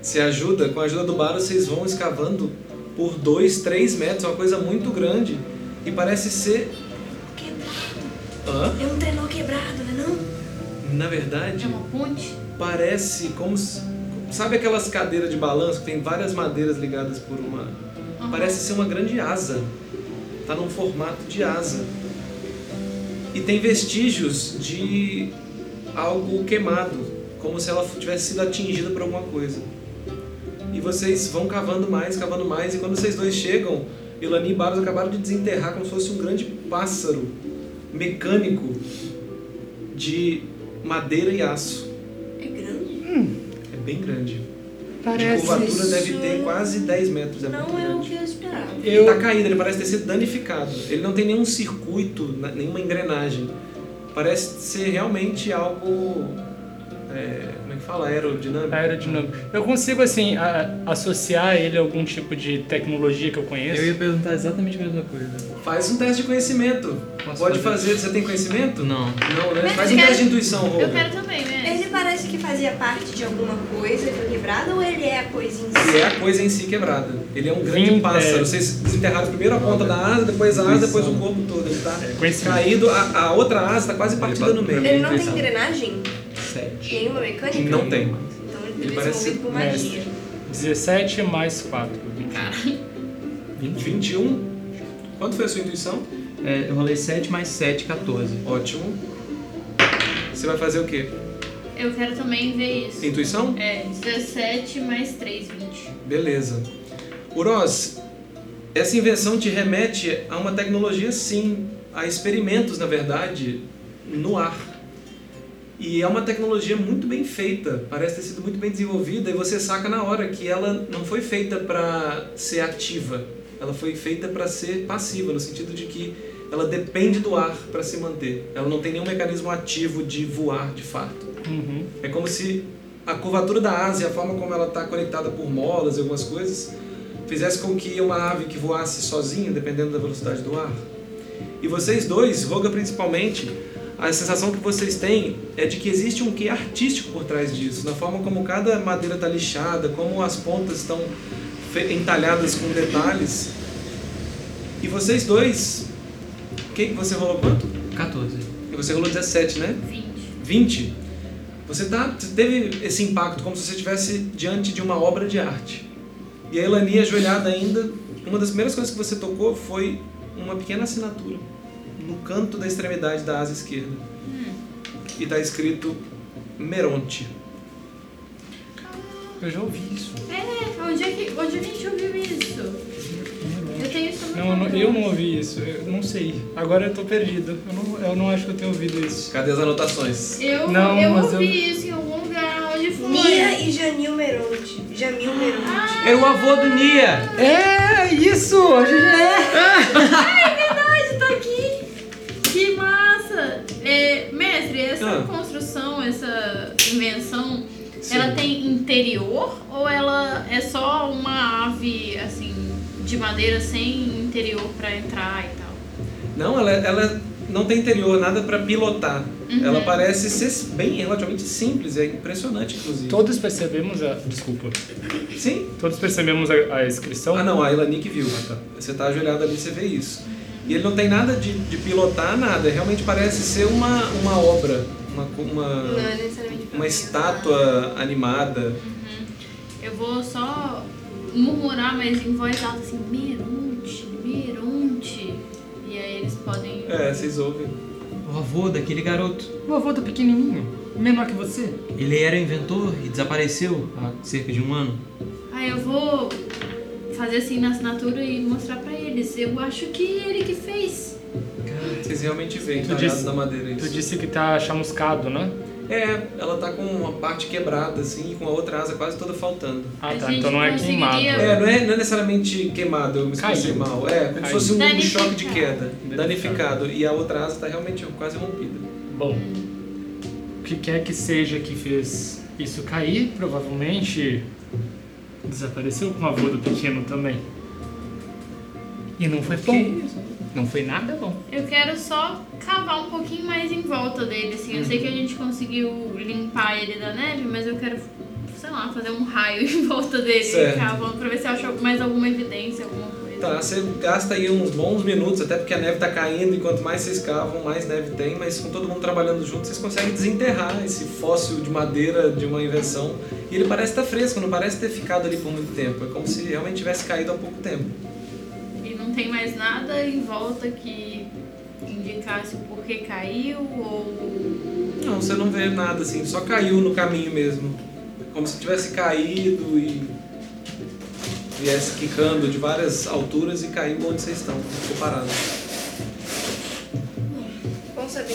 B: se ajuda, com a ajuda do Baro, vocês vão escavando por 2, 3 metros, é uma coisa muito grande. E parece ser.
G: Quebrado.
B: Hã?
G: É um trenó quebrado, né não?
B: Na
F: É
B: verdade,
F: uma ponte?
B: parece como. se- Sabe aquelas cadeiras de balanço que tem várias madeiras ligadas por uma.
F: Aham.
B: Parece ser uma grande asa. Tá num formato de asa. E tem vestígios de algo queimado, como se ela tivesse sido atingida por alguma coisa. E vocês vão cavando mais, cavando mais, e quando vocês dois chegam, Elani e Baros acabaram de desenterrar como se fosse um grande pássaro mecânico de madeira e aço.
G: É grande.
B: É bem grande.
D: Parece
B: de curvatura deve ter quase 10 metros. É muito
G: Não é o
B: grande.
G: que eu esperava.
B: Ele tá caído, ele parece ter sido danificado. Ele não tem nenhum circuito, na- nenhuma engrenagem. Parece ser realmente algo. é, como é que fala? Aerodinâmico.
D: Aerodinâmico. Eu consigo, assim, a- associar ele a algum tipo de tecnologia que eu conheço?
E: Eu ia perguntar exatamente a mesma coisa.
B: Faz um teste de conhecimento.
E: Posso
B: Pode
E: fazer?
B: fazer. Você tem conhecimento?
E: Não.
B: Não, né?
F: Mas
B: Faz
F: eu
B: um
F: quero-
B: teste de intuição,
F: Eu
B: Roger.
F: quero também, né?
G: Ele parece que fazia parte de alguma coisa que foi quebrada ou ele é a coisa em
B: E é
G: si?
B: a coisa em si quebrada. Ele é um grande
D: Vinte, é.
B: pássaro. Vocês desenterraram primeiro a ponta da asa, depois a asa, depois o corpo todo. Ele tá
D: conhecimento.
B: caído. A, a outra asa tá quase
E: Ele
B: partida
E: bate
B: no meio.
G: Ele não tem
E: Exato.
G: engrenagem?
E: Sete.
G: Nenhuma mecânica?
B: Não tem.
G: Então
B: Ele
G: ele deve
B: parece
G: ser movido por
D: mestre.
G: magia.
D: 17 mais 4. 21.
B: 21. Quanto foi a sua intuição?
E: É, eu rolei 7 mais 7, 14.
B: Ótimo. Você vai fazer o quê?
F: Eu quero também ver isso.
B: Intuição?
F: É, 17 mais 3, 20.
B: Beleza. Uroz, essa invenção te remete a uma tecnologia, sim, a experimentos, na verdade, no ar. E é uma tecnologia muito bem feita, parece ter sido muito bem desenvolvida, e você saca na hora que ela não foi feita para ser ativa, ela foi feita para ser passiva, no sentido de que ela depende do ar para se manter. Ela não tem nenhum mecanismo ativo de voar de fato.
D: Uhum.
B: É como se a curvatura da asa e a forma como ela está conectada por molas e algumas coisas fizesse com que uma ave que voasse sozinha, dependendo da velocidade do ar. E vocês dois, Roga principalmente, a sensação que vocês têm é de que existe um quê artístico por trás disso, na forma como cada madeira está lixada, como as pontas estão fe- entalhadas com detalhes. E vocês dois, quem você rolou quanto?
E: 14.
B: E você rolou 17, né?
F: 20.
B: 20. Você tá, teve esse impacto como se você estivesse diante de uma obra de arte. E a Elani, ajoelhada ainda, uma das primeiras coisas que você tocou foi uma pequena assinatura no canto da extremidade da asa esquerda. E tá escrito Meronte.
D: Eu já ouvi isso.
F: É, onde é que. Onde a gente ouviu isso? Eu tenho isso no
D: Não, eu não- eu não ouvi isso. Eu não sei. Agora eu tô perdido. Eu não, eu não acho que eu tenho ouvido isso.
B: Cadê as anotações?
F: Eu,
D: Não,
F: eu
D: mas
F: ouvi
D: eu-
F: isso em algum lugar, onde foi?
G: Mia e Janil Meronte. Jamil Meronte.
B: Ah. É
E: Era o avô do Nia.
D: É isso! A gente é!
F: Ai, tá aqui! Que massa! É, mestre, essa
B: Ah.
F: construção, essa invenção, ela tem interior ou ela é só uma ave, assim, de madeira sem interior pra entrar e tal?
B: Não, ela, ela não tem interior, nada para pilotar.
F: Uhum.
B: Ela parece ser bem relativamente simples, é impressionante, inclusive.
D: Todos percebemos a. Desculpa.
B: Sim?
D: Todos percebemos a, a inscrição.
B: Ah, não, a Elani que viu, Mata. Você tá ajoelhado ali, você vê isso. E ele não tem nada de, de pilotar, nada. Realmente parece ser uma, uma obra, uma, co-
G: Não é
B: uma,
G: necessariamente pra
B: uma
G: mim.
B: estátua animada.
F: Eu vou só murmurar, mas em voz alta, assim, Meronte, Meronte. E aí eles podem...
B: É, vocês ouvem.
E: O avô daquele garoto.
D: O avô do pequenininho. Menor que você.
E: Ele era um inventor e desapareceu há cerca de um ano.
F: Aí eu vou fazer assim na assinatura e mostrar pra eles. Eu acho que ele que fez.
B: Vocês realmente veem,
D: Tu
B: talhado
D: disse-
B: na madeira
D: Tu
B: isso.
D: disse que tá chamuscado, né?
B: É, ela tá com uma parte quebrada, assim, e com a outra asa quase toda faltando.
D: Ah
F: A
D: tá,
F: gente
D: então não é
F: conseguiria-
D: queimado.
B: É, não é, não é necessariamente queimado, eu me esqueci
D: Caído.
B: mal. É, como se
D: Caído.
B: fosse um
F: Danificado.
B: choque de queda.
D: Danificado.
B: Danificado. E a outra asa tá realmente quase rompida.
D: Bom, o que quer que seja que fez isso cair, provavelmente desapareceu com o avô do pequeno também. E não foi bom. Não foi nada bom.
F: Eu quero só cavar um pouquinho mais em volta dele, assim. Eu sei que a gente conseguiu limpar ele da neve, mas eu quero, sei lá, fazer um raio em volta dele,
B: Certo.
F: cavando, pra ver se eu acho mais alguma evidência, alguma coisa.
B: Tá, você gasta aí uns bons minutos, até porque a neve tá caindo e quanto mais vocês cavam, mais neve tem, mas com todo mundo trabalhando junto, vocês conseguem desenterrar esse fóssil de madeira de uma invenção. E ele parece estar fresco, não parece ter ficado ali por muito tempo. É como se realmente tivesse caído há pouco tempo.
F: E não tem mais nada em volta que indicasse o porquê caiu ou.
B: Não, você não vê nada assim, só caiu no caminho mesmo. é Como se tivesse caído e viesse quicando de várias alturas e caiu onde vocês estão, ficou parado.
G: Bom saber.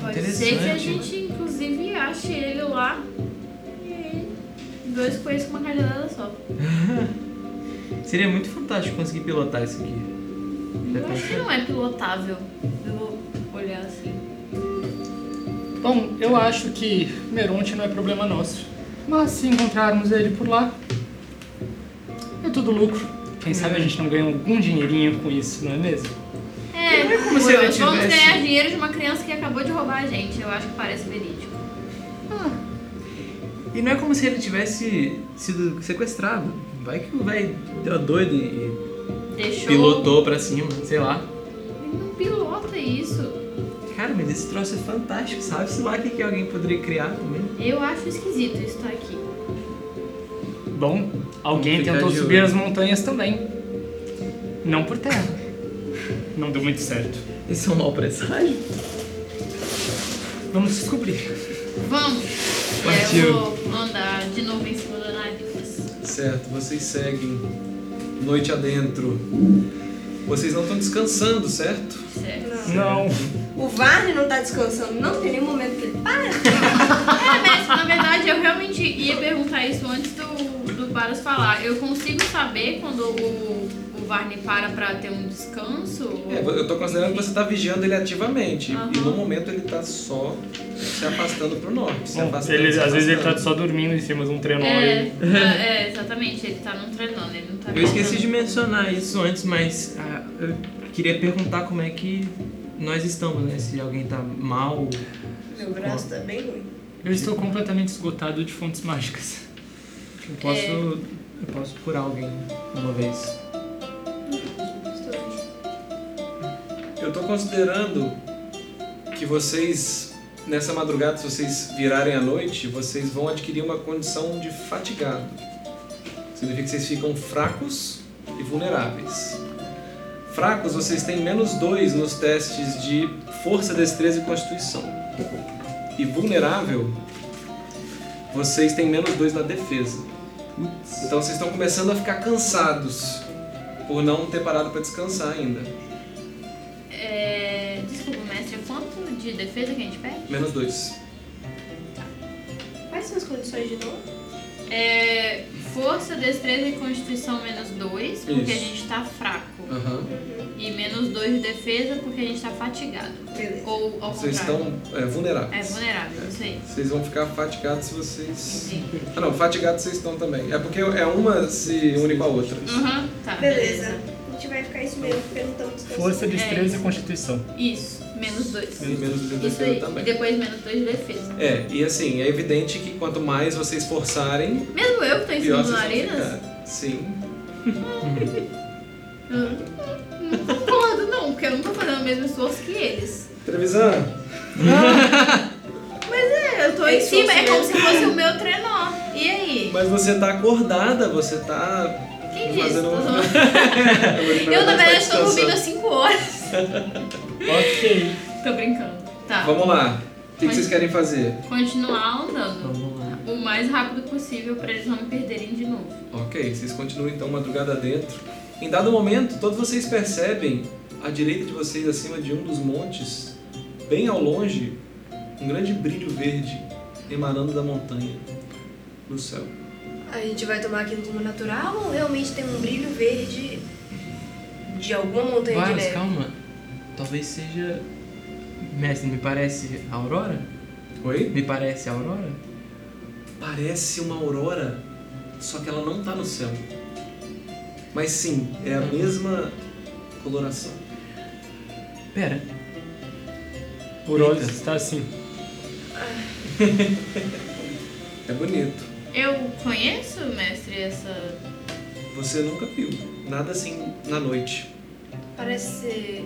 F: Pode ser que a
E: Interessante.
F: gente, inclusive, ache ele lá. E aí, dois coelhos com uma cajadada só.
E: Seria muito fantástico conseguir pilotar isso aqui.
F: Eu acho que não é pilotável. Eu vou olhar assim.
D: Bom, eu acho que Meronte não é problema nosso. Mas se encontrarmos ele por lá, é tudo lucro. Quem sabe a gente não ganha algum dinheirinho com isso, não é mesmo?
F: É,
E: Não é como se ela
F: nós vamos
E: tivesse-
F: ganhar dinheiro de uma criança que acabou de roubar a gente. Eu acho que parece verídico.
E: E não é como se ele tivesse sido sequestrado. Vai que o velho deu a doida e
F: Deixou.
E: pilotou pra cima, sei lá.
F: Ele não pilota isso.
E: Cara, mas esse troço é fantástico, sabe? Sei lá o que, que alguém poderia criar também.
F: Eu acho esquisito isso tá aqui.
D: Bom, alguém
E: Vamos ficar
D: tentou
E: de olho.
D: subir as montanhas também. Não por terra. Não deu muito certo.
E: Esse é um mau presságio?
D: Vamos descobrir.
F: Vamos! E aí Eu vou andar de novo em cima da nariz.
B: Certo, vocês seguem noite adentro. Vocês não estão descansando, certo?
F: Certo.
D: Não.
G: O Varne não tá descansando, não tem nenhum momento que ele para.
F: É, mas na verdade eu realmente ia perguntar isso antes do, do Baros falar. Eu consigo saber quando o, o Varney para pra ter um descanso?
B: É, eu tô considerando que você tá vigiando ele ativamente.
F: Aham.
B: E no momento ele tá só se afastando pro norte. Se
D: Bom,
B: afastando,
D: ele,
B: se
D: às vezes ele tá
B: afastando.
D: só dormindo em cima de um trenó.
F: É,
D: e-
F: tá- é, exatamente, ele tá num trenó, ele não tá
E: Eu esqueci de mencionar isso antes, mas ah, eu queria perguntar como é que nós estamos, né? Se alguém tá mal.
G: Meu braço tá bem ruim.
D: Eu estou completamente esgotado de fontes mágicas.
E: Eu posso. Eu posso curar alguém uma vez.
B: Eu tô considerando que vocês Nessa madrugada, se vocês virarem à noite, vocês vão adquirir uma condição de fatigado. Significa que vocês ficam fracos e vulneráveis. Fracos, vocês têm menos dois nos testes de força, destreza e constituição. E vulnerável, vocês têm menos dois na defesa. Então vocês estão começando a ficar cansados por não ter parado para descansar ainda.
F: É, Desculpa, mestre, quanto de defesa que a gente perde?
B: Menos dois.
G: Quais são as condições de novo?
F: É, força, destreza e constituição menos dois, porque a
B: Isso.
F: gente tá fraco.
B: Aham.
F: E menos dois de defesa, porque a gente tá fatigado.
G: Beleza.
F: Ou ao
B: Vocês
F: contrário.
B: estão é, vulneráveis.
F: É vulnerável, isso aí.
B: Vocês vão ficar fatigados se vocês.
F: Entendi.
B: Ah, não, fatigados vocês estão também. É porque é uma se une com a outra.
F: Aham, tá.
G: Beleza. A gente vai ficar isso mesmo, porque não estamos descansando.
D: Força, destreza
F: É.
D: e constituição.
F: Isso, menos dois.
B: E menos de
F: Isso
B: defesa
F: aí. E
B: também.
F: depois menos dois de defesa.
B: É, e assim, é evidente que quanto mais vocês forçarem,
F: Mesmo eu que tô em cima
B: pior
F: do
B: vocês vão
F: Larinas,
B: ficar. Sim.
F: Hum. não concordo não, porque eu não tô fazendo o mesmo esforço que eles.
B: Trevisan,
F: É, eu tô em
G: Esse
F: cima, é como
G: esforço
F: se fosse o meu trenó. E aí?
B: mas você tá acordada, você tá.
F: Quem disse?
B: Fazendo
F: Tô
B: um-
F: zoando. Eu,
B: Eu,
F: na verdade, tá tô dormindo há 5 horas.
D: Ok.
F: Tô brincando. Tá.
B: assim. Vamos lá. O que, que vocês querem fazer?
F: Continuar andando
E: Vamos lá.
F: o mais rápido possível pra eles não me perderem de novo.
B: Ok, vocês continuam então madrugada dentro. Em dado momento, todos vocês percebem à direita de vocês, acima de um dos montes, bem ao longe, um grande brilho verde emanando da montanha no céu.
G: A gente vai tomar aquilo como natural ou realmente tem um brilho verde de alguma montanha de
E: Varus,
G: neve?
E: calma. Talvez seja. Mestre, me parece a Aurora?
B: Oi?
E: Me parece a Aurora?
B: Parece uma aurora, só que ela não tá no céu. Mas sim, é a mesma coloração.
E: Pera.
D: Uroz
E: Eita.
D: está assim.
B: É bonito.
F: Eu conheço, mestre, essa.
B: Você nunca viu nada assim na noite.
G: Parece ser...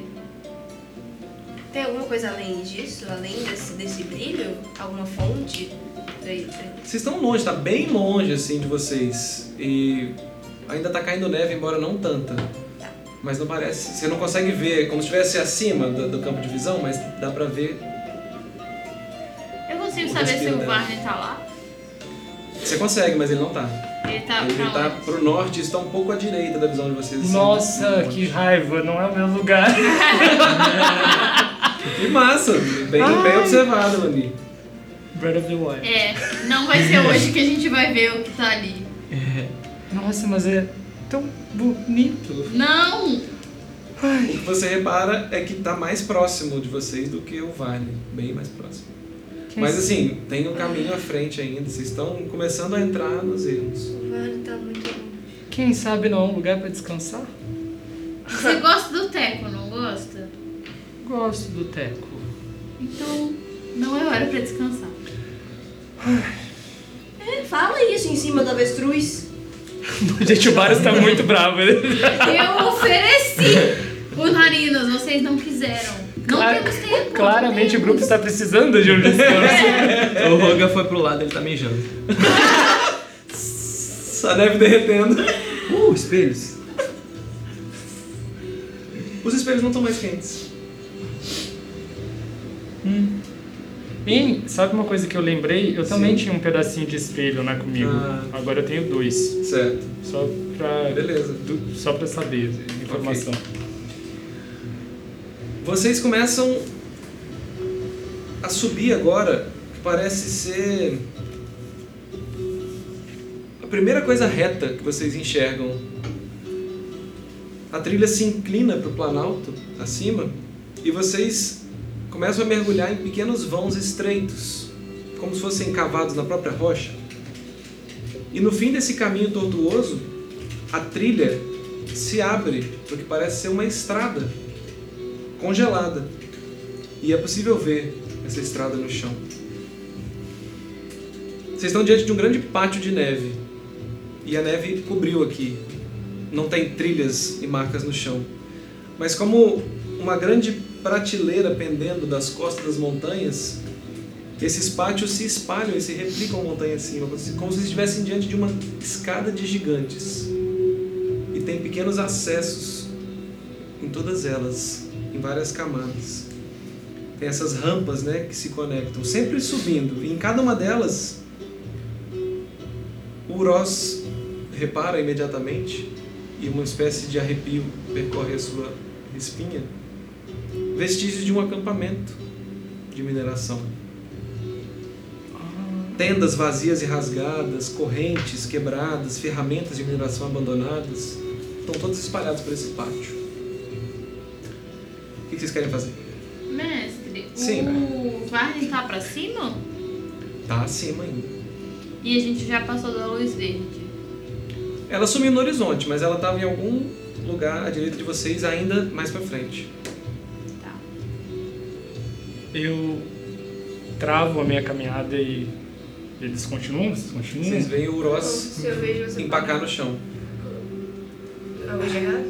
G: Tem alguma coisa além disso? Além desse, desse brilho? Alguma fonte? Peraí, peraí.
B: Vocês estão longe, tá bem longe assim de vocês. E ainda tá caindo neve, embora não tanta.
F: Tá.
B: Mas não parece. Você não consegue ver, como se estivesse acima do, do campo de visão, mas dá pra ver.
F: Eu consigo
B: O
F: saber se
B: respiro
F: o
B: dela.
F: Barney tá lá.
B: Você consegue, mas ele não tá.
F: Ele tá
B: ele
F: pra
B: tá
F: onde?
B: pro norte, está um pouco à direita da visão de vocês. assim,
D: Nossa,
B: no
D: que
B: monte.
D: raiva, não é o meu lugar.
B: Que massa! Bem, bem observado, Lani.
D: Breath of the Wild.
F: É, não vai ser hoje que a gente vai ver o que tá ali.
D: Nossa, mas é tão bonito.
F: Não!
B: O que você repara é que tá mais próximo de vocês do que o vale. Bem mais próximo. Mas assim, tem um caminho à frente ainda. Vocês estão começando a entrar nos erros.
G: Mano, tá muito...
D: Quem sabe não é um lugar pra descansar?
F: Você gosta do Teco, não gosta?
E: Gosto do Teco.
F: Então, não é hora pra descansar.
G: Fala isso em cima do avestruz.
D: Gente, o Barus tá muito bravo. ele-
F: Eu ofereci o Narinas, vocês não quiseram. Não
D: Clara-
F: temos tempo.
D: Claramente o
F: não
D: grupo
F: temos.
D: está precisando de um descanso.
E: o Roga foi pro lado, ele tá mijando.
B: A neve derretendo.
E: Uh, espelhos.
B: Os espelhos não estão mais quentes.
D: Hein, sabe uma coisa que eu lembrei? Eu também
B: Sim.
D: tinha um pedacinho de espelho lá comigo.
B: Ah.
D: Agora eu tenho dois.
B: Certo.
D: Só pra,
B: Beleza.
D: du- só pra saber a informação.
B: Vocês começam a subir agora, que parece ser a primeira coisa reta que vocês enxergam. A trilha se inclina para o planalto, acima, e vocês começam a mergulhar em pequenos vãos estreitos, como se fossem cavados na própria rocha. E no fim desse caminho tortuoso, a trilha se abre para o que parece ser uma estrada congelada. E é possível ver essa estrada no chão. Vocês estão diante de um grande pátio de neve. E a neve cobriu aqui. Não tem trilhas e marcas no chão. Mas como uma grande prateleira pendendo das costas das montanhas, Esses pátios se espalham e se replicam montanha acima, como se- como se estivessem diante de uma escada de gigantes. E tem pequenos acessos em todas elas, em várias camadas. Tem essas rampas, né, que se conectam, sempre subindo. E em cada uma delas, o Ross repara imediatamente e uma espécie de arrepio percorre a sua espinha. Vestígios de um acampamento de mineração. Tendas vazias e rasgadas, correntes quebradas, ferramentas de mineração abandonadas, estão todas espalhadas por esse pátio. O que vocês querem fazer?
F: Mestre,
B: Sim.
F: o Varney tá pra cima?
B: Tá acima ainda.
F: E a gente já passou da luz verde.
B: Ela sumiu no horizonte, mas ela estava em algum lugar à direita de vocês, ainda mais pra frente.
D: Eu travo a minha caminhada e eles continuam, vocês continuam.
B: Vocês veem o Uros
I: Se eu vejo você.
B: empacar no chão.
I: Algo de errado?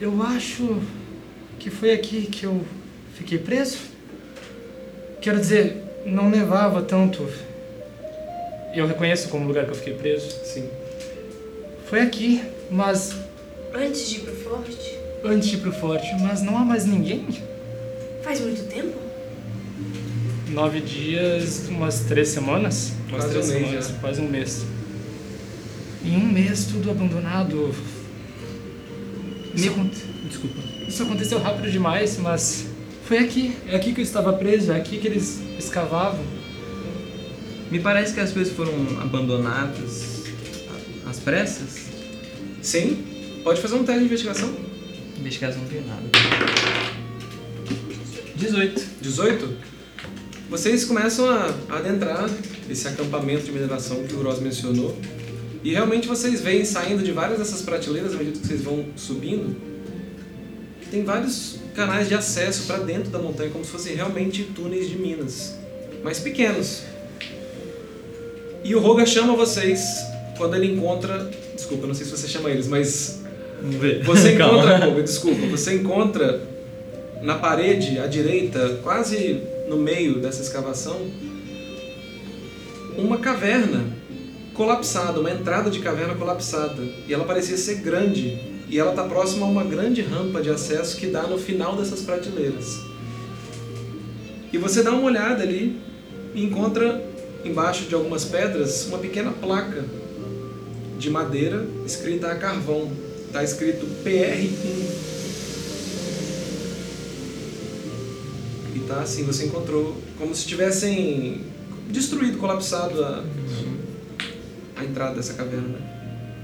D: Eu acho que foi aqui que eu fiquei preso. Quero dizer, não nevava tanto. Eu reconheço como lugar que eu fiquei preso.
B: Sim.
D: Foi aqui, mas
I: Antes de ir pro forte?
D: antes de ir pro forte, mas não há mais ninguém.
I: Faz muito tempo?
D: Nove dias, umas três semanas. Umas
B: Quase
D: três
B: um mês
D: semanas,
B: já.
D: quase um mês. Em um mês tudo abandonado. Isso, acon-
E: Desculpa.
D: Isso aconteceu rápido demais, mas foi aqui. É aqui que eu estava preso, é aqui que eles escavavam.
E: Me parece que as coisas foram abandonadas a- às pressas.
B: Sim? Pode fazer um teste de investigação?
E: Investigação não tem nada. 18.
B: 18? Vocês começam a a adentrar esse acampamento de mineração que o Ross mencionou. E realmente vocês veem saindo de várias dessas prateleiras, à medida que vocês vão subindo, que tem vários canais de acesso para dentro da montanha, como se fossem realmente túneis de minas, mas pequenos. E o Roga chama vocês quando ele encontra. Desculpa, não sei se você chama eles, mas
E: Vamos ver.
B: você
E: Calma.
B: encontra, Kobe, desculpa, você encontra na parede à direita, quase no meio dessa escavação, uma caverna colapsada, uma entrada de caverna colapsada. E ela parecia ser grande. E ela está próxima a uma grande rampa de acesso que dá no final dessas prateleiras. E você dá uma olhada ali e encontra embaixo de algumas pedras uma pequena placa de madeira escrita a carvão. Tá escrito PR1. E tá assim, você encontrou como se tivessem destruído, colapsado a, a entrada dessa caverna.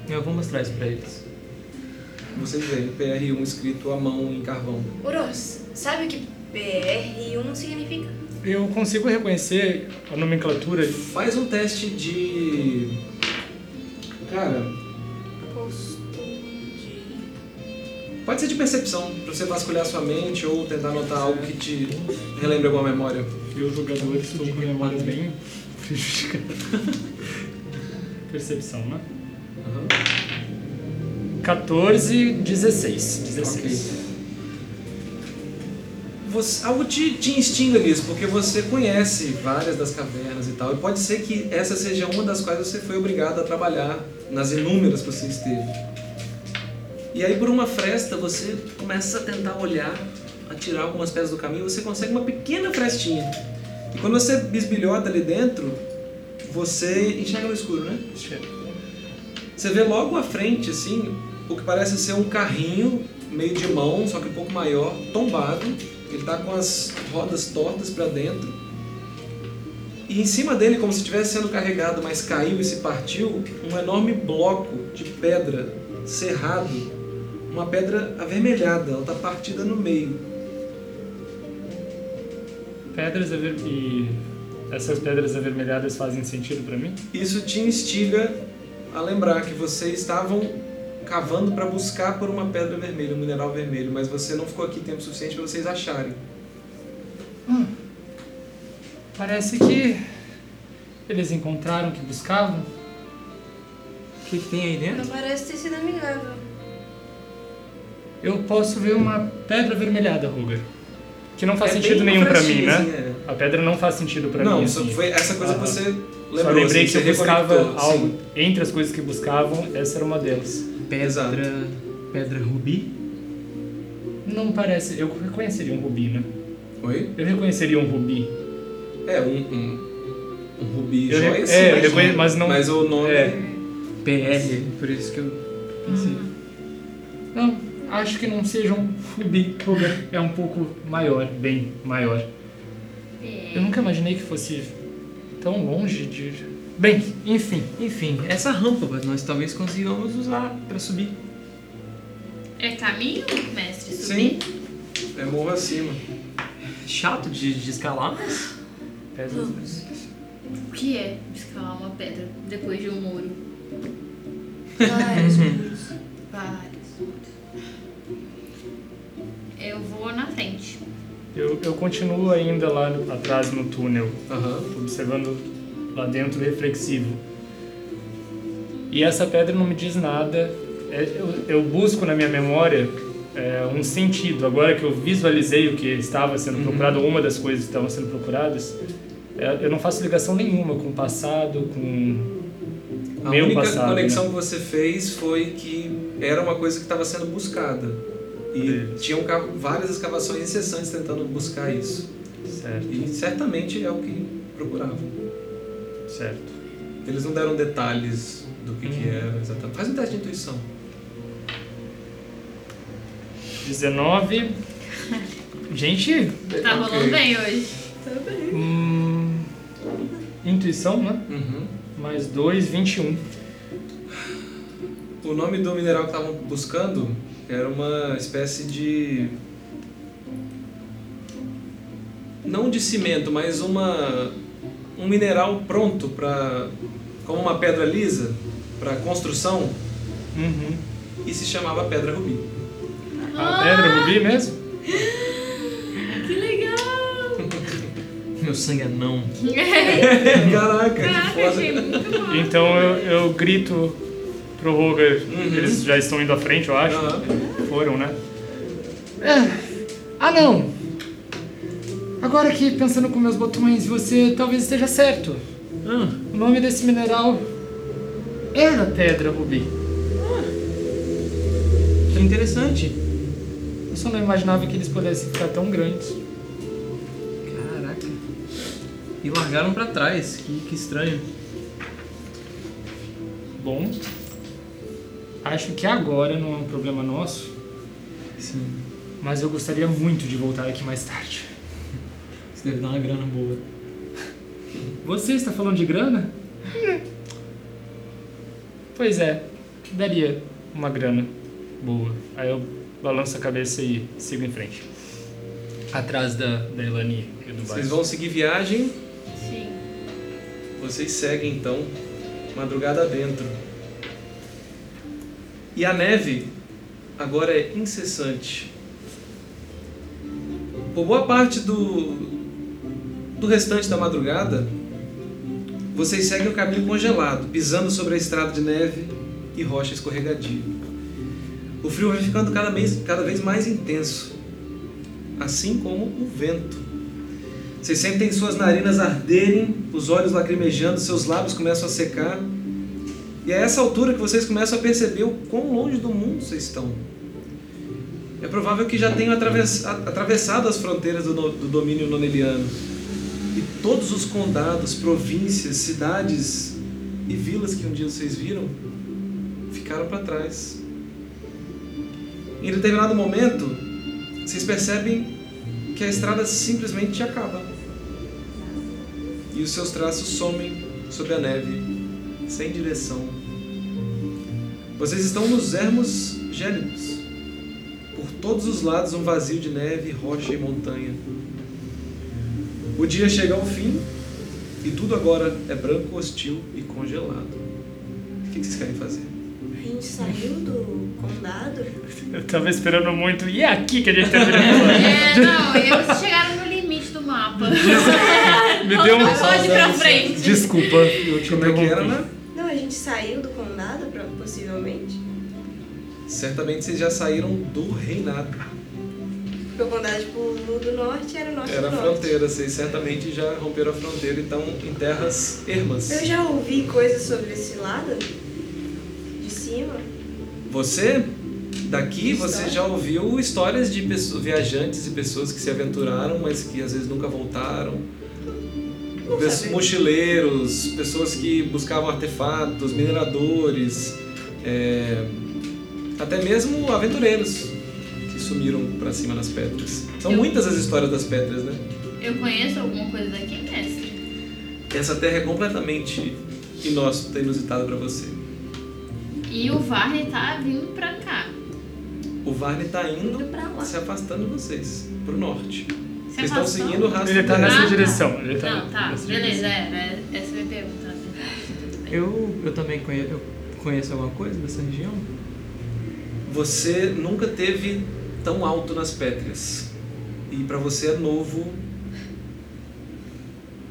E: Eu vou mostrar isso pra eles.
B: Vocês veem PR1 escrito à mão em carvão.
I: Uros, sabe o que BR1 significa?
D: Eu consigo reconhecer a nomenclatura.
B: Faz um teste de. Cara, pode ser de percepção, pra você vasculhar sua mente ou tentar notar algo que te relembre alguma memória.
D: Eu, jogador, estou com a memória bem prejudicada. Percepção, né?
B: Aham.
D: 14, 16. 16.
B: Ok. Você- algo te, te instiga nisso, porque você conhece várias das cavernas e tal, e pode ser que essa seja uma das quais você foi obrigado a trabalhar nas inúmeras que você esteve. E aí, por uma fresta, você começa a tentar olhar, a tirar algumas pedras do caminho, você consegue uma pequena frestinha. E quando você bisbilhota ali dentro, você enxerga no escuro, né? Você vê logo à frente, assim, o que parece ser um carrinho meio de mão, só que um pouco maior, tombado. Ele tá com as rodas tortas para dentro. E em cima dele, como se estivesse sendo carregado, mas caiu e se partiu, um enorme bloco de pedra cerrado. Uma pedra avermelhada, ela tá partida no meio.
D: Pedras aver... e essas pedras avermelhadas fazem sentido pra mim?
B: Isso te instiga a lembrar que vocês estavam cavando para buscar por uma pedra vermelha, um mineral vermelho, mas você não ficou aqui tempo suficiente para vocês acharem.
D: Parece que eles encontraram o que buscavam.
E: O que, que tem aí dentro?
G: Não parece ter sido amigável.
D: Eu posso ver uma pedra avermelhada, Ruger. Que não faz
B: É bem
D: sentido
B: uma
D: nenhum pra mim,
B: frestinha,
D: né?
B: assim,
D: A pedra não faz sentido pra
B: Não,
D: mim.
B: só
D: assim.
B: foi essa coisa que
D: Aham.
B: você lembrou.
D: Só lembrei
B: assim,
D: que eu
B: você
D: buscava
B: reconectou, assim.
D: algo.
B: sim.
D: Entre as coisas que buscavam, essa era uma delas.
E: Pedra.
B: Exato.
E: Pedra rubi?
D: Não parece. Eu reconheceria um rubi, né?
B: Oi?
D: Eu reconheceria um rubi.
B: É, um, um, um rubi
D: Eu
B: joia,
D: re-
B: sim,
D: é, eu
B: imagina.
D: reconhe- mas não-
B: Mas o nome...
D: é.
E: PR, por isso que eu.
D: Não, acho que não seja um rubi. Rubi é um pouco maior, bem maior. Eu nunca imaginei que fosse tão longe de. Bem, enfim.
E: Enfim, essa rampa nós talvez consigamos usar pra subir.
F: É caminho, mestre?
B: Sim.
F: Subir?
B: É morro acima.
E: Chato de, de escalar, né? mas.
D: Pedras.
F: O que é escalar uma pedra depois de um muro?
I: Vários muros.
F: Vários. Eu vou na frente.
D: Eu, eu continuo ainda lá no- atrás no túnel,
B: Aham.
D: observando lá dentro reflexivo. E essa pedra não me diz nada. É, eu, eu busco na minha memória é, um sentido. Agora que eu visualizei o que estava sendo procurado, ou uma das coisas que estavam sendo procuradas, é, eu não faço ligação nenhuma com o passado, com
B: A
D: meu
B: única
D: passado.
B: conexão
D: né?
B: que você fez foi que era uma coisa que estava sendo buscada. E
D: Poderia.
B: tinham ca- várias escavações incessantes tentando buscar isso.
D: Certo,
B: E certamente é o que procuravam.
D: certo.
B: Eles não deram detalhes do que,
D: Uhum.
B: que era exatamente. Faz um teste de intuição.
D: 19. Gente,
F: Tá
B: Ok.
F: rolando bem hoje.
D: hum, intuição, né?
B: Uhum.
D: Mais 2, 21.
B: O nome do mineral que estavam buscando era uma espécie de. Não de cimento, mas uma. Um mineral pronto para. Como uma pedra lisa, para construção,
D: Uhum.
B: e se chamava Pedra Rubi.
D: A pedra rubi mesmo?
F: Que legal!
E: Meu sangue é não.
B: Caraca, que
F: Caraca,
B: foda.
F: achei muito bom.
D: Então eu, eu grito pro Roger, eles já estão indo à frente, eu acho.
B: Aham.
D: Foram, né? Ah, não! Agora que pensando com meus botões, você talvez esteja certo. O nome desse mineral era pedra rubi.
E: Que interessante.
D: Eu só não imaginava que eles pudessem ficar tão grandes.
E: Caraca. E largaram pra trás. Que, que estranho.
D: Bom, acho que agora não é um problema nosso,
E: Sim.
D: mas eu gostaria muito de voltar aqui mais tarde.
E: Isso deve dar uma grana boa.
D: Você está falando de grana? pois é, daria uma grana boa. Aí eu balanço a cabeça e sigo em frente. Atrás da, da Elani e do
B: Vocês
D: bairro.
B: vão seguir viagem,
F: Sim.
B: vocês seguem então, madrugada dentro. E a neve agora é incessante. Por boa parte do do restante da madrugada, vocês seguem o caminho congelado, pisando sobre a estrada de neve e rocha escorregadia. O frio vai ficando cada vez, cada vez mais intenso, assim como o vento. Vocês sentem suas narinas arderem, os olhos lacrimejando, seus lábios começam a secar. E é a essa altura que vocês começam a perceber o quão longe do mundo vocês estão. É provável que já tenham atravessa- atravessado as fronteiras do, no- do domínio noneliano. E todos os condados, províncias, cidades e vilas que um dia vocês viram ficaram para trás. Em determinado momento, vocês percebem que a estrada simplesmente acaba. E os seus traços somem sobre a neve, sem direção. Vocês estão nos ermos gélidos. Por todos os lados, um vazio de neve, rocha e montanha. O dia chega ao fim e tudo agora é branco, hostil e congelado. O que que vocês querem fazer?
I: A gente saiu do condado.
D: Eu tava esperando muito. E é aqui que a gente tá virando.
F: É, não, e vocês chegaram no limite do mapa.
D: Me deu
F: Não pode ir pra
D: um.
F: frente.
D: Desculpa, eu te
B: Como é que
D: interrompi.
B: era, né?
G: Não, a gente saiu do condado, pro- possivelmente.
B: Certamente vocês já saíram do reinado.
G: Porque o condado de Pulu do Norte era o norte
B: Era a
G: do norte.
B: fronteira, vocês certamente já romperam a fronteira e estão em terras ermas.
G: Eu já ouvi coisas sobre esse lado. De cima.
B: Você, daqui, você já ouviu histórias de pessoas, viajantes e pessoas que se aventuraram, mas que às vezes nunca voltaram. Pessoas-
G: saber.
B: mochileiros, pessoas que buscavam artefatos, mineradores, é, até mesmo aventureiros que sumiram pra cima das pedras. São
F: Eu-
B: muitas as histórias das pedras, né?
F: Eu conheço alguma coisa daqui, mestre?
B: Essa terra é completamente inóspita, inusitada pra você.
F: E o Varney tá vindo pra cá.
B: O Varney tá indo
I: Indo pra lá.
B: se afastando de vocês, pro norte.
F: Você
B: Vocês estão
F: afastou?
B: seguindo o rastro
D: Ele tá
B: dela.
D: nessa
F: Ah, tá.
D: direção. Ele tá
F: Não, tá.
D: nessa
F: Beleza, era. Essa é a minha pergunta.
E: Eu, eu também conheço, eu conheço alguma coisa dessa região?
B: Você nunca teve tão alto nas pedras. E pra você é novo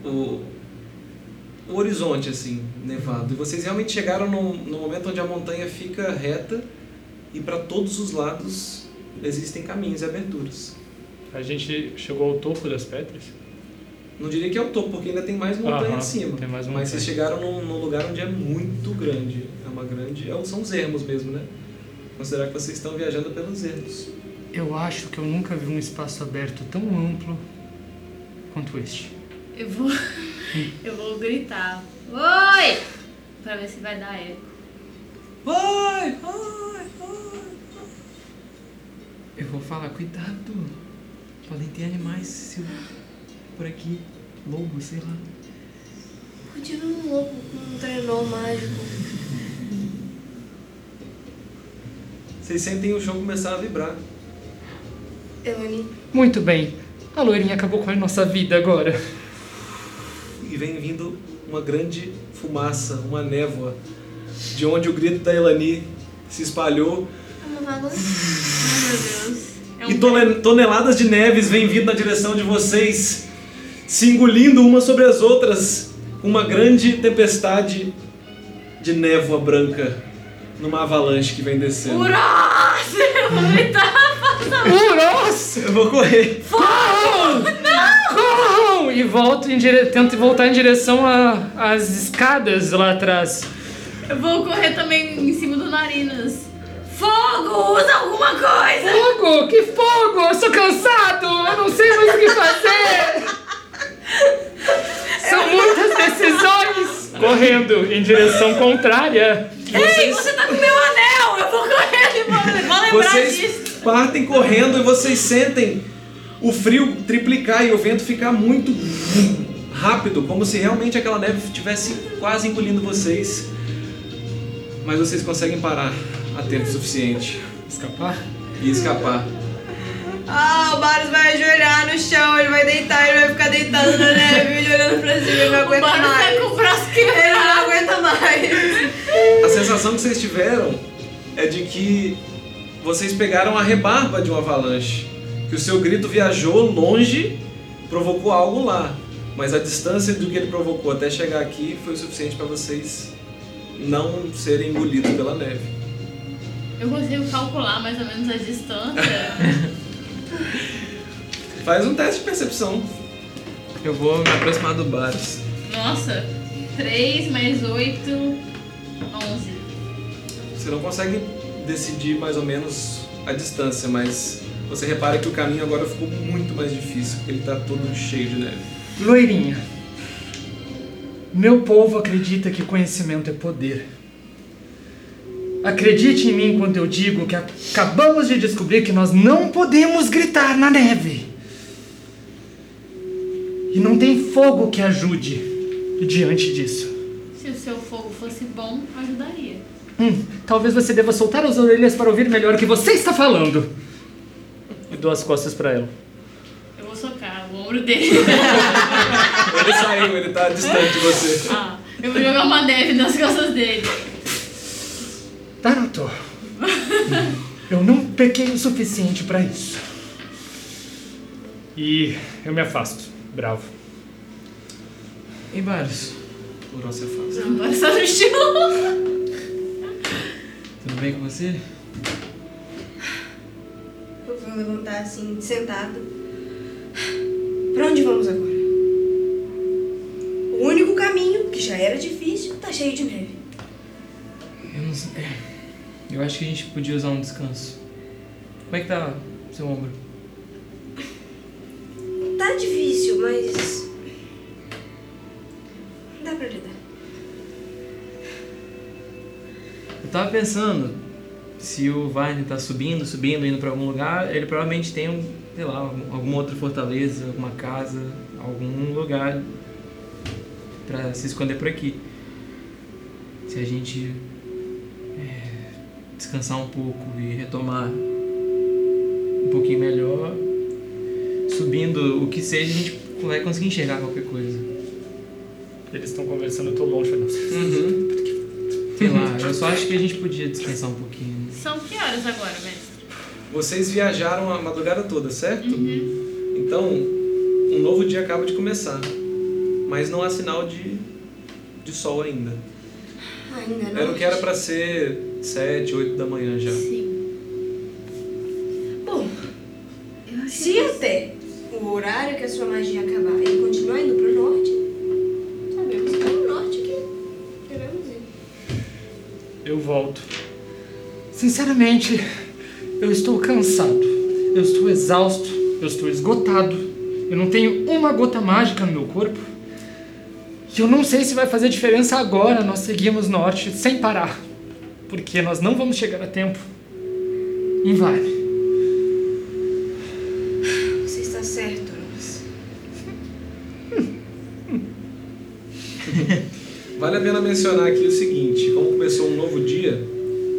B: o, o horizonte, assim, nevado. E vocês realmente chegaram no, no momento onde a montanha fica reta e pra todos os lados existem caminhos e aberturas.
D: A gente chegou ao topo das pedras?
B: Não diria que é o topo, porque ainda tem mais montanha
D: Aham,
B: acima.
D: tem mais
B: Mas vocês
D: montanha.
B: chegaram num, num lugar onde é muito grande. É uma grande. é um- São os ermos mesmo, né? Considerar que vocês estão viajando pelos ermos.
D: Eu acho que eu nunca vi um espaço aberto tão amplo quanto este.
F: Eu vou. Eu vou gritar. Oi! Pra ver se vai dar eco.
B: Vai! Vai! Vai!
E: Eu vou falar, cuidado! Podem ter animais se- por aqui. Lobo, sei lá.
G: Continua um louco com um trenó mágico.
B: Vocês sentem o chão começar a vibrar.
G: Elani.
D: Muito bem. A loirinha acabou com a nossa vida agora.
B: E vem vindo uma grande fumaça, uma névoa, de onde o grito da Elani se espalhou.
G: Uma vaga.
F: Ai, meu Deus. É um
B: E tone- toneladas de neves vêm vindo na direção de vocês, se engolindo umas sobre as outras. Uma grande tempestade de névoa branca numa avalanche que vem descendo.
F: Nossa, eu vou gritar.
D: Uros!
B: Eu vou correr.
D: Corram! E volto em dire... tento voltar em direção a- às escadas lá atrás.
F: Eu vou correr também em cima do Narinas. Fogo! Usa alguma coisa!
D: Fogo! Que fogo! Eu sou cansado! Eu não sei mais o que fazer! São muitas decisões! Correndo em direção contrária.
F: Ei, você tá com meu anel! Eu vou correr! Vou, vou lembrar disso!
B: Vocês partem correndo e vocês sentem o frio triplicar e o vento ficar muito rápido, como se realmente aquela neve estivesse quase engolindo vocês. Mas vocês conseguem parar a tempo suficiente
D: Escapar?
B: e escapar.
G: Ah, o Baros vai ajoelhar no chão, ele vai deitar, ele vai ficar deitado na neve, ele olhando pra cima, ele não
F: O
G: aguenta
F: Baros tá
G: mais.
F: com o braço
G: Ele
F: quebrado.
G: não aguenta mais.
B: A sensação que vocês tiveram é de que vocês pegaram a rebarba de uma avalanche. Que o seu grito viajou longe, provocou algo lá. Mas a distância do que ele provocou até chegar aqui foi o suficiente para vocês não serem engolidos pela neve.
F: Eu consigo calcular mais ou menos a distância.
B: Faz um teste de percepção.
E: Eu vou me aproximar do Baros.
F: Nossa, 3 mais 8, 11.
B: Você não consegue decidir mais ou menos a distância, mas você repara que o caminho agora ficou muito mais difícil, porque ele está todo cheio de neve.
D: Loirinha. Meu povo acredita que conhecimento é poder. Acredite em mim quando eu digo que acabamos de descobrir que nós não podemos gritar na neve. E não tem fogo que ajude diante disso.
F: Se o seu fogo fosse bom, ajudaria.
D: Hum, talvez você deva soltar as orelhas para ouvir melhor o que você está falando. E dou as costas para ela.
F: Eu vou socar o ombro dele.
B: Ele saiu, ele tá distante de você.
F: Ah, eu vou jogar uma neve nas costas dele.
D: Taroto, eu não pequei o suficiente pra isso. E eu me afasto, bravo.
E: Ei, Baros,
B: Por onde você faz?
F: Agora só no chão.
E: tudo bem com você?
G: Eu vou vão levantar assim, sentado. Pra onde vamos agora? O único caminho, que já era difícil, tá cheio de neve.
E: Eu não sei. é. Eu acho que a gente podia usar um descanso. Como é que tá seu ombro?
G: Tá difícil, mas. Dá pra lidar.
E: Eu tava pensando, se o Varne tá subindo, subindo, indo pra algum lugar, ele provavelmente tem, um, sei lá, algum- alguma outra fortaleza, alguma casa, algum lugar pra se esconder por aqui. Se a gente é, descansar um pouco e retomar um pouquinho melhor, subindo o que seja, a gente vai conseguir enxergar qualquer coisa.
D: Eles estão conversando, eu tô longe. eu não-
E: Sei lá, eu só acho que a gente podia descansar um pouquinho.
F: São que horas agora, mestre?
B: Vocês viajaram a madrugada toda, certo?
G: Uhum.
B: Então, um novo dia acaba de começar. Mas não há sinal de, de sol ainda.
G: Ainda não. é
B: Era o que era pra ser 7, 8 da manhã já.
F: Sim.
G: Bom,
F: Eu acho
G: se até o horário que a sua magia acabar e continuar indo pro norte, sabemos que é o norte que queremos ir.
D: Eu volto. Sinceramente, eu estou cansado. Eu estou exausto. Eu estou esgotado. Eu não tenho uma gota mágica no meu corpo. E eu não sei se vai fazer diferença agora nós seguirmos norte sem parar. Porque nós não vamos chegar a tempo. Em vale.
G: Você está certo, Ross.
B: Vale a pena mencionar aqui o seguinte: como começou um novo dia,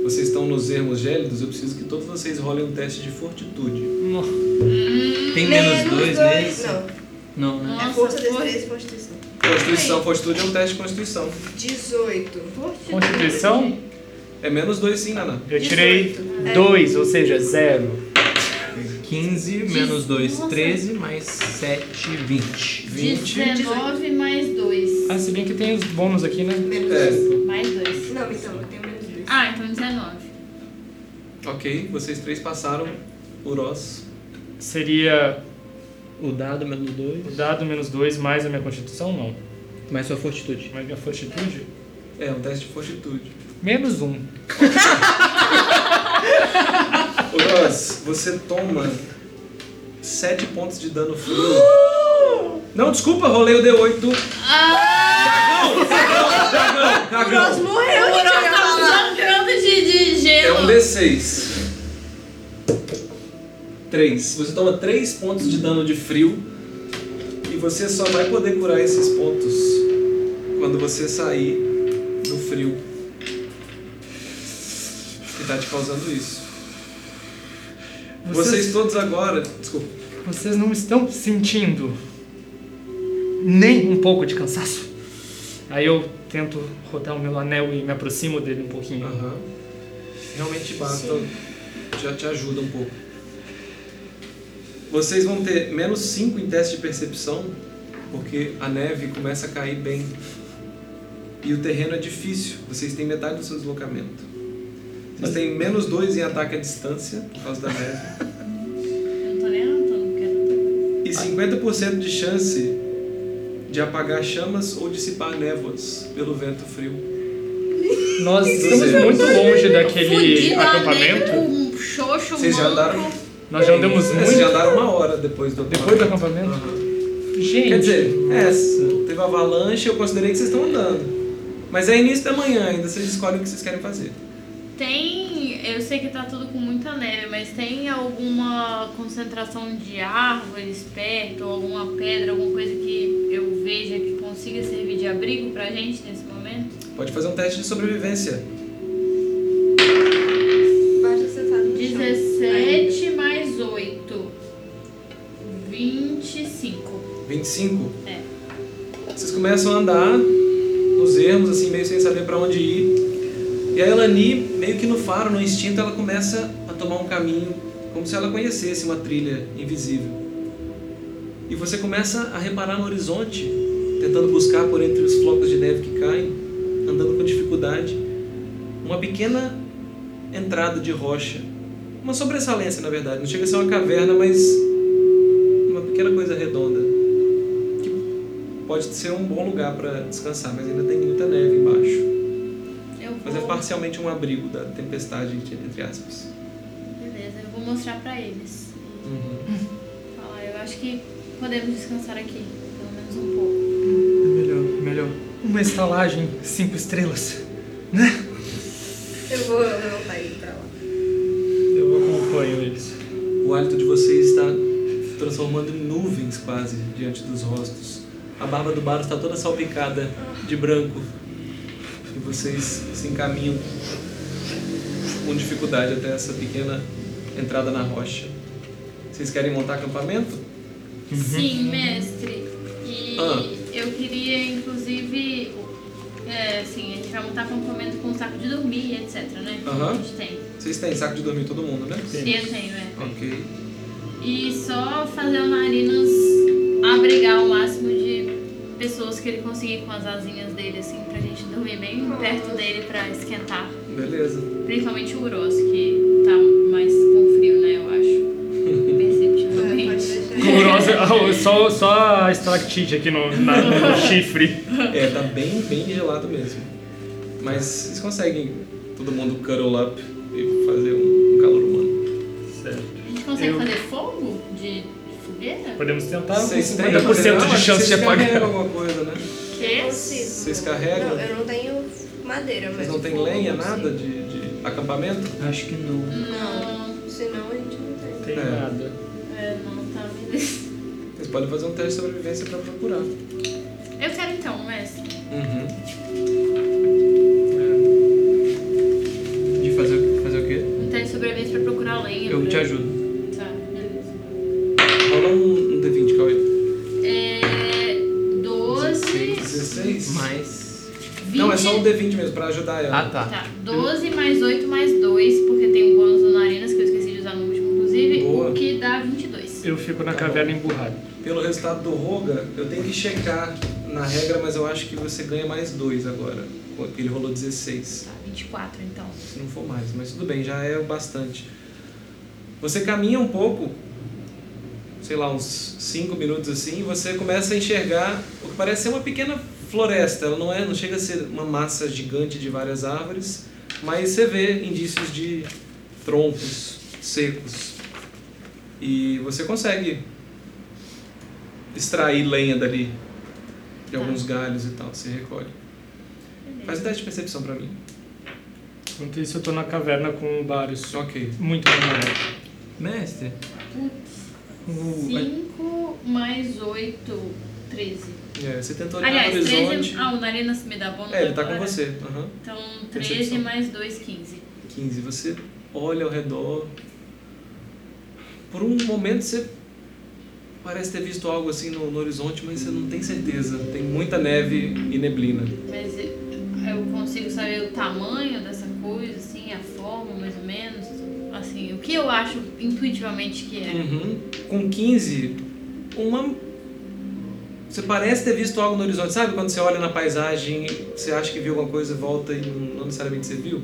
B: vocês estão nos ermos gélidos, eu preciso que todos vocês rolem um teste de fortitude.
E: Tem menos dois nesse? Não,
G: Não,
E: né?
G: é
F: Nossa,
G: força,
F: for-
G: destreza e constituição.
B: Constituição, fortitude é um teste de constituição.
G: 18.
F: Fortitude.
D: Constituição,
B: É menos 2 sim, Naná.
D: eu tirei dois, ou seja, zero.
E: 15 menos 2,
F: Nossa.
E: 13, mais 7, 20.
B: 20.
F: 19 mais 2.
D: Ah, se bem que tem os bônus aqui, né?
G: Menos dois.
B: É,
F: Mais 2.
G: Não, então, eu tenho menos dois.
F: Ah, então 19.
B: ok, vocês três passaram o Ross.
D: Seria
E: O dado menos 2.
D: o dado menos dois mais a minha constituição? Não.
E: Mais sua fortitude.
D: Mas minha fortitude?
B: É, um teste de fortitude.
D: Menos um.
B: Ô, Ross, você toma 7 pontos de dano frio. Não, desculpa, rolei o D8 do. Dragão! Dragão!
G: Ross
B: Dragão!
G: morreu, gente, eu ia
F: Ah.
G: falar.
F: Sangrando de, de
B: É
F: gelo.
B: um D6. 3. Você toma 3 pontos de dano de frio. E você só vai poder curar esses pontos quando você sair do frio. Que tá te causando isso. Vocês todos agora. Desculpa.
D: Vocês não estão sentindo nem um pouco de cansaço. Aí eu tento rodar o meu anel e me aproximo dele um pouquinho.
B: Aham. Realmente basta. Já te ajuda um pouco. Vocês vão ter menos 5 em teste de percepção, porque a neve começa a cair bem. E o terreno é difícil. Vocês têm metade do seu deslocamento. Vocês têm menos 2 em ataque à distância, por causa da neve.
F: Eu não tô nem anotando, porque eu
B: E 50% de chance de apagar chamas ou dissipar névoas pelo vento frio.
D: Nós estamos
B: Vocês-
D: muito longe
F: tô
D: daquele
F: fudida, né?
D: acampamento.
F: Um xoxo, um
B: Vocês já
F: manco.
B: andaram,
D: Nós já andamos
B: é, vocês já
D: muito
B: andaram uma hora depois do
D: depois do
B: acampamento.
D: acampamento.
B: Aham.
D: Gente,
B: Quer dizer, essa. Teve avalanche, eu considerei que vocês estão andando. Mas é início da manhã ainda, vocês escolhem o que vocês querem fazer.
F: Tem. Eu sei que tá tudo com muita neve, mas tem alguma concentração de árvores perto, ou alguma pedra, alguma coisa que eu veja que consiga servir de abrigo pra gente nesse momento?
B: Pode fazer um teste de sobrevivência.
G: Bate sentado no chão.
F: 17 mais 8. 25.
B: 25.
F: É.
B: Vocês começam a andar nos ermos, assim, meio sem saber pra onde ir. E a Elani, meio que no faro, no instinto, ela começa a tomar um caminho como se ela conhecesse uma trilha invisível. E você começa a reparar no horizonte, tentando buscar por entre os flocos de neve que caem, andando com dificuldade, uma pequena entrada de rocha uma sobressalência, na verdade. Não chega a ser uma caverna, mas uma pequena coisa redonda. Que pode ser um bom lugar para descansar, mas ainda tem muita neve embaixo.
F: Eu
B: Mas é
F: vou.
B: parcialmente um abrigo da tempestade, entre aspas.
F: Beleza, eu vou mostrar pra eles. Falar, eu acho que podemos descansar aqui, pelo menos um pouco.
D: Melhor, melhor. Uma estalagem, cinco estrelas.
G: Eu vou levantar ele pra lá.
D: Eu acompanho eles.
B: O hálito de vocês está transformando em nuvens quase diante dos rostos. A barba do Baro está toda salpicada de branco. E vocês se encaminham com dificuldade até essa pequena entrada na rocha. Vocês querem montar acampamento?
F: Sim, mestre. E
B: Uhum. Ah.
F: eu queria, inclusive, é, assim, a gente vai montar complemento com um saco de dormir e etc, né?
B: Aham.
F: A gente tem.
B: Vocês têm saco de dormir todo mundo, né?
F: E eu tenho, é.
B: Ok.
F: E só fazer o Narinos abrigar o máximo de pessoas que ele conseguir com as asinhas dele, assim, pra gente dormir bem perto dele pra esquentar.
B: Beleza.
F: Principalmente o Uros, que tá mais com frio, né, eu acho.
G: É,
F: Perceptivelmente.
D: Colorosa, ah, só, só a estalactite aqui no, na- no chifre.
B: É, tá bem, bem gelado mesmo. Mas vocês conseguem todo mundo cuddle up e fazer um, um calor humano.
D: Certo.
F: A gente consegue
D: Eu-
F: fazer fogo de de fogueira?
D: Podemos tentar com
B: Vocês têm
D: 50% de chance de
B: Vocês carregam
D: apagar.
B: alguma coisa, né?
F: Que? é
G: Vocês,
B: Vocês carregam?
G: Não, eu não tenho madeira, mas.
B: Vocês não têm
G: fogo eu
B: lenha,
G: consigo.
B: nada de, de acampamento?
E: Acho que não.
F: Não,
G: Senão a gente não
D: Tem
G: tem.
B: É.
D: nada.
F: é, não tá me-
B: Vocês podem fazer um teste de sobrevivência pra procurar.
E: Uhum.
F: Eu quero então, mestre.
B: Uhum. É.
E: De fazer, o- fazer o quê?
F: Um teste de sobrevivência pra procurar lenha.
E: Eu
F: pra-
E: te ajudo.
F: Tá, beleza.
B: Rola um, um D20, Cauê.
F: É. 12.
B: 16?
E: Mas.
F: 20.
B: Não, é só um D20 mesmo, pra ajudar ela.
E: Ah, tá.
F: Tá. 12 mais 8 mais 2, porque tem um bônus do Narinas que eu esqueci de usar no último, inclusive.
B: Boa.
F: O que dá 22.
D: Eu fico na caverna emburrado.
B: Pelo resultado do Roga, eu tenho que checar na regra, mas eu acho que você ganha mais dois agora. Porque ele rolou 16.
F: Tá, 24 então.
B: se não for mais, mas tudo bem, já é o bastante. Você caminha um pouco, sei lá, uns 5 minutos assim, e você começa a enxergar o que parece ser uma pequena floresta. Ela não é, não chega a ser uma massa gigante de várias árvores, mas você vê indícios de troncos secos. E você consegue extrair lenha dali de
F: Tá.
B: alguns galhos e tal, você recolhe. Faz um teste de percepção pra mim.
D: Enquanto isso, eu tô na caverna com o Barius. Só
B: Ok.
D: muito melhor.
E: Mestre,
D: O-
F: 5 mais 8, 13.
B: É, você tentou olhar no
F: Aliás,
B: horizonte.
F: 13. Ah, o Narinas me dá bônus.
B: É, ele tá com
F: agora.
B: você. Aham.
F: Então, 13
B: Percepção.
F: mais 2, 15.
B: 15. Você olha ao redor. Por um momento você parece ter visto algo assim no, no horizonte, mas você não tem certeza. Tem muita neve e neblina.
F: Mas eu consigo saber o tamanho dessa coisa, assim, a forma, mais ou menos. Assim, o que eu acho intuitivamente que é.
B: Uhum. Com 15, uma. Você parece ter visto algo no horizonte, sabe? Quando você olha na paisagem, você acha que viu alguma coisa, volta e não não necessariamente você viu?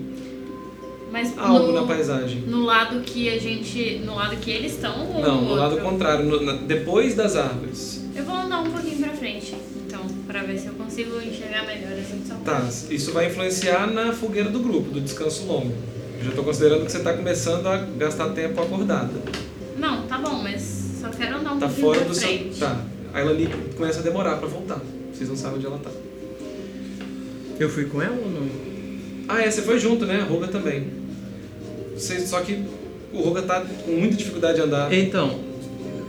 F: Mas
B: Algo
F: no,
B: Ah, na paisagem.
F: no lado que a gente. No lado que eles estão ou
B: Não,
F: no
B: no lado
F: outro?
B: contrário, no- na- depois das árvores.
F: Eu vou andar um pouquinho pra frente, então, pra ver se eu consigo enxergar melhor assim só.
B: Tá, isso vai influenciar na fogueira do grupo, do descanso longo. Eu já tô considerando que você tá começando a gastar tempo acordada.
F: Não, tá bom, mas só quero andar um
B: Tá
F: pouquinho
B: fora
F: pra
B: do seu.
F: frente.
B: Tá. A Elani começa a demorar pra voltar. Vocês não sabem onde ela tá.
E: eu fui com ela ou não?
B: Ah, é, você foi junto, né? Roga também. Vocês, só que o Roga tá com muita dificuldade de andar.
E: Então,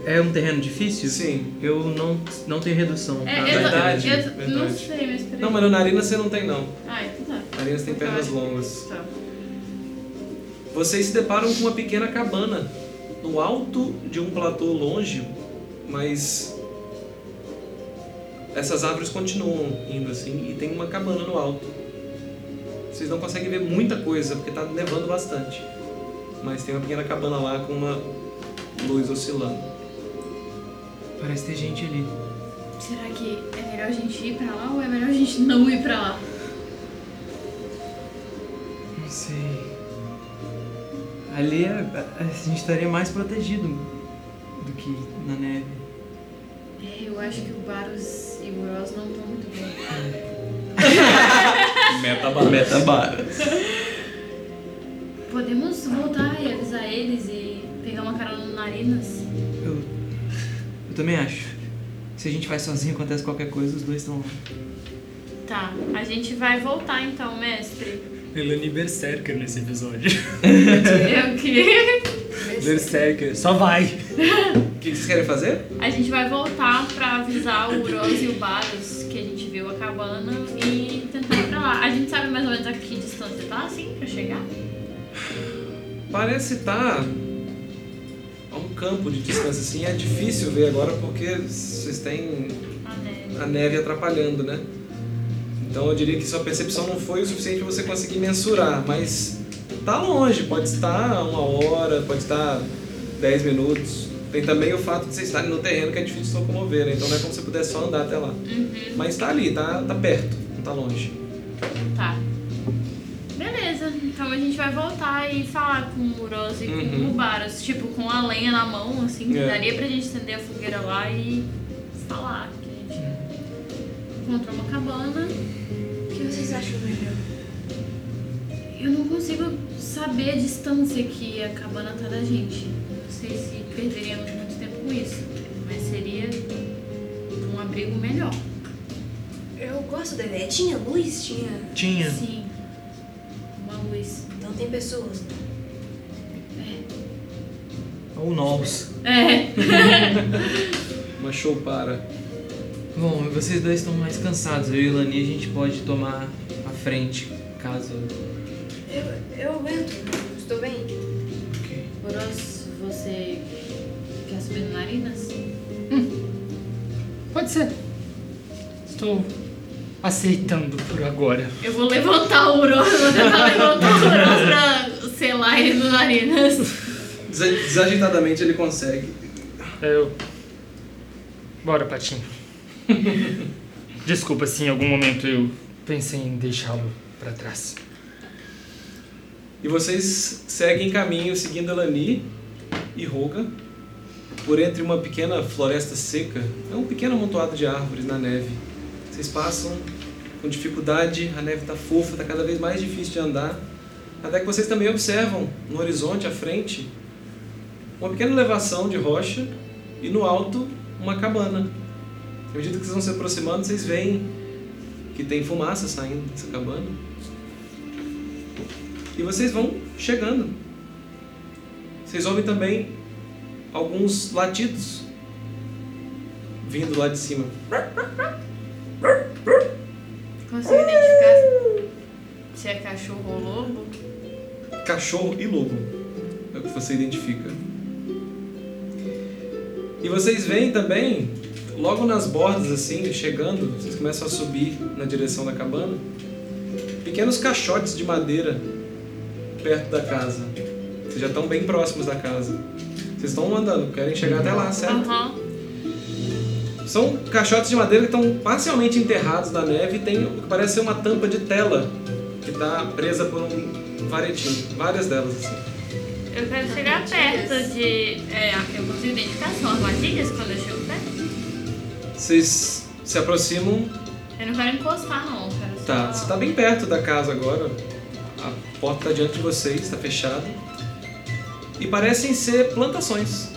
E: é um terreno difícil?
B: Tá. Sim.
E: Eu não, não tenho redução.
F: É,
E: tá?
F: eu, tô-
B: Verdade,
F: eu não
B: verdade.
F: sei, mas peraí.
B: Não, mas no Narina você não tem, não.
F: Ah, então tá.
B: Narina você tem
F: Então,
B: pernas
F: eu acho-
B: longas.
F: Tá.
B: Vocês se deparam com uma pequena cabana no alto de um platô longe, mas essas árvores continuam indo assim e tem uma cabana no alto. Vocês não conseguem ver muita coisa porque tá nevando bastante, mas tem uma pequena cabana lá com uma luz oscilando.
E: Parece ter gente ali.
F: Será que é melhor a gente ir pra lá ou é melhor a gente não ir pra lá?
E: Não sei. Ali é
K: a gente estaria mais protegido do que na neve.
F: É, eu acho que o Baros e o Ross não estão muito bem.
E: Meta barra.
K: Meta barra.
F: Podemos voltar e avisar eles e pegar uma carona no Narinas?
K: Eu, eu também acho. Se a gente vai sozinho, acontece qualquer coisa, os dois estão lá.
F: Tá, a gente vai voltar então, mestre.
D: Ele é Berserker nesse episódio.
F: Eu que...
D: Berserker, só vai.
E: O que vocês querem fazer?
F: A gente vai voltar pra avisar o Uros e o Baros que a gente viu a cabana e tentar ir pra lá. A gente sabe mais ou menos a que distância tá, assim, pra chegar?
E: Parece estar a um campo de distância assim. É difícil ver agora porque vocês têm
F: A neve.
E: a neve atrapalhando, né? Então eu diria que sua percepção não foi o suficiente para você conseguir mensurar, mas tá longe, pode estar uma hora, pode estar 10 minutos. Tem também o fato de vocês estarem no terreno que é difícil de se locomover, né? Então não é como se pudesse só andar até lá. Mas tá ali, tá, tá perto, não tá longe.
F: Tá. Beleza, então a gente vai voltar e falar com o Uros e com
E: Uhum.
F: o Baros, tipo, com a lenha na mão, assim, que
E: É.
F: daria pra gente estender a fogueira lá e falar que a gente encontrou uma cabana.
G: O que vocês acham melhor?
F: Eu não consigo saber a distância que a cabana tá da gente. Não sei se perderíamos muito tempo com isso, mas seria um abrigo melhor.
G: Eu gosto da ideia. Tinha luz? Tinha.
D: Tinha.
F: Sim, uma luz.
G: Não tem pessoas.
K: Ou novos.
F: É,
E: Uma show para.
K: Bom, vocês dois estão mais cansados. Eu e o Lani a gente pode tomar a frente, caso.
G: Eu, eu aguento. Estou bem.
F: Boros, você quer subir no narinas?
D: Hum. Pode ser. Estou aceitando por agora.
F: Eu vou levantar o Boros, vou tentar levantar o Boros pra selar ele no narinas.
E: Desa- Desajeitadamente ele consegue.
D: É, Eu. Bora, Patinho. Desculpa se em algum momento eu pensei em deixá-lo pra trás.
E: E vocês seguem caminho seguindo Elani e Roga por entre uma pequena floresta seca, é um pequeno amontoado de árvores na neve. Vocês passam com dificuldade, a neve está fofa, está cada vez mais difícil de andar, até que vocês também observam no horizonte à frente uma pequena elevação de rocha e no alto uma cabana. À medida que vocês vão se aproximando, vocês veem que tem fumaça saindo dessa cabana. E vocês vão chegando. Vocês ouvem também alguns latidos vindo lá de cima.
F: Consigo identificar se é cachorro ou lobo?
E: Cachorro e lobo é o que você identifica. E vocês veem também, logo nas bordas assim, chegando, vocês começam a subir na direção da cabana, pequenos caixotes de madeira perto da casa. Vocês já estão bem próximos da casa. Vocês estão andando, querem chegar até lá, certo?
F: Aham.
E: São caixotes de madeira que estão parcialmente enterrados na neve e tem o que parece ser uma tampa de tela que está presa por um varetinho. Várias delas, assim.
F: Eu quero chegar perto de. É, eu consigo identificar são armadilhas quando eu chego perto.
E: Vocês se aproximam.
F: Eu não quero encostar, não. Eu quero só...
E: Tá, você tá bem perto da casa agora. A porta tá diante de vocês, tá fechada. E parecem ser plantações.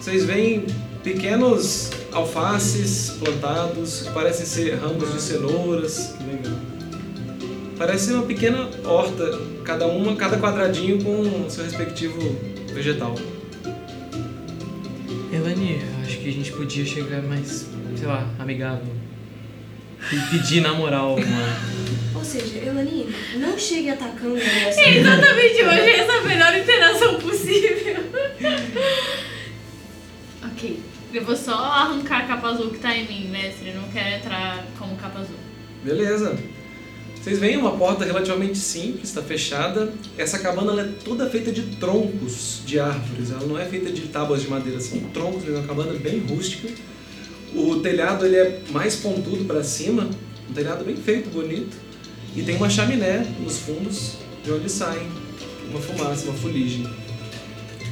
E: Vocês veem pequenos alfaces plantados, que parecem ser ramos de cenouras.
K: Que legal.
E: Parece uma pequena horta, cada uma, cada quadradinho com o seu respectivo vegetal.
K: Elani, acho que a gente podia chegar mais, sei lá, amigável. E pedir na moral uma.
G: Ou seja, Elani, não chegue atacando a nossa.
F: Exatamente, hoje é essa a melhor interação possível. ok. Eu vou só arrancar a capa azul que tá em mim, mestre. Eu não quero entrar como capa azul.
E: Beleza. Vocês veem uma porta relativamente simples, está fechada. Essa cabana ela é toda feita de troncos de árvores. Ela não é feita de tábuas de madeira, são troncos, é uma cabana bem rústica. O telhado ele é mais pontudo para cima, um telhado bem feito, bonito. E tem uma chaminé nos fundos de onde sai uma fumaça, uma fuligem.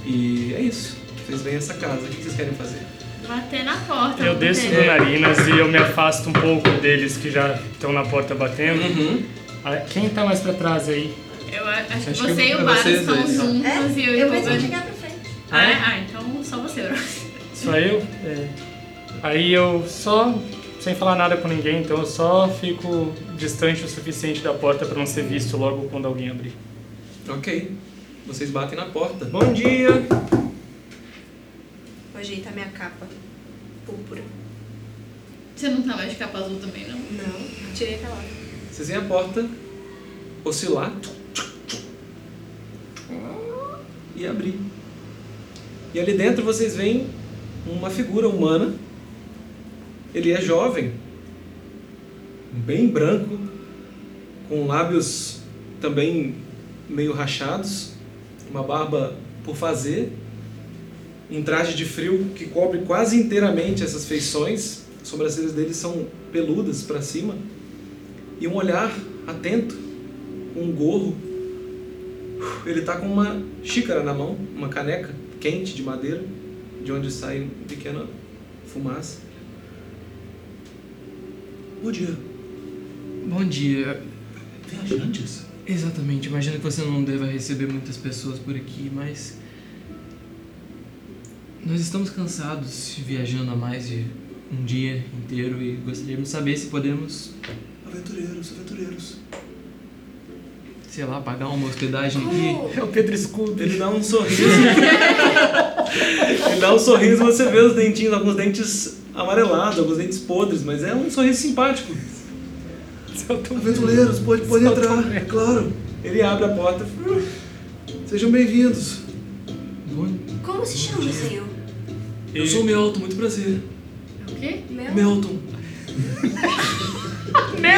B: E é isso. Vocês veem essa casa. O que vocês querem fazer?
F: Bater na porta.
D: Eu
F: não
D: desço
F: tem.
D: do Narinas e eu me afasto um pouco deles que já estão na porta batendo. Ah, Quem tá mais pra trás aí?
F: Eu a- acho, que
B: Acho
F: você
B: que
F: e
B: é
F: o Baro
B: vocês
F: estão
B: dois, então.
G: É?
F: juntos e eu e
I: Eu
F: o
I: pensei em
F: Baro.
I: chegar pra frente.
E: Ah, é?
F: Ah, então só você, Euron.
D: Só eu? É. Aí eu só, sem falar nada com ninguém, então eu só fico distante o suficiente da porta pra não ser visto logo quando alguém abrir.
B: Ok. Vocês batem na porta.
E: Bom dia!
G: Vou ajeitar minha capa. Púrpura.
F: Você não tá mais de capa azul também, não?
G: Não, tirei aquela hora.
B: Vocês veem a porta oscilar e abrir. E ali dentro vocês veem uma figura humana. Ele é jovem, bem branco, com lábios também meio rachados, uma barba por fazer, um traje de frio que cobre quase inteiramente essas feições. As sobrancelhas dele são peludas para cima e um
E: Tá
B: olhar atento, com um gorro. Ele tá com uma xícara na mão, uma caneca quente de madeira, de onde sai
E: um
B: uma pequena fumaça. Bom dia.
E: Bom dia.
B: Viajantes?
E: Exatamente, imagino que você não deva receber muitas pessoas por aqui, mas. Nós estamos cansados viajando há mais de um dia inteiro e gostaríamos de saber se podemos,
B: Aventureiros, aventureiros.
E: sei lá, pagar uma hospedagem aqui.
I: Como?
D: É o Pedro Escudo.
B: Ele dá um sorriso. Ele dá um sorriso, você vê os dentinhos, alguns dentes amarelados, alguns dentes podres, mas é um sorriso simpático. Aventureiros, um pode, pode entrar, é claro. Ele abre a porta. Sejam bem-vindos.
E: Bom-
I: Como se chama o senhor?
B: Eu sou o Melton, muito prazer.
F: O quê?
B: Melton.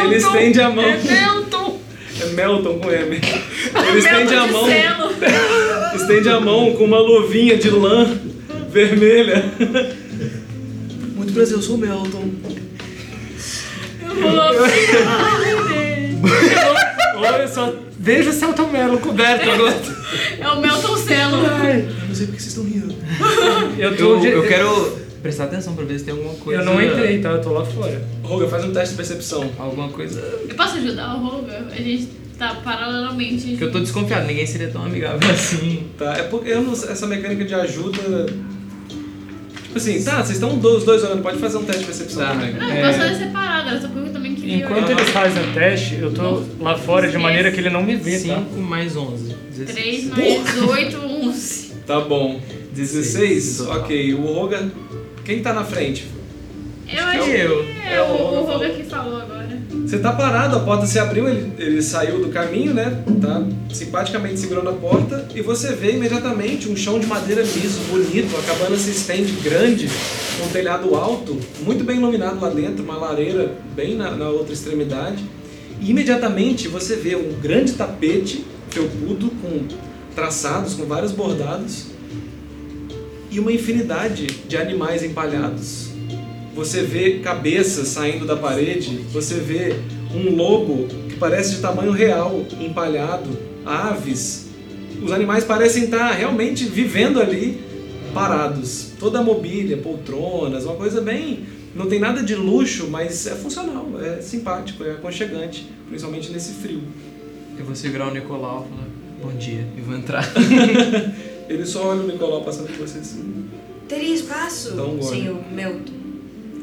B: Ele estende a mão. É
F: Melton!
B: Melton com M. Ele estende a mão. Estende a mão com uma luvinha de lã vermelha. Muito prazer, eu sou o Melton.
D: Olha, eu só vejo o Celto Melo coberto agora.
F: É o Melton Celo.
B: Eu não sei por que vocês estão rindo.
D: Eu, tô
E: Eu,
D: de-
E: eu quero prestar atenção pra ver se tem alguma coisa.
D: Eu não entrei, tá? Eu tô lá fora.
B: Roga, faz um teste de percepção.
E: Alguma coisa.
F: Eu posso ajudar o Roger? A gente tá paralelamente.
E: Porque eu tô desconfiado, ninguém seria tão amigável assim.
B: Tá, é porque eu não- essa mecânica de ajuda. Tipo assim, tá, vocês estão do- os dois olhando, pode fazer um teste de percepção
E: Tá.
B: também.
F: Não, eu posso fazer separado, era só porque eu um também queria.
D: É. Enquanto eles fazem o teste, eu tô lá fora de maneira que ele não me vê, tá?
E: 5 mais 11.
F: 3
E: 16.
F: mais 8, 11.
B: Tá bom.
E: 16?
B: 16? Ok, o Roga. Quem tá na frente?
F: Eu
E: E
F: acho que
E: eu?
F: é o, o Roger que falou agora.
B: Você tá parado, a porta se abriu, ele, ele saiu do caminho, né? Tá simpaticamente segurando a porta e você vê imediatamente um chão de madeira liso, bonito, a cabana se estende grande, com um telhado alto, muito bem iluminado lá dentro, uma lareira bem na, na outra extremidade. E imediatamente você vê um grande tapete felpudo com traçados, com vários bordados e uma infinidade de animais empalhados. Você vê cabeças saindo da parede, você vê um lobo que parece de tamanho real, empalhado, aves. Os animais parecem estar realmente vivendo ali, parados. Toda a mobília, poltronas, uma coisa bem. Não tem nada de luxo, mas é funcional, é simpático, é aconchegante, principalmente nesse frio.
E: Eu vou segurar o Nicolau e falar: Bom dia, e vou entrar.
B: Ele só olha o Nicolau passando por vocês.
I: Teria espaço,
B: Dá um gole.
I: senhor Melton,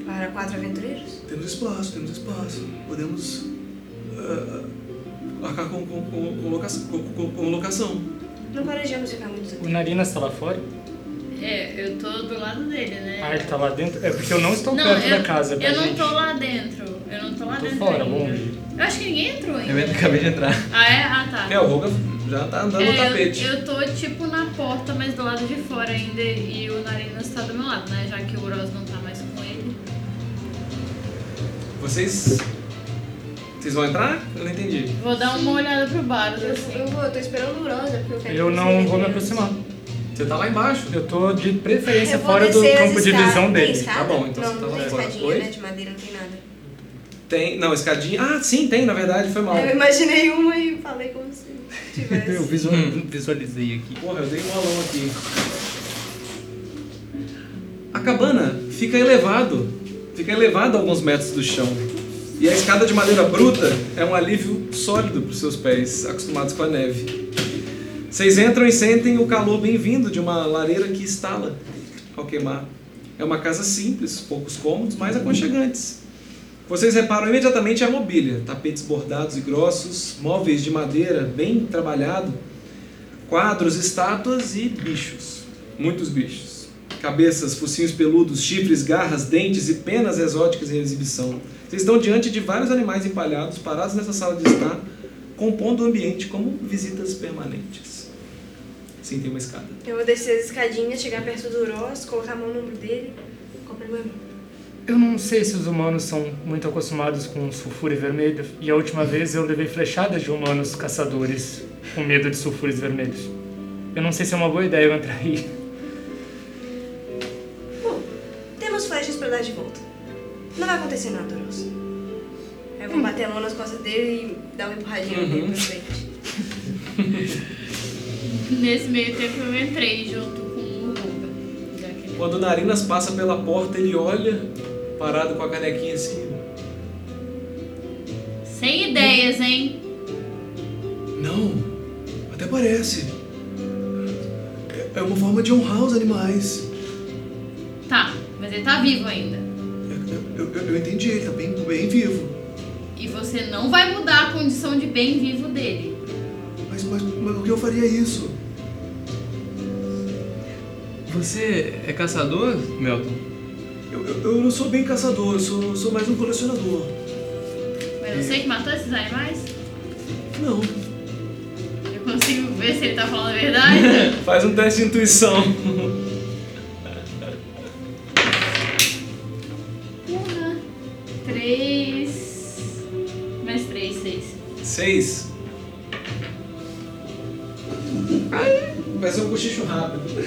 I: para quatro aventureiros?
B: Temos espaço, temos espaço. Podemos ah, arcar com, com, com, com locação, com- com- com locação.
I: Não planejamos ficar muito tempo.
D: O Narinas tá lá fora?
F: É, eu tô do lado dele, né?
D: Ah, ele tá lá dentro? É porque eu não estou
F: não,
D: perto
F: eu,
D: da casa,
F: Eu
D: pra
F: não
D: gente.
F: tô lá dentro. Eu não tô lá
D: Tô
F: dentro.
D: fora,
F: ainda.
D: longe.
F: Eu acho que ninguém entrou ainda.
E: Eu acabei de entrar.
F: Ah, é? Ah, tá.
B: É, o Roga já tá andando
F: É,
B: no tapete.
F: Eu, eu tô tipo na porta, mas do lado de fora ainda. E o Narinas tá do meu lado, né? Já que o Gross não tá mais com ele.
B: Vocês. Vocês vão entrar? Eu não entendi.
F: Vou dar uma olhada pro Baros
I: Eu,
F: assim.
I: eu vou, eu tô esperando o Rosa, porque eu quero
D: Eu
I: que
D: não
I: você
D: vou me
F: é.
I: lembre.
D: aproximar.
B: Você tá lá embaixo.
D: Eu tô de preferência
I: Eu vou
D: fora do
I: descer as
D: campo de
I: escadas.
D: visão
I: Tem
D: dele.
I: escada?
B: Tá bom, então
I: não,
B: você tá
I: não
B: lá
I: tem
B: fora.
I: escadinha,
B: Oi?
I: né? De madeira, não tem nada.
B: Tem. Não, escadinha. Ah, sim, tem, na verdade, foi mal.
G: Eu imaginei uma e falei como se tivesse.
D: Eu visual-
E: Hum,
D: visualizei aqui.
B: Porra, eu dei um alão aqui. A cabana fica elevado. Fica elevado a alguns metros do chão. E a escada de madeira bruta é um alívio sólido para os seus pés, acostumados com a neve. Vocês entram e sentem o calor bem-vindo de uma lareira que estala ao queimar. É uma casa simples, poucos cômodos, mas aconchegantes. Vocês reparam imediatamente a mobília: tapetes bordados e grossos, móveis de madeira bem trabalhado, quadros, estátuas e bichos. Muitos bichos. Cabeças, focinhos peludos, chifres, garras, dentes e penas exóticas em exibição. Vocês estão diante de vários animais empalhados, parados nessa sala de estar, compondo o ambiente como visitas permanentes. Sim, tem uma escada.
G: Eu vou descer as escadinhas, chegar perto do Ross, colocar a mão no ombro dele. Compre meu irmão.
D: Eu não sei se os humanos são muito acostumados com sulfure vermelho, e a última vez eu levei flechadas de humanos caçadores com medo de sulfures vermelhos. Eu não sei se é uma boa ideia eu entrar aí.
G: Bom, temos flechas pra dar de volta. Não vai acontecer nada, Ross. Aí eu vou bater a mão nas costas dele e dar uma empurradinha nele pra frente.
F: Nesse meio tempo eu entrei junto com o Ruga. Daquele...
B: Quando o Narinas passa pela porta, ele olha, parado com a canequinha assim.
F: é Sem ideias, hein?
B: Não, até parece. É uma forma de honrar os animais.
F: Tá, mas ele tá vivo ainda.
B: É, Eu, eu, eu entendi, ele tá bem, bem vivo.
F: E você não vai mudar a condição de bem vivo dele.
B: Mas, mas, mas o que eu faria é isso?
E: Você é caçador, Melton?
B: Eu, eu, eu não sou bem caçador, eu sou, sou mais um colecionador.
F: Mas você que matou esses animais?
B: Não.
F: Eu consigo ver se ele tá falando a verdade.
B: Faz um teste de intuição.
F: Porra. Três. Mais três, seis.
B: Seis. Ai, vai ser um cochicho rápido.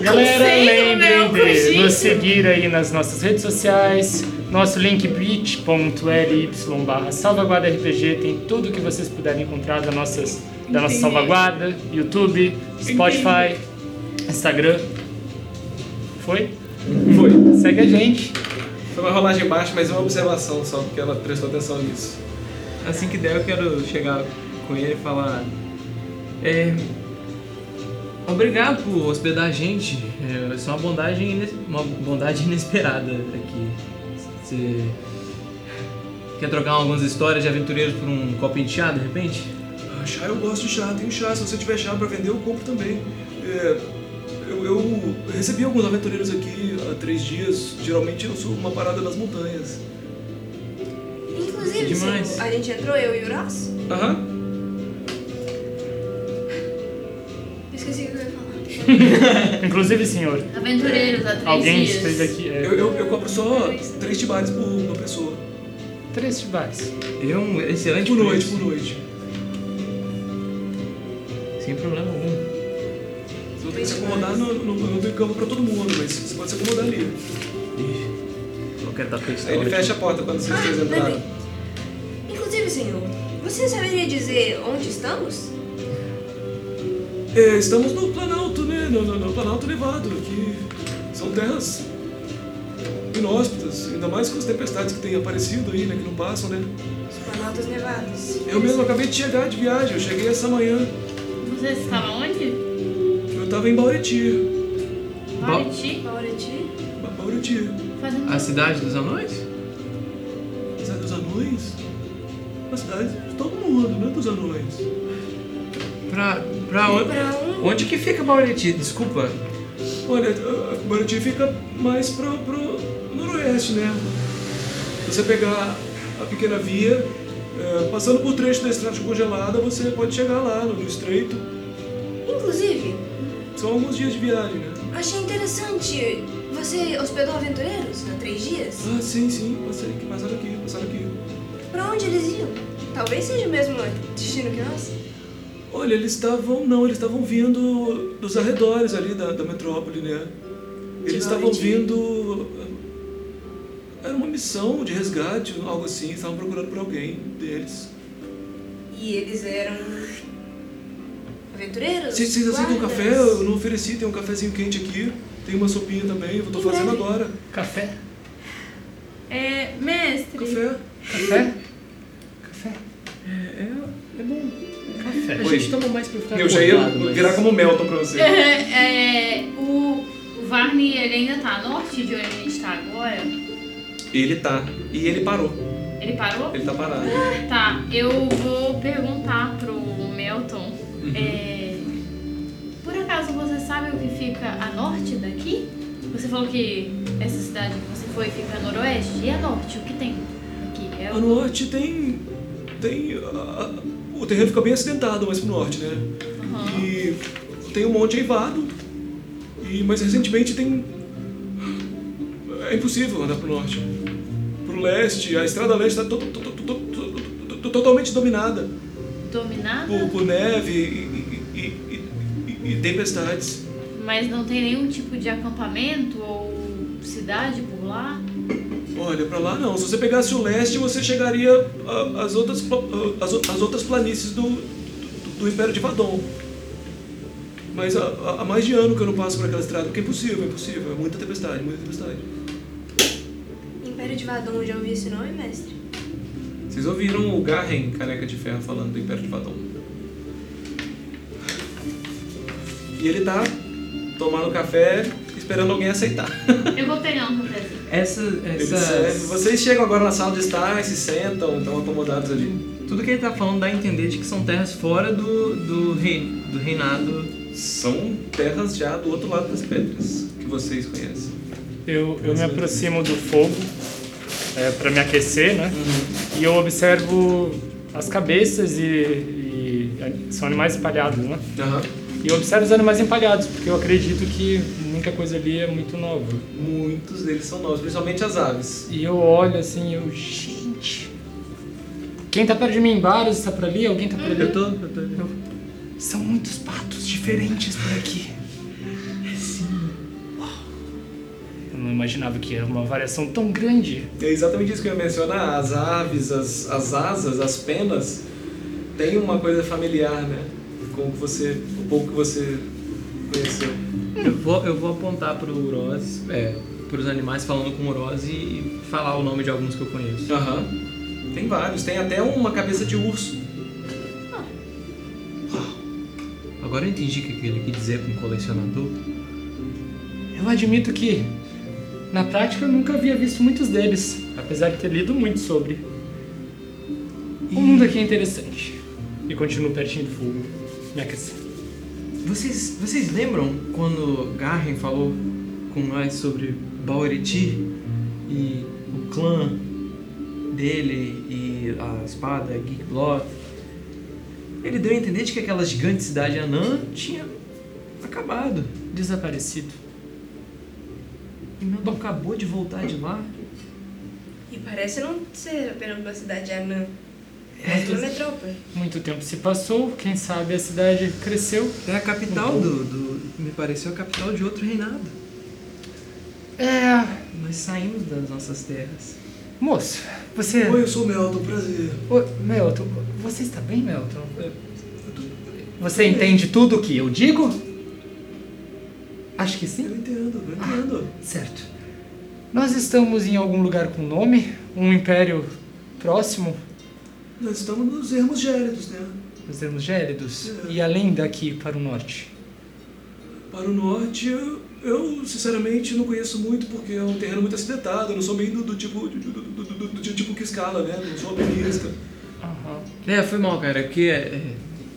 D: Galera,
F: Conselho, meu,
D: lembrem de
F: crujíssimo.
D: nos seguir aí nas nossas redes sociais. Nosso link bit.ly barra salvaguarda RPG tem tudo que vocês puderem encontrar da, nossas, da nossa salvaguarda, YouTube, Spotify, Instagram. Foi?
B: Foi.
D: Segue a gente.
B: Foi uma rolagem baixa, mas é uma observação só, porque ela prestou atenção nisso.
E: Assim que der, eu quero chegar com ele e falar. É, obrigado por hospedar a gente. É, isso é uma bondade, ines- uma bondade inesperada aqui. Você quer trocar algumas histórias de aventureiros por um copo de chá, de repente?
B: Ah, chá eu gosto de chá, tenho chá. Se você tiver chá pra vender, eu compro também. É, eu, eu recebi alguns aventureiros aqui há três dias. Geralmente eu sou uma parada nas montanhas.
G: Inclusive,
E: Demais.
G: senhor, a gente entrou, eu e o Ross.
B: Aham.
G: Eu esqueci o que eu ia falar.
D: Inclusive, senhor,
F: Aventureiros há três
D: alguém
F: dias.
D: esteve aqui. É,
B: Eu, eu, eu compro só três tibares por uma pessoa.
D: Três chibais.
E: É um excelente
B: Por Tipo noite,
E: preço.
B: por noite.
E: Sem problema algum.
B: Se eu tenho que se acomodar, não, não, não tem cama pra todo mundo, mas você pode se acomodar ali.
E: Ih, Qualquer tapete tá
B: Aí ele
E: ótimo.
B: fecha a porta quando vocês dois entraram.
G: Inclusive, senhor, você saberia dizer onde estamos?
B: É, estamos no Planalto, né? No, no- no Planalto Nevado, que são terras inóspitas, ainda mais com as tempestades que têm aparecido aí, né? Que não passam, né?
G: Os Planaltos Nevados.
B: Eu mesmo acabei de chegar de viagem, eu cheguei essa manhã.
F: Você estava onde?
B: Eu tava em Bauriti.
F: Paraty?
G: Bauriti?
B: Ba- Bauriti.
F: Fazendo
E: A cidade dos anões?
B: Sabe dos anões? A cidade de todo mundo, né? Dos anões.
E: Pra, pra onde?
G: Pra um.
E: Onde que fica Bauriti? Desculpa.
B: Olha, a- a Buriti fica mais pro, pro noroeste, né? Você pegar a pequena via, eh, passando por trecho da estrada congelada, você pode chegar lá no, no estreito.
G: Inclusive,
B: São alguns dias de viagem, né?
G: achei interessante. Você hospedou aventureiros há três dias?
B: Ah, sim, sim, passei aqui, passaram aqui, passaram aqui.
G: Pra onde eles iam? Talvez seja o mesmo destino que nós.
B: Olha, eles estavam. Não, eles estavam vindo dos arredores ali da, da metrópole, né?
G: De
B: Eles estavam
G: Bauriti.
B: vindo. Era uma missão de resgate, algo assim. Estavam procurando por alguém deles.
G: E eles eram. aventureiros?
B: Vocês vocês aceitam um
G: guardas?
B: café? Eu não ofereci, tem um cafezinho quente aqui. Tem uma sopinha também, eu tô fazendo agora.
D: Café?
F: É, mestre,
B: Café.
D: Café? Café?
E: É, é bom. A
D: Café.
B: Oi.
E: gente toma mais pra ficar
B: Tá Eu já ia
E: acordado, mas-
B: virar como Melton pra você.
F: é, é, o, o Varney ele ainda tá norte de onde a gente tá agora.
B: Ele tá. E ele parou.
F: Ele parou?
B: Ele tá parado.
F: Tá, eu vou perguntar pro Melton.
B: Uhum.
F: é, por acaso você sabe o que fica a norte daqui? Você falou que essa cidade que você foi fica a noroeste. E a norte, o que tem aqui? É
B: A
F: o-
B: norte tem. tem. ah, o terreno fica bem acidentado mais pro norte, né?
F: Aham.
B: E tem um monte aivado. E, mas recentemente tem. É impossível andar pro norte. Pro leste, a estrada leste tá to- to- to- to- to- to- to- totalmente dominada
F: dominada,
B: por, por neve e, e- e- e- e- e tempestades.
F: mas não tem nenhum tipo de acampamento ou cidade por lá.
B: Olha, pra lá não. Se você pegasse o leste, você chegaria a- às outras, pla- a- às, o- às outras planícies do, do, do Império de Vadon. Mas há, há- há mais de ano que eu não passo por aquela estrada, porque é impossível, é impossível. É muita tempestade, muita tempestade.
G: Império de Vadon, já ouvi esse nome, mestre?
B: Vocês ouviram o Garren, careca de ferro, falando do Império de Vadon. E ele tá tomando café, esperando alguém aceitar.
F: Eu vou pegar um cafezinho.
E: Essa.
B: Ele
E: essa...
B: serve. é, Vocês chegam agora na sala de estar, se sentam, estão acomodados ali.
E: Tudo que ele tá falando dá a entender de que são terras fora do, do, rei, do reinado.
B: São terras já do outro lado das pedras, que vocês conhecem.
D: Eu, eu me aproximo do fogo é, para me aquecer, né?
B: Uhum.
D: E eu observo as cabeças e, e- são animais empalhados, né?
B: Aham.
D: E eu observo os animais empalhados porque eu acredito que muita coisa ali é muito nova.
B: Muitos deles são novos, principalmente as aves.
D: E eu olho assim, eu gente, quem tá perto de mim? Vários tá por ali, alguém tá por ali.
E: Eu tô. Eu tô...
D: São muitos patos diferentes por aqui. Eu não imaginava que era uma variação tão grande.
B: É exatamente isso que eu ia mencionar. As aves, as, as asas, as penas, tem uma coisa familiar, né? Com o que você, o pouco que você conheceu.
E: Eu vou, eu vou apontar pro Uroz, é, pros animais falando com o Uroz e, e falar o nome de alguns que eu conheço.
B: Aham. Tem vários. Tem até É uma cabeça de urso.
E: Agora eu entendi o que ele quis dizer com colecionador.
D: Eu admito que, na prática, eu nunca havia visto muitos deles, apesar de ter lido muito sobre. O mundo aqui é interessante. E continuo pertinho do fogo. Me aquecendo.
E: Vocês, vocês lembram quando Garren falou com nós sobre Bauriti e o clã dele e a espada Geekbloth? Ele deu a entender de que aquela gigante cidade anã tinha acabado.
D: Desaparecido.
E: E Meldon acabou de voltar de lá.
G: E parece não ser apenas uma cidade anã.
B: É,
G: Mas uma metrópole.
D: Muito tempo se passou, quem sabe a cidade cresceu.
E: É a capital do, do. Me pareceu a capital de outro reinado.
D: É.
E: Nós saímos das nossas terras.
D: Moço, você.
B: Oi, eu sou o Melton, prazer.
D: Ô, Melton, você está bem, Melton? Você entende tudo o que eu digo? Acho que sim. Ah,
B: Eu entendo, eu entendo.
D: Certo. Nós estamos em algum lugar com nome, um império próximo,
B: Nós estamos nos ermos gélidos, né?
D: nos termos gélidos, e além daqui para o norte.
B: Para o norte, eu, eu, sinceramente não conheço muito porque é um terreno muito acidentado. Eu não sou meio do, do tipo do, do- do- do- do tipo que escala, né? Não sou alpinista.
E: É, foi mal, cara, porque é,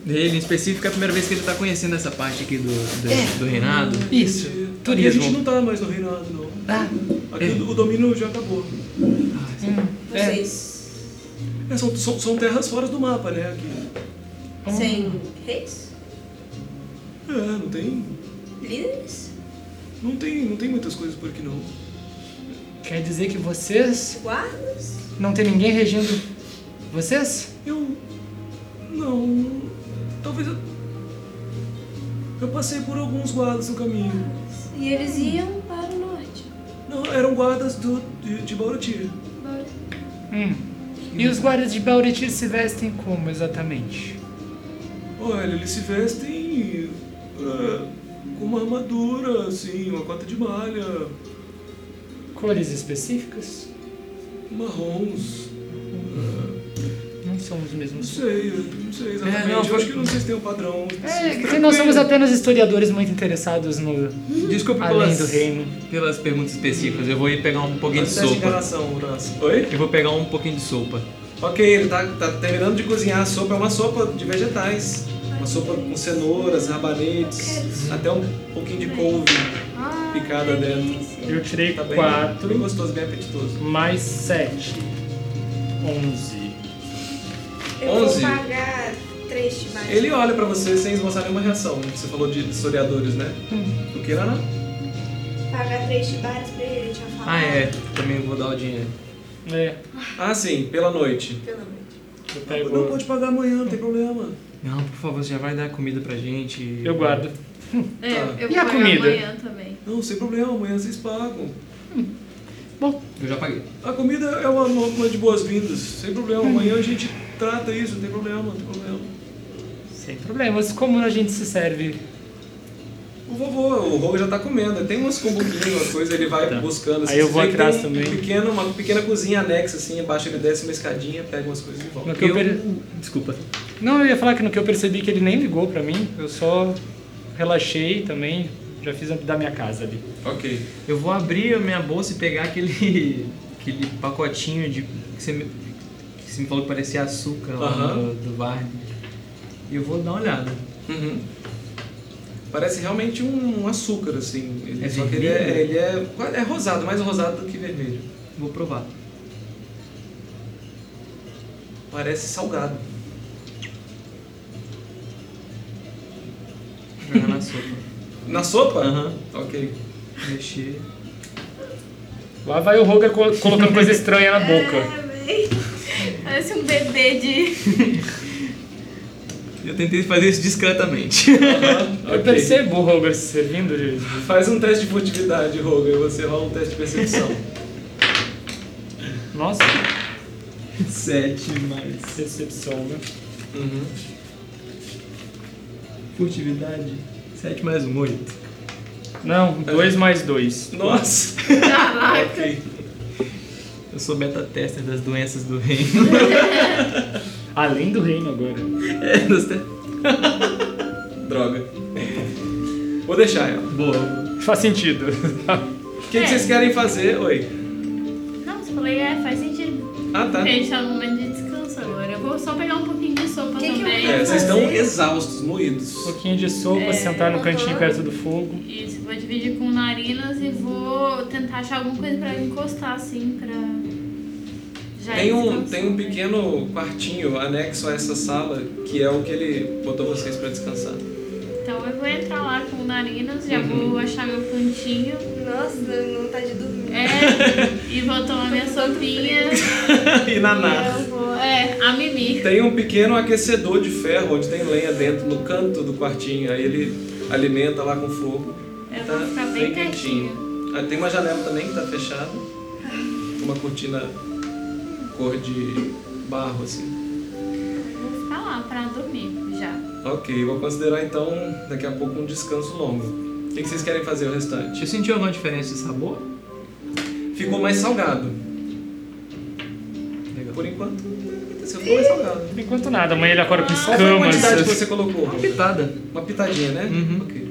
E: ele em específico é a primeira vez que ele tá conhecendo essa parte aqui do, do, do reinado.
D: Isso,
B: Aqui a gente
D: turismo.
B: não tá mais no reinado, não.
D: Ah,
B: Aqui o, o domínio já acabou.
D: é.
G: Vocês.
B: É, são, são, são terras fora do mapa, né? Aqui. Ah.
G: Sem reis?
B: É, não tem,
G: Líderes?
B: não tem. Não tem muitas coisas por aqui, não.
D: Quer dizer que vocês.
G: Guardas?
D: Não tem ninguém regendo vocês?
B: Eu. Não. Talvez eu. Eu passei por alguns guardas no caminho.
G: E eles iam para o norte.
B: Não, eram guardas do, de, de Baurutir.
F: Bora.
D: Hum. E os guardas de Bauritir se vestem como exatamente?
B: Olha, eles se vestem é, com uma armadura, assim, uma cota de malha,
D: Cores específicas?
B: marrons.
D: Não são os
B: Não
D: mesmos.
B: sei, eu não sei exatamente.
E: É, não,
B: eu acho que não sei se tem um padrão.
D: É,
B: específico.
D: que nós somos apenas historiadores muito interessados no
E: Desculpe
D: além
E: pelas,
D: do reino.
E: pelas perguntas específicas, eu vou ir pegar um pouquinho de
B: Processo de
E: sopa.
B: enganação, Horácio. Oi?
E: Eu vou pegar um pouquinho de sopa.
B: Ok, ele tá, tá terminando de cozinhar a sopa. É uma sopa de vegetais. Uma sopa com cenouras, rabanetes, até um pouquinho de couve picada dentro.
D: Eu tirei
B: Tá bem, bem
D: 4
B: gostoso, bem apetitoso.
D: mais 7. 11.
I: Eu
B: 11.
I: vou pagar três chibais.
B: Ele olha pra você sem esboçar nenhuma reação. Você falou de historiadores, né? O que, Nana?
I: Pagar três chibais pra ele, eu tinha falado.
E: Ah, é. Também vou dar o dinheiro.
D: É,
B: Ah, sim, pela noite.
I: Pelo menos.
D: eu
B: Não
D: pego.
B: pode pagar amanhã, não tem problema.
E: Não, por favor, você já vai dar comida pra gente.
D: Eu guardo.
B: Tá.
F: É, eu vou
D: E a
F: pagar
D: comida?
F: amanhã também.
B: Não, sem problema, amanhã vocês pagam.
E: Eu já paguei.
B: A comida é uma, uma- uma de boas-vindas, sem problema. Amanhã a gente trata isso, não tem problema, não tem problema.
D: Sem problemas. Como a gente se serve?
B: O vovô, o Rogo já tá comendo, tem umas combuquinhas, uma coisa, ele vai
D: Tá.
B: buscando.
D: Aí eu
B: Você
D: vou
B: vê que
D: atrás
B: tem um
D: também.
B: Pequeno, uma pequena cozinha anexa, assim, embaixo ele desce uma escadinha, pega umas coisas e volta.
D: No que eu
E: Eu-
D: per-
E: Desculpa.
D: Não, eu ia falar que no que eu percebi que ele nem ligou pra mim, eu só relaxei também, já fiz da minha casa ali.
B: Ok.
E: Eu vou abrir a minha bolsa e pegar aquele, aquele pacotinho de. Que você, me, que você me falou que parecia açúcar lá
B: Aham.
E: do, do bar. E eu vou dar uma olhada.
B: Uhum. Parece realmente um açúcar, assim. Ele,
E: É
B: só que ele é,
E: vermelho?
B: ele é, é rosado, mais rosado do que vermelho.
E: Vou provar.
B: Parece salgado.
E: Jogar na sopa.
B: Na sopa?
E: Aham.
B: Ok.
E: Mexer.
D: Lá vai o Roger col- colocando coisa estranha na boca.
F: É, véi. Parece um bebê de.
E: Eu tentei fazer isso discretamente.
D: Eu percebo o Roger se servindo de. de-
B: Faz um teste de furtividade, Rogo, e você rola um teste de percepção.
D: Nossa,
E: Sete mais.
D: decepção, né?
B: uhum.
E: Furtividade. Sete mais um, oito.
D: Não, dois mais dois.
B: Nossa! ok.
E: Eu sou beta-tester das doenças do reino.
D: Além do reino agora.
E: é, das te...
B: Droga. Vou deixar ela.
E: Boa.
D: Faz sentido.
B: O que, que vocês querem fazer? Oi.
F: Não, eu falei, é, faz sentido.
B: Ah, tá.
F: A gente tá no momento de descanso agora. Eu vou só pegar um pouquinho de sopa
I: Que que eu
F: também.
B: É, vocês estão exaustos, moídos.
D: um pouquinho de sopa,
F: É,
D: sentar no
F: aham.
D: cantinho perto do
B: É,
D: fogo.
F: Isso, vou dividir com narinas e vou tentar achar alguma coisa pra eu encostar, assim, pra. Já
B: Tem
F: ir
B: um,
F: descansando,
B: tem um
F: né?
B: pequeno quartinho anexo a essa sala que é o que ele botou vocês pra descansar.
F: Então eu vou entrar lá com narinas, já
B: Uhum.
F: vou achar meu cantinho.
G: Nossa, não tá de dormir.
F: É, e vou tomar minha sopinha.
B: e Naná.
F: Eu vou. É, a mimir.
B: Tem um pequeno aquecedor de ferro onde tem lenha dentro no canto do quartinho. Aí ele alimenta lá com fogo. Tá
F: Eu vou ficar bem quietinha.
B: Aí Ah, tem uma janela também que tá fechada. Uma cortina cor de barro assim.
F: Vou ficar lá pra dormir já.
B: Ok, vou considerar então daqui a pouco um descanso longo. O que que vocês querem fazer o restante?
E: Você sentiu alguma diferença de sabor?
B: Ficou mais salgado.
E: Legal.
B: Por enquanto, não aconteceu, ficou mais salgado.
D: Por enquanto nada, amanhã ele acorda com
B: Qual foi a quantidade que
D: escamas.
B: você colocou?
E: Uma pitada.
B: Uma pitadinha, né?
E: Uhum.
B: Ok.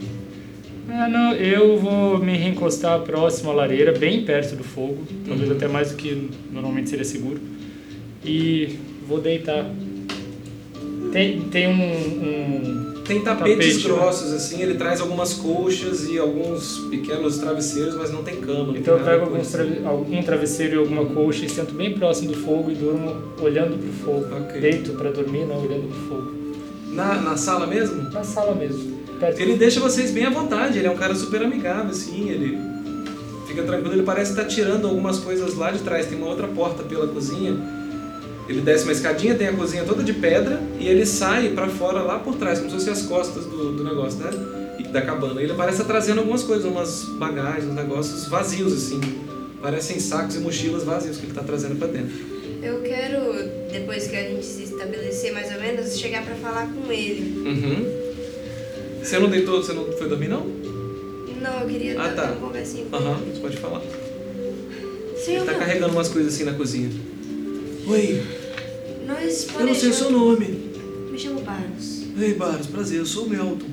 D: Ah, não, eu vou me reencostar próximo à lareira, bem perto do fogo, talvez
B: Uhum.
D: até mais do que normalmente seria seguro. E vou deitar. Tem, tem um, um-
B: Tem tapetes
D: Tapete, né?
B: grossos, assim, ele traz algumas colchas e alguns pequenos travesseiros, mas não tem cama. não tem
D: Então eu
B: nada
D: pego
B: por
D: alguns
B: isso.
D: trave- algum travesseiro e alguma colcha e sento bem próximo do fogo e durmo olhando pro fogo.
B: Ok.
D: Deito pra dormir, não, olhando pro fogo.
B: Na, na sala mesmo?
D: Na sala mesmo. Perto
B: Ele
D: do...
B: deixa vocês bem à vontade, ele é um cara super amigável, assim, ele fica tranquilo, ele parece estar tirando algumas coisas lá de trás, tem uma outra porta pela cozinha. Ele desce uma escadinha, tem a cozinha toda de pedra e ele sai pra fora lá por trás, como se fosse as costas do, do negócio, né? E da cabana. Ele parece estar trazendo algumas coisas, umas bagagens, uns negócios vazios, assim. Parecem sacos e mochilas vazios que ele está trazendo para dentro.
G: Eu quero, depois que a gente se estabelecer mais ou menos, chegar pra falar com ele.
B: Uhum. Você não deitou, você não foi dormir, não?
G: Não, eu queria
B: Ah,
G: dar
B: tá.
G: uma conversinha com
B: Aham,
G: ele.
B: você pode falar. Ele
G: Senhor,
B: tá carregando umas coisas assim na cozinha. Oi,
I: Nós
B: eu não sei o
I: planejamos...
B: seu nome.
I: Me chamo Baros.
B: Ei, Baros, prazer, eu sou o Melton.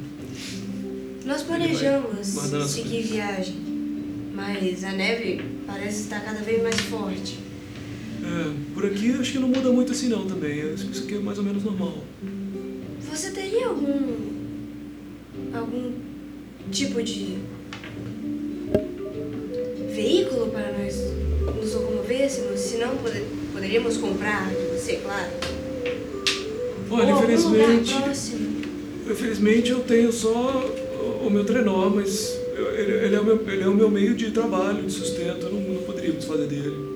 G: nós
B: guardando
G: planejamos
B: as
G: seguir viagem, mas a neve parece estar cada vez mais forte.
B: É, por aqui eu acho que não muda muito assim não também. Eu acho que Isso aqui é mais ou menos normal.
G: Você teria algum. algum tipo de. veículo para nós nos locomovêssemos? Se não, pode- poderíamos comprar de você, claro.
B: Olha,
G: Ou algum
B: infelizmente.
G: Lugar próximo.
B: Infelizmente eu tenho só o- o meu trenó, mas eu- ele, ele é o meu, ele é o meu meio de trabalho, de sustento. Eu não, não poderia me desfazer dele.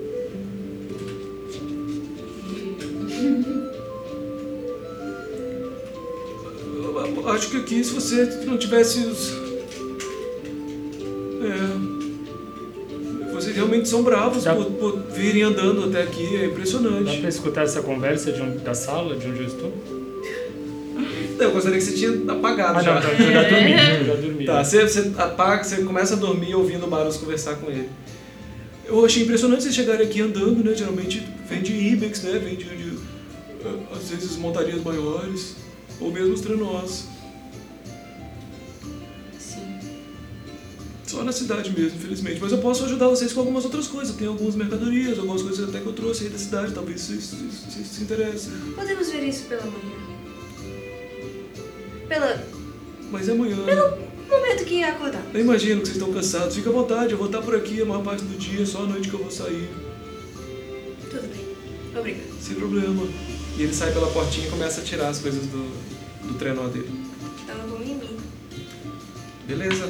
B: Eu Acho que aqui, se você não tivesse os. É. Vocês realmente são bravos
D: Dá-
B: por, por virem andando até aqui, é
D: Dá
B: impressionante.
D: pra escutar essa conversa de um- da sala, de onde eu estou?
B: Eu gostaria que você tinha apagado
D: Ah,
B: já.
D: não, tá, eu já dormi, eu já dormi.
B: Tá, você, você apaga, você começa a dormir ouvindo o Barus conversar com ele. Eu achei impressionante vocês chegarem aqui andando, né? Geralmente vem de Ibex, né? Vem de, de, eh, às vezes montarias maiores, ou mesmo os trenós.
G: Sim.
B: Só na cidade mesmo, infelizmente. Mas eu posso ajudar vocês com algumas outras coisas. Tem algumas mercadorias, algumas coisas até que eu trouxe aí da cidade. Talvez vocês, vocês- vocês se interessem.
G: Podemos ver isso pela manhã. Pela.
B: Mas é amanhã.
G: momento que acordar.
B: Eu imagino que vocês estão cansados. Fica à vontade, eu vou estar por aqui a maior parte do dia, só à noite que eu vou sair.
G: Tudo bem. Obrigada.
B: Sem problema. E ele sai pela portinha e começa a tirar as coisas do, do trenó dele.
G: Então eu vou em mim.
B: Beleza.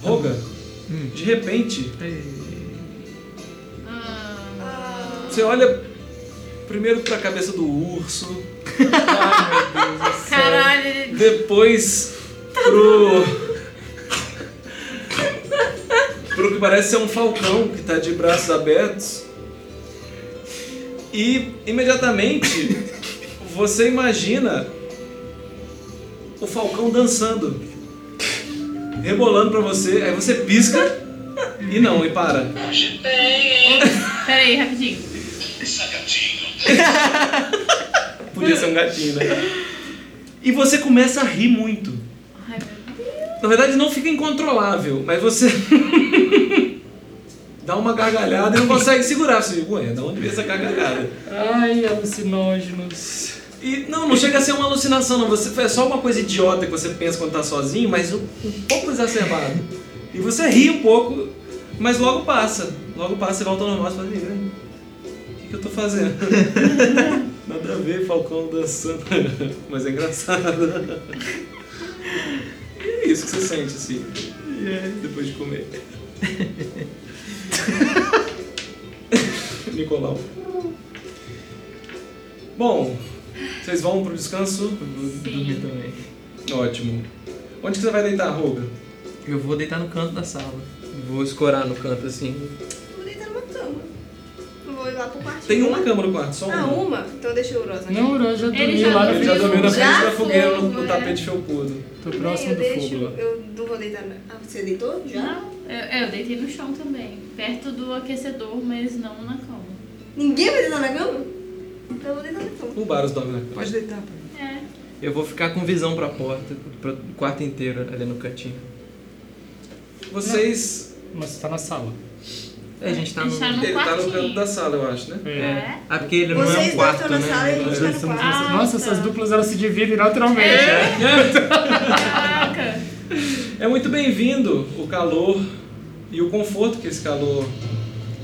B: Roga, de repente, você olha primeiro pra cabeça do urso,
F: Caralho, ele
B: depois pro. pro que parece ser um falcão que tá de braços abertos. E imediatamente você imagina o falcão dançando, rebolando pra você, aí você pisca e não, e para.
C: Hoje tem, hein?
F: Pera aí, rapidinho.
C: Sacadinho.
B: Podia ser um gatinho, né? E você começa a rir muito.
F: Ai, meu Deus.
B: Na verdade, não fica incontrolável, mas você. dá uma gargalhada e não consegue segurar. Você diz, ué, da onde veio essa gargalhada?
D: Ai, alucinógenos.
B: E não, não chega a ser uma alucinação, não. Você, é só uma coisa idiota que você pensa quando tá sozinho, mas um, um pouco exacerbado. E você ri um pouco, mas logo passa. Logo passa, você volta ao normal e fala, "Ih, né? o que, que eu tô fazendo? Nada a ver, Falcão dançando. mas é engraçado. E é isso que você sente, assim. Depois de comer. Nicolau. Bom, vocês vão pro descanso?
E: Dormir também.
B: Ótimo. Onde que você vai deitar, Roga?
E: Eu vou deitar no canto da sala. Vou escorar no canto assim.
G: Vou deitar numa cama. Eu Vou ir lá pro quarto.
B: Tem uma cama no quarto, só uma.
G: Ah, uma? Então deixa o Rosa.
D: Não, eu já
F: Ele
D: dormi
F: já
D: lá
B: Ele já dormiu na frente
G: Já
B: da fogueira no,
F: fogo,
B: no
F: é.
B: tapete felpudo.
D: Tô próximo
G: eu
D: do
G: deixo,
D: fogo lá.
G: Eu não vou deitar. na- Ah, você deitou? Já?
F: Eu, né? É, eu deitei no chão também, perto do aquecedor, mas não na cama.
G: Ninguém vai deitar na cama? Então eu vou deitar na cama.
B: O Baros dorme na cama.
E: Pode deitar, pai.
F: É.
E: Eu vou ficar com visão pra porta, pro quarto inteiro ali no cantinho.
B: Vocês.
D: Mas tá na sala.
E: É, a gente tá no.
F: Deixar no
B: Ele tá no
F: quartinho.
B: canto da sala, eu acho, né?
F: É.
E: Ah, porque ele não é
G: Vocês
E: um
G: dois
E: quarto,
G: estão na
E: né?
G: sala e a gente tá
E: Nós
G: no
E: estamos-
G: quarto.
F: Ah,
D: Nossa,
F: tá.
D: essas duplas elas se dividem naturalmente. né?
F: Caraca.
B: É muito bem-vindo o calor e o conforto que esse calor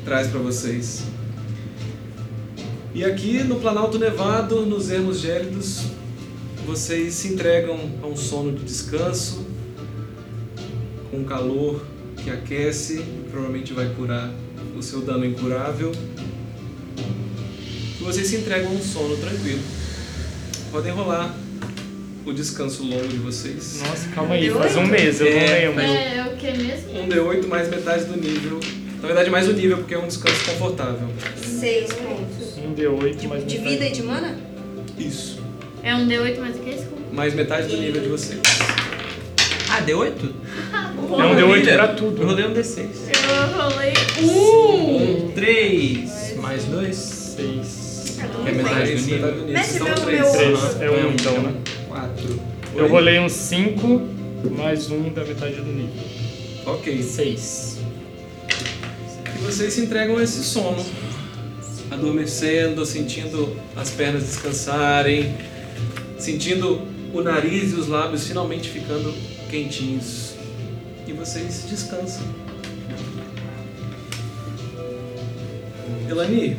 B: traz para vocês. E aqui no Planalto Nevado, nos ermos gélidos, vocês se entregam a um sono de descanso, com um calor que aquece, e provavelmente vai curar o seu dano incurável. E vocês se entregam a um sono tranquilo. Podem rolar
E: o descanso longo de vocês.
D: Nossa, calma aí, faz um mês, eu
E: É,
D: não lembro.
F: É, é o que mesmo?
E: Um D8 mais metade do nível. Na verdade, mais o nível, porque é um descanso confortável.
G: Seis pontos.
D: Um D8, mais
G: De
D: metade.
G: vida e de mana?
E: Isso.
F: É um D8 mais o que? Desculpa.
E: Mais metade do nível de vocês.
L: Ah, deu 8?
D: Não, deu 8 um pra
L: Eu
D: tudo.
L: rolei um D6.
F: Eu rolei.
L: Um, 3, mais 2.
D: 6.
E: um
L: É metade do nível.
G: Mestre,
E: São
B: Então,
G: meu-
E: três.
G: meu-
D: Três. É um,
E: um,
D: então, né?
E: Quatro.
D: Eu
E: Oito.
D: rolei um 5, mais um da metade do nível.
E: Ok.
D: 6.
E: E vocês se entregam a esse sono, adormecendo, sentindo as pernas descansarem, sentindo o nariz e os lábios finalmente ficando quentinhos. E vocês descansam. Elani,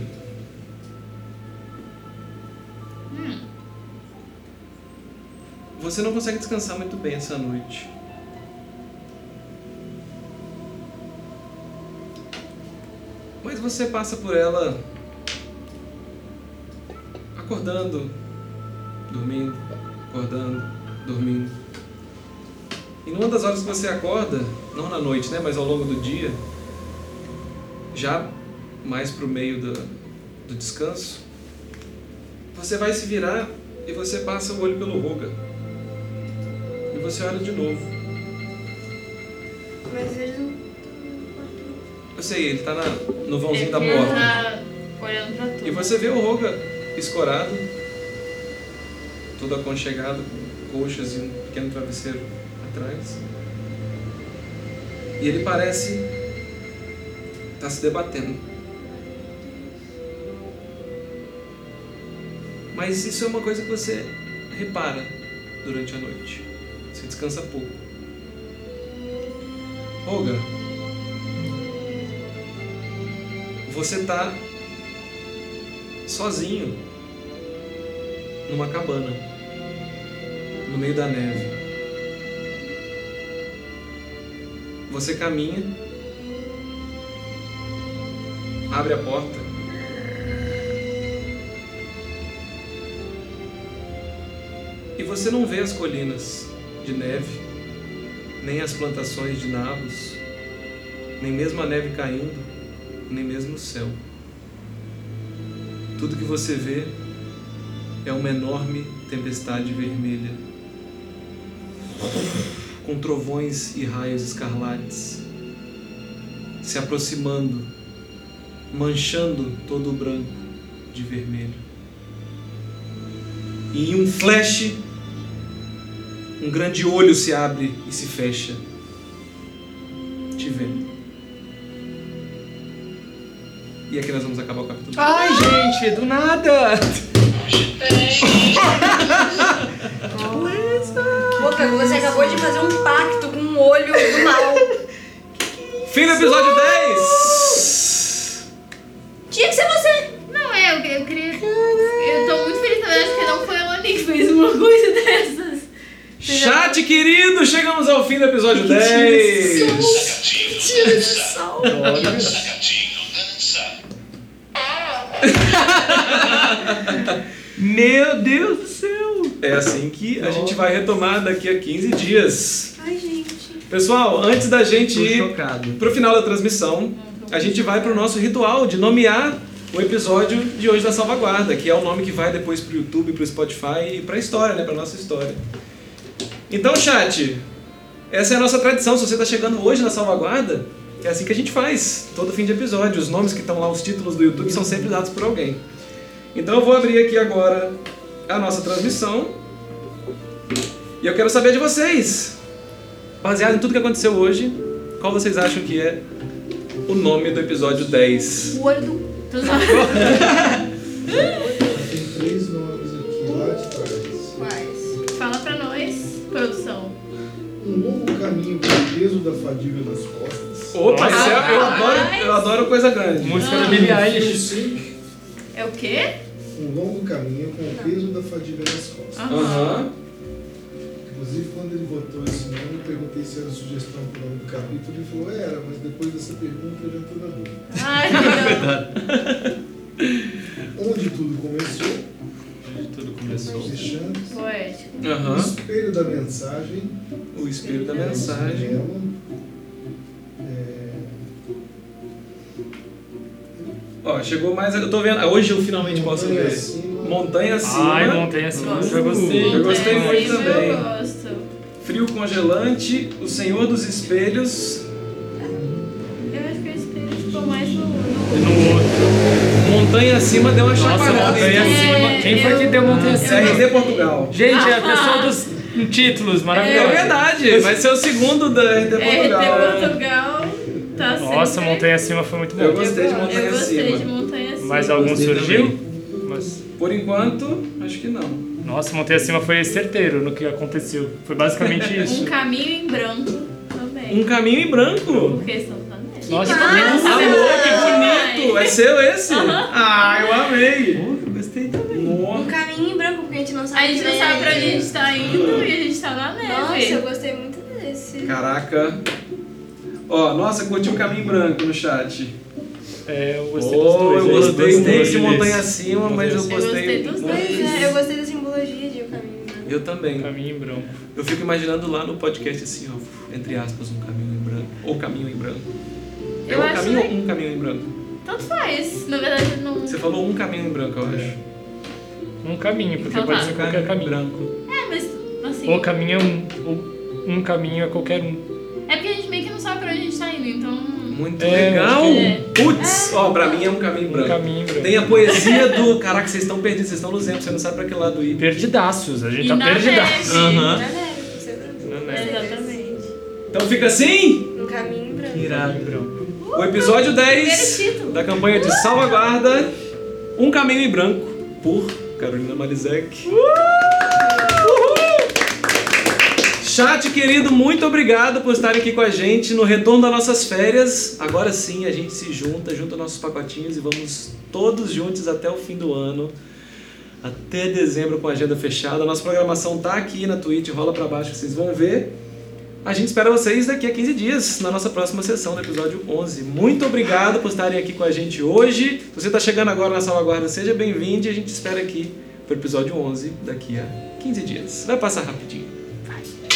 E: você não consegue descansar muito bem essa noite. Mas você passa por ela acordando, dormindo, acordando, dormindo. E numa das horas que você acorda, não na noite, né, mas ao longo do dia, já mais pro meio da- do descanso, você vai se virar e você passa o olho pelo Ruga. E você olha de novo.
G: Mas eles não.
E: Eu sei, ele tá na, no vãozinho
F: Ele
E: da porta.
F: tá olhando pra tudo.
E: E você vê o Roga escorado, todo aconchegado, com colchas e um pequeno travesseiro atrás. E ele parece estar se debatendo. Mas isso é uma coisa que você repara durante a noite. Você descansa pouco. Roga, você tá está sozinho numa cabana no meio da neve. Você caminha, abre a porta. E você não vê as colinas de neve, nem as plantações de nabos, nem mesmo a neve caindo, nem mesmo o céu. Tudo que você vê é uma enorme tempestade vermelha, com trovões e raios escarlates se aproximando, manchando todo o branco de vermelho. E em um flash, um grande olho se abre e se fecha, te vendo. E aqui nós vamos acabar o capítulo.
D: Ai, gente, do nada!
G: Boca, você acabou de fazer um pacto com o olho do mal.
E: Fim do episódio 10!
G: Tinha que ser você!
F: Não, é, eu, eu queria. Eu tô muito feliz, na verdade, porque não foi a Lani que fez uma coisa dessas.
E: Chat querido, chegamos ao fim do episódio 10!
M: Sacadinho, dança. Sacadinho, dança.
L: Meu Deus do céu!
E: É assim que a gente vai retomar daqui a 15 dias.
G: Ai, gente.
E: Pessoal, antes da gente
L: Tô
E: ir
L: chocado.
E: pro final da transmissão, a gente vai pro nosso ritual de nomear o episódio de hoje da Salvaguarda, que é o nome que vai depois pro YouTube, pro Spotify e pra história, né? Pra nossa história. Então, chat, essa é a nossa tradição. Se você tá chegando hoje na Salvaguarda, é assim que a gente faz, todo fim de episódio. Os nomes que estão lá, os títulos do YouTube, são sempre dados por alguém. Então eu vou abrir aqui agora a nossa transmissão. E eu quero saber de vocês, baseado em tudo que aconteceu hoje, qual vocês acham que é o nome do episódio 10?
N: O olho do.
B: Tem três nomes aqui lá de trás.
G: Quais?
F: Fala pra nós, produção.
B: Um longo caminho com o peso da fadiga nas costas.
E: Opa, isso é- eu, adoro, eu adoro coisa grande.
D: Música da Billie Eilish.
B: Sim.
F: É o quê?
B: Um longo caminho com o peso da fadiga nas costas.
E: Aham.
B: Inclusive, quando ele botou esse nome, eu perguntei se era sugestão para o nome do capítulo. Ele falou, "É, era, mas depois dessa pergunta eu já estou na dúvida.
F: Ai, meu Deus.
B: Onde tudo começou.
D: Tudo
E: pessoa.
B: Fechando.
F: Poético.
B: O
E: Aham.
B: espelho da mensagem.
E: O espelho da mensagem.
B: Ela, é,
E: Ó, chegou mais. Eu tô vendo. ah, Hoje eu finalmente posso
B: Montanha
E: ver.
B: acima.
E: Montanha acima.
D: Ai, montanha acima. assim. Eu gostei.
E: Eu gostei
F: Montanha
E: muito
F: acima
E: também.
F: É, Eu gosto.
E: Frio congelante, o Senhor dos Espelhos,
F: Eu acho que o espelho ficou mais no.
D: E
F: no...
D: no outro.
E: Montanha acima deu uma
D: Nossa,
E: chacoalhada.
D: montanha
E: hein?
D: acima. Quem foi que deu montanha acima?
E: CRZ Portugal.
D: Gente, é a pessoa dos títulos,
E: É
D: maravilhoso.
E: verdade, vai ser o segundo da RT
F: É,
E: Portugal.
F: de
E: né?
F: Portugal. Tá
D: Nossa,
F: sempre-
D: montanha acima foi muito
E: Eu
D: bom.
E: gostei de
F: Eu
E: montanha
F: gostei de
E: acima.
F: montanha acima.
D: Mais algum
E: Gostei
D: surgiu? Mas-
E: Por enquanto, acho que não.
D: nossa, montanha acima foi certeiro no que aconteceu. Foi basicamente isso.
F: Um caminho em branco também.
E: Um caminho em branco.
F: Porque Santander.
D: Nossa,
F: Ah,
E: Amor, que bonito! É seu esse? Ah, eu amei! gostei também.
G: Um caminho em branco, porque a gente não sabe
F: A gente não
G: vem
F: sabe pra onde a
G: aí.
F: gente tá indo e a gente tá na
G: Nossa,
F: neve.
G: eu gostei muito desse.
E: Caraca. Ó, nossa, curti o caminho branco no chat.
D: É, eu gostei dos
E: Oh,
D: dois.
E: eu gostei muito de
D: desse.
E: montanha acima, mas eu
D: Eu
E: gostei.
F: gostei dos
E: muito-
G: Pois é, eu gostei da simbologia de um caminho em branco.
E: Eu também.
D: Caminho em branco.
E: Eu fico imaginando lá no podcast assim, ó, entre aspas, um caminho em branco. Ou caminho em branco. É
F: Eu
E: um
F: acho
E: caminho ou
F: le-
E: um caminho em branco?
F: Tanto faz. Na verdade, não.
E: Você falou um caminho em branco, eu acho.
D: Um caminho, porque
F: Então
D: pode
F: tá.
D: ser qualquer caminho.
E: Um branco.
F: É, mas assim.
D: Ou caminho é um, ou um caminho é qualquer um.
F: É porque a gente meio que não sabe pra onde a gente tá indo, então.
E: Muito
D: É,
E: legal!
D: acho
F: que-
E: Putz! Ó, pra mim é um caminho
D: Um
E: branco.
D: caminho em branco.
E: Tem a poesia do. Caraca, vocês estão perdidos, vocês estão luzentos, você não sabe pra que lado ir.
D: Perdidaços, a gente
F: E
D: tá
F: na
D: perdidaço.
F: neve.
O: Aham.
G: Na neve, você é branco.
D: Na
F: É,
D: neve.
F: Exatamente.
E: Então fica assim!
G: Um caminho em branco.
E: Irado.
D: Caminho em branco.
E: O episódio 10 da campanha de Salvaguarda Um Caminho em Branco por Carolina Malizek. Chat querido, muito obrigado por estar aqui com a gente no retorno das nossas férias. Agora sim a gente se junta, junta nossos pacotinhos e vamos todos juntos até o fim do ano. Até dezembro com a agenda fechada. Nossa programação tá aqui na Twitch, rola pra baixo que vocês vão ver. A gente espera vocês daqui a 15 dias, na nossa próxima sessão, no episódio 11. Muito obrigado por estarem aqui com a gente hoje. Se você está chegando agora na Salvaguarda, seja bem-vindo e a gente espera aqui para o episódio 11 daqui a 15 dias. Vai passar rapidinho.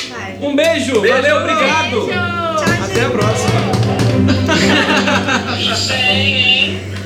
G: Vai.
E: Um beijo, valeu, obrigado!
F: Beijo!
G: Tchau,
E: Até a
G: gente.
E: próxima!
P: Não sei, hein?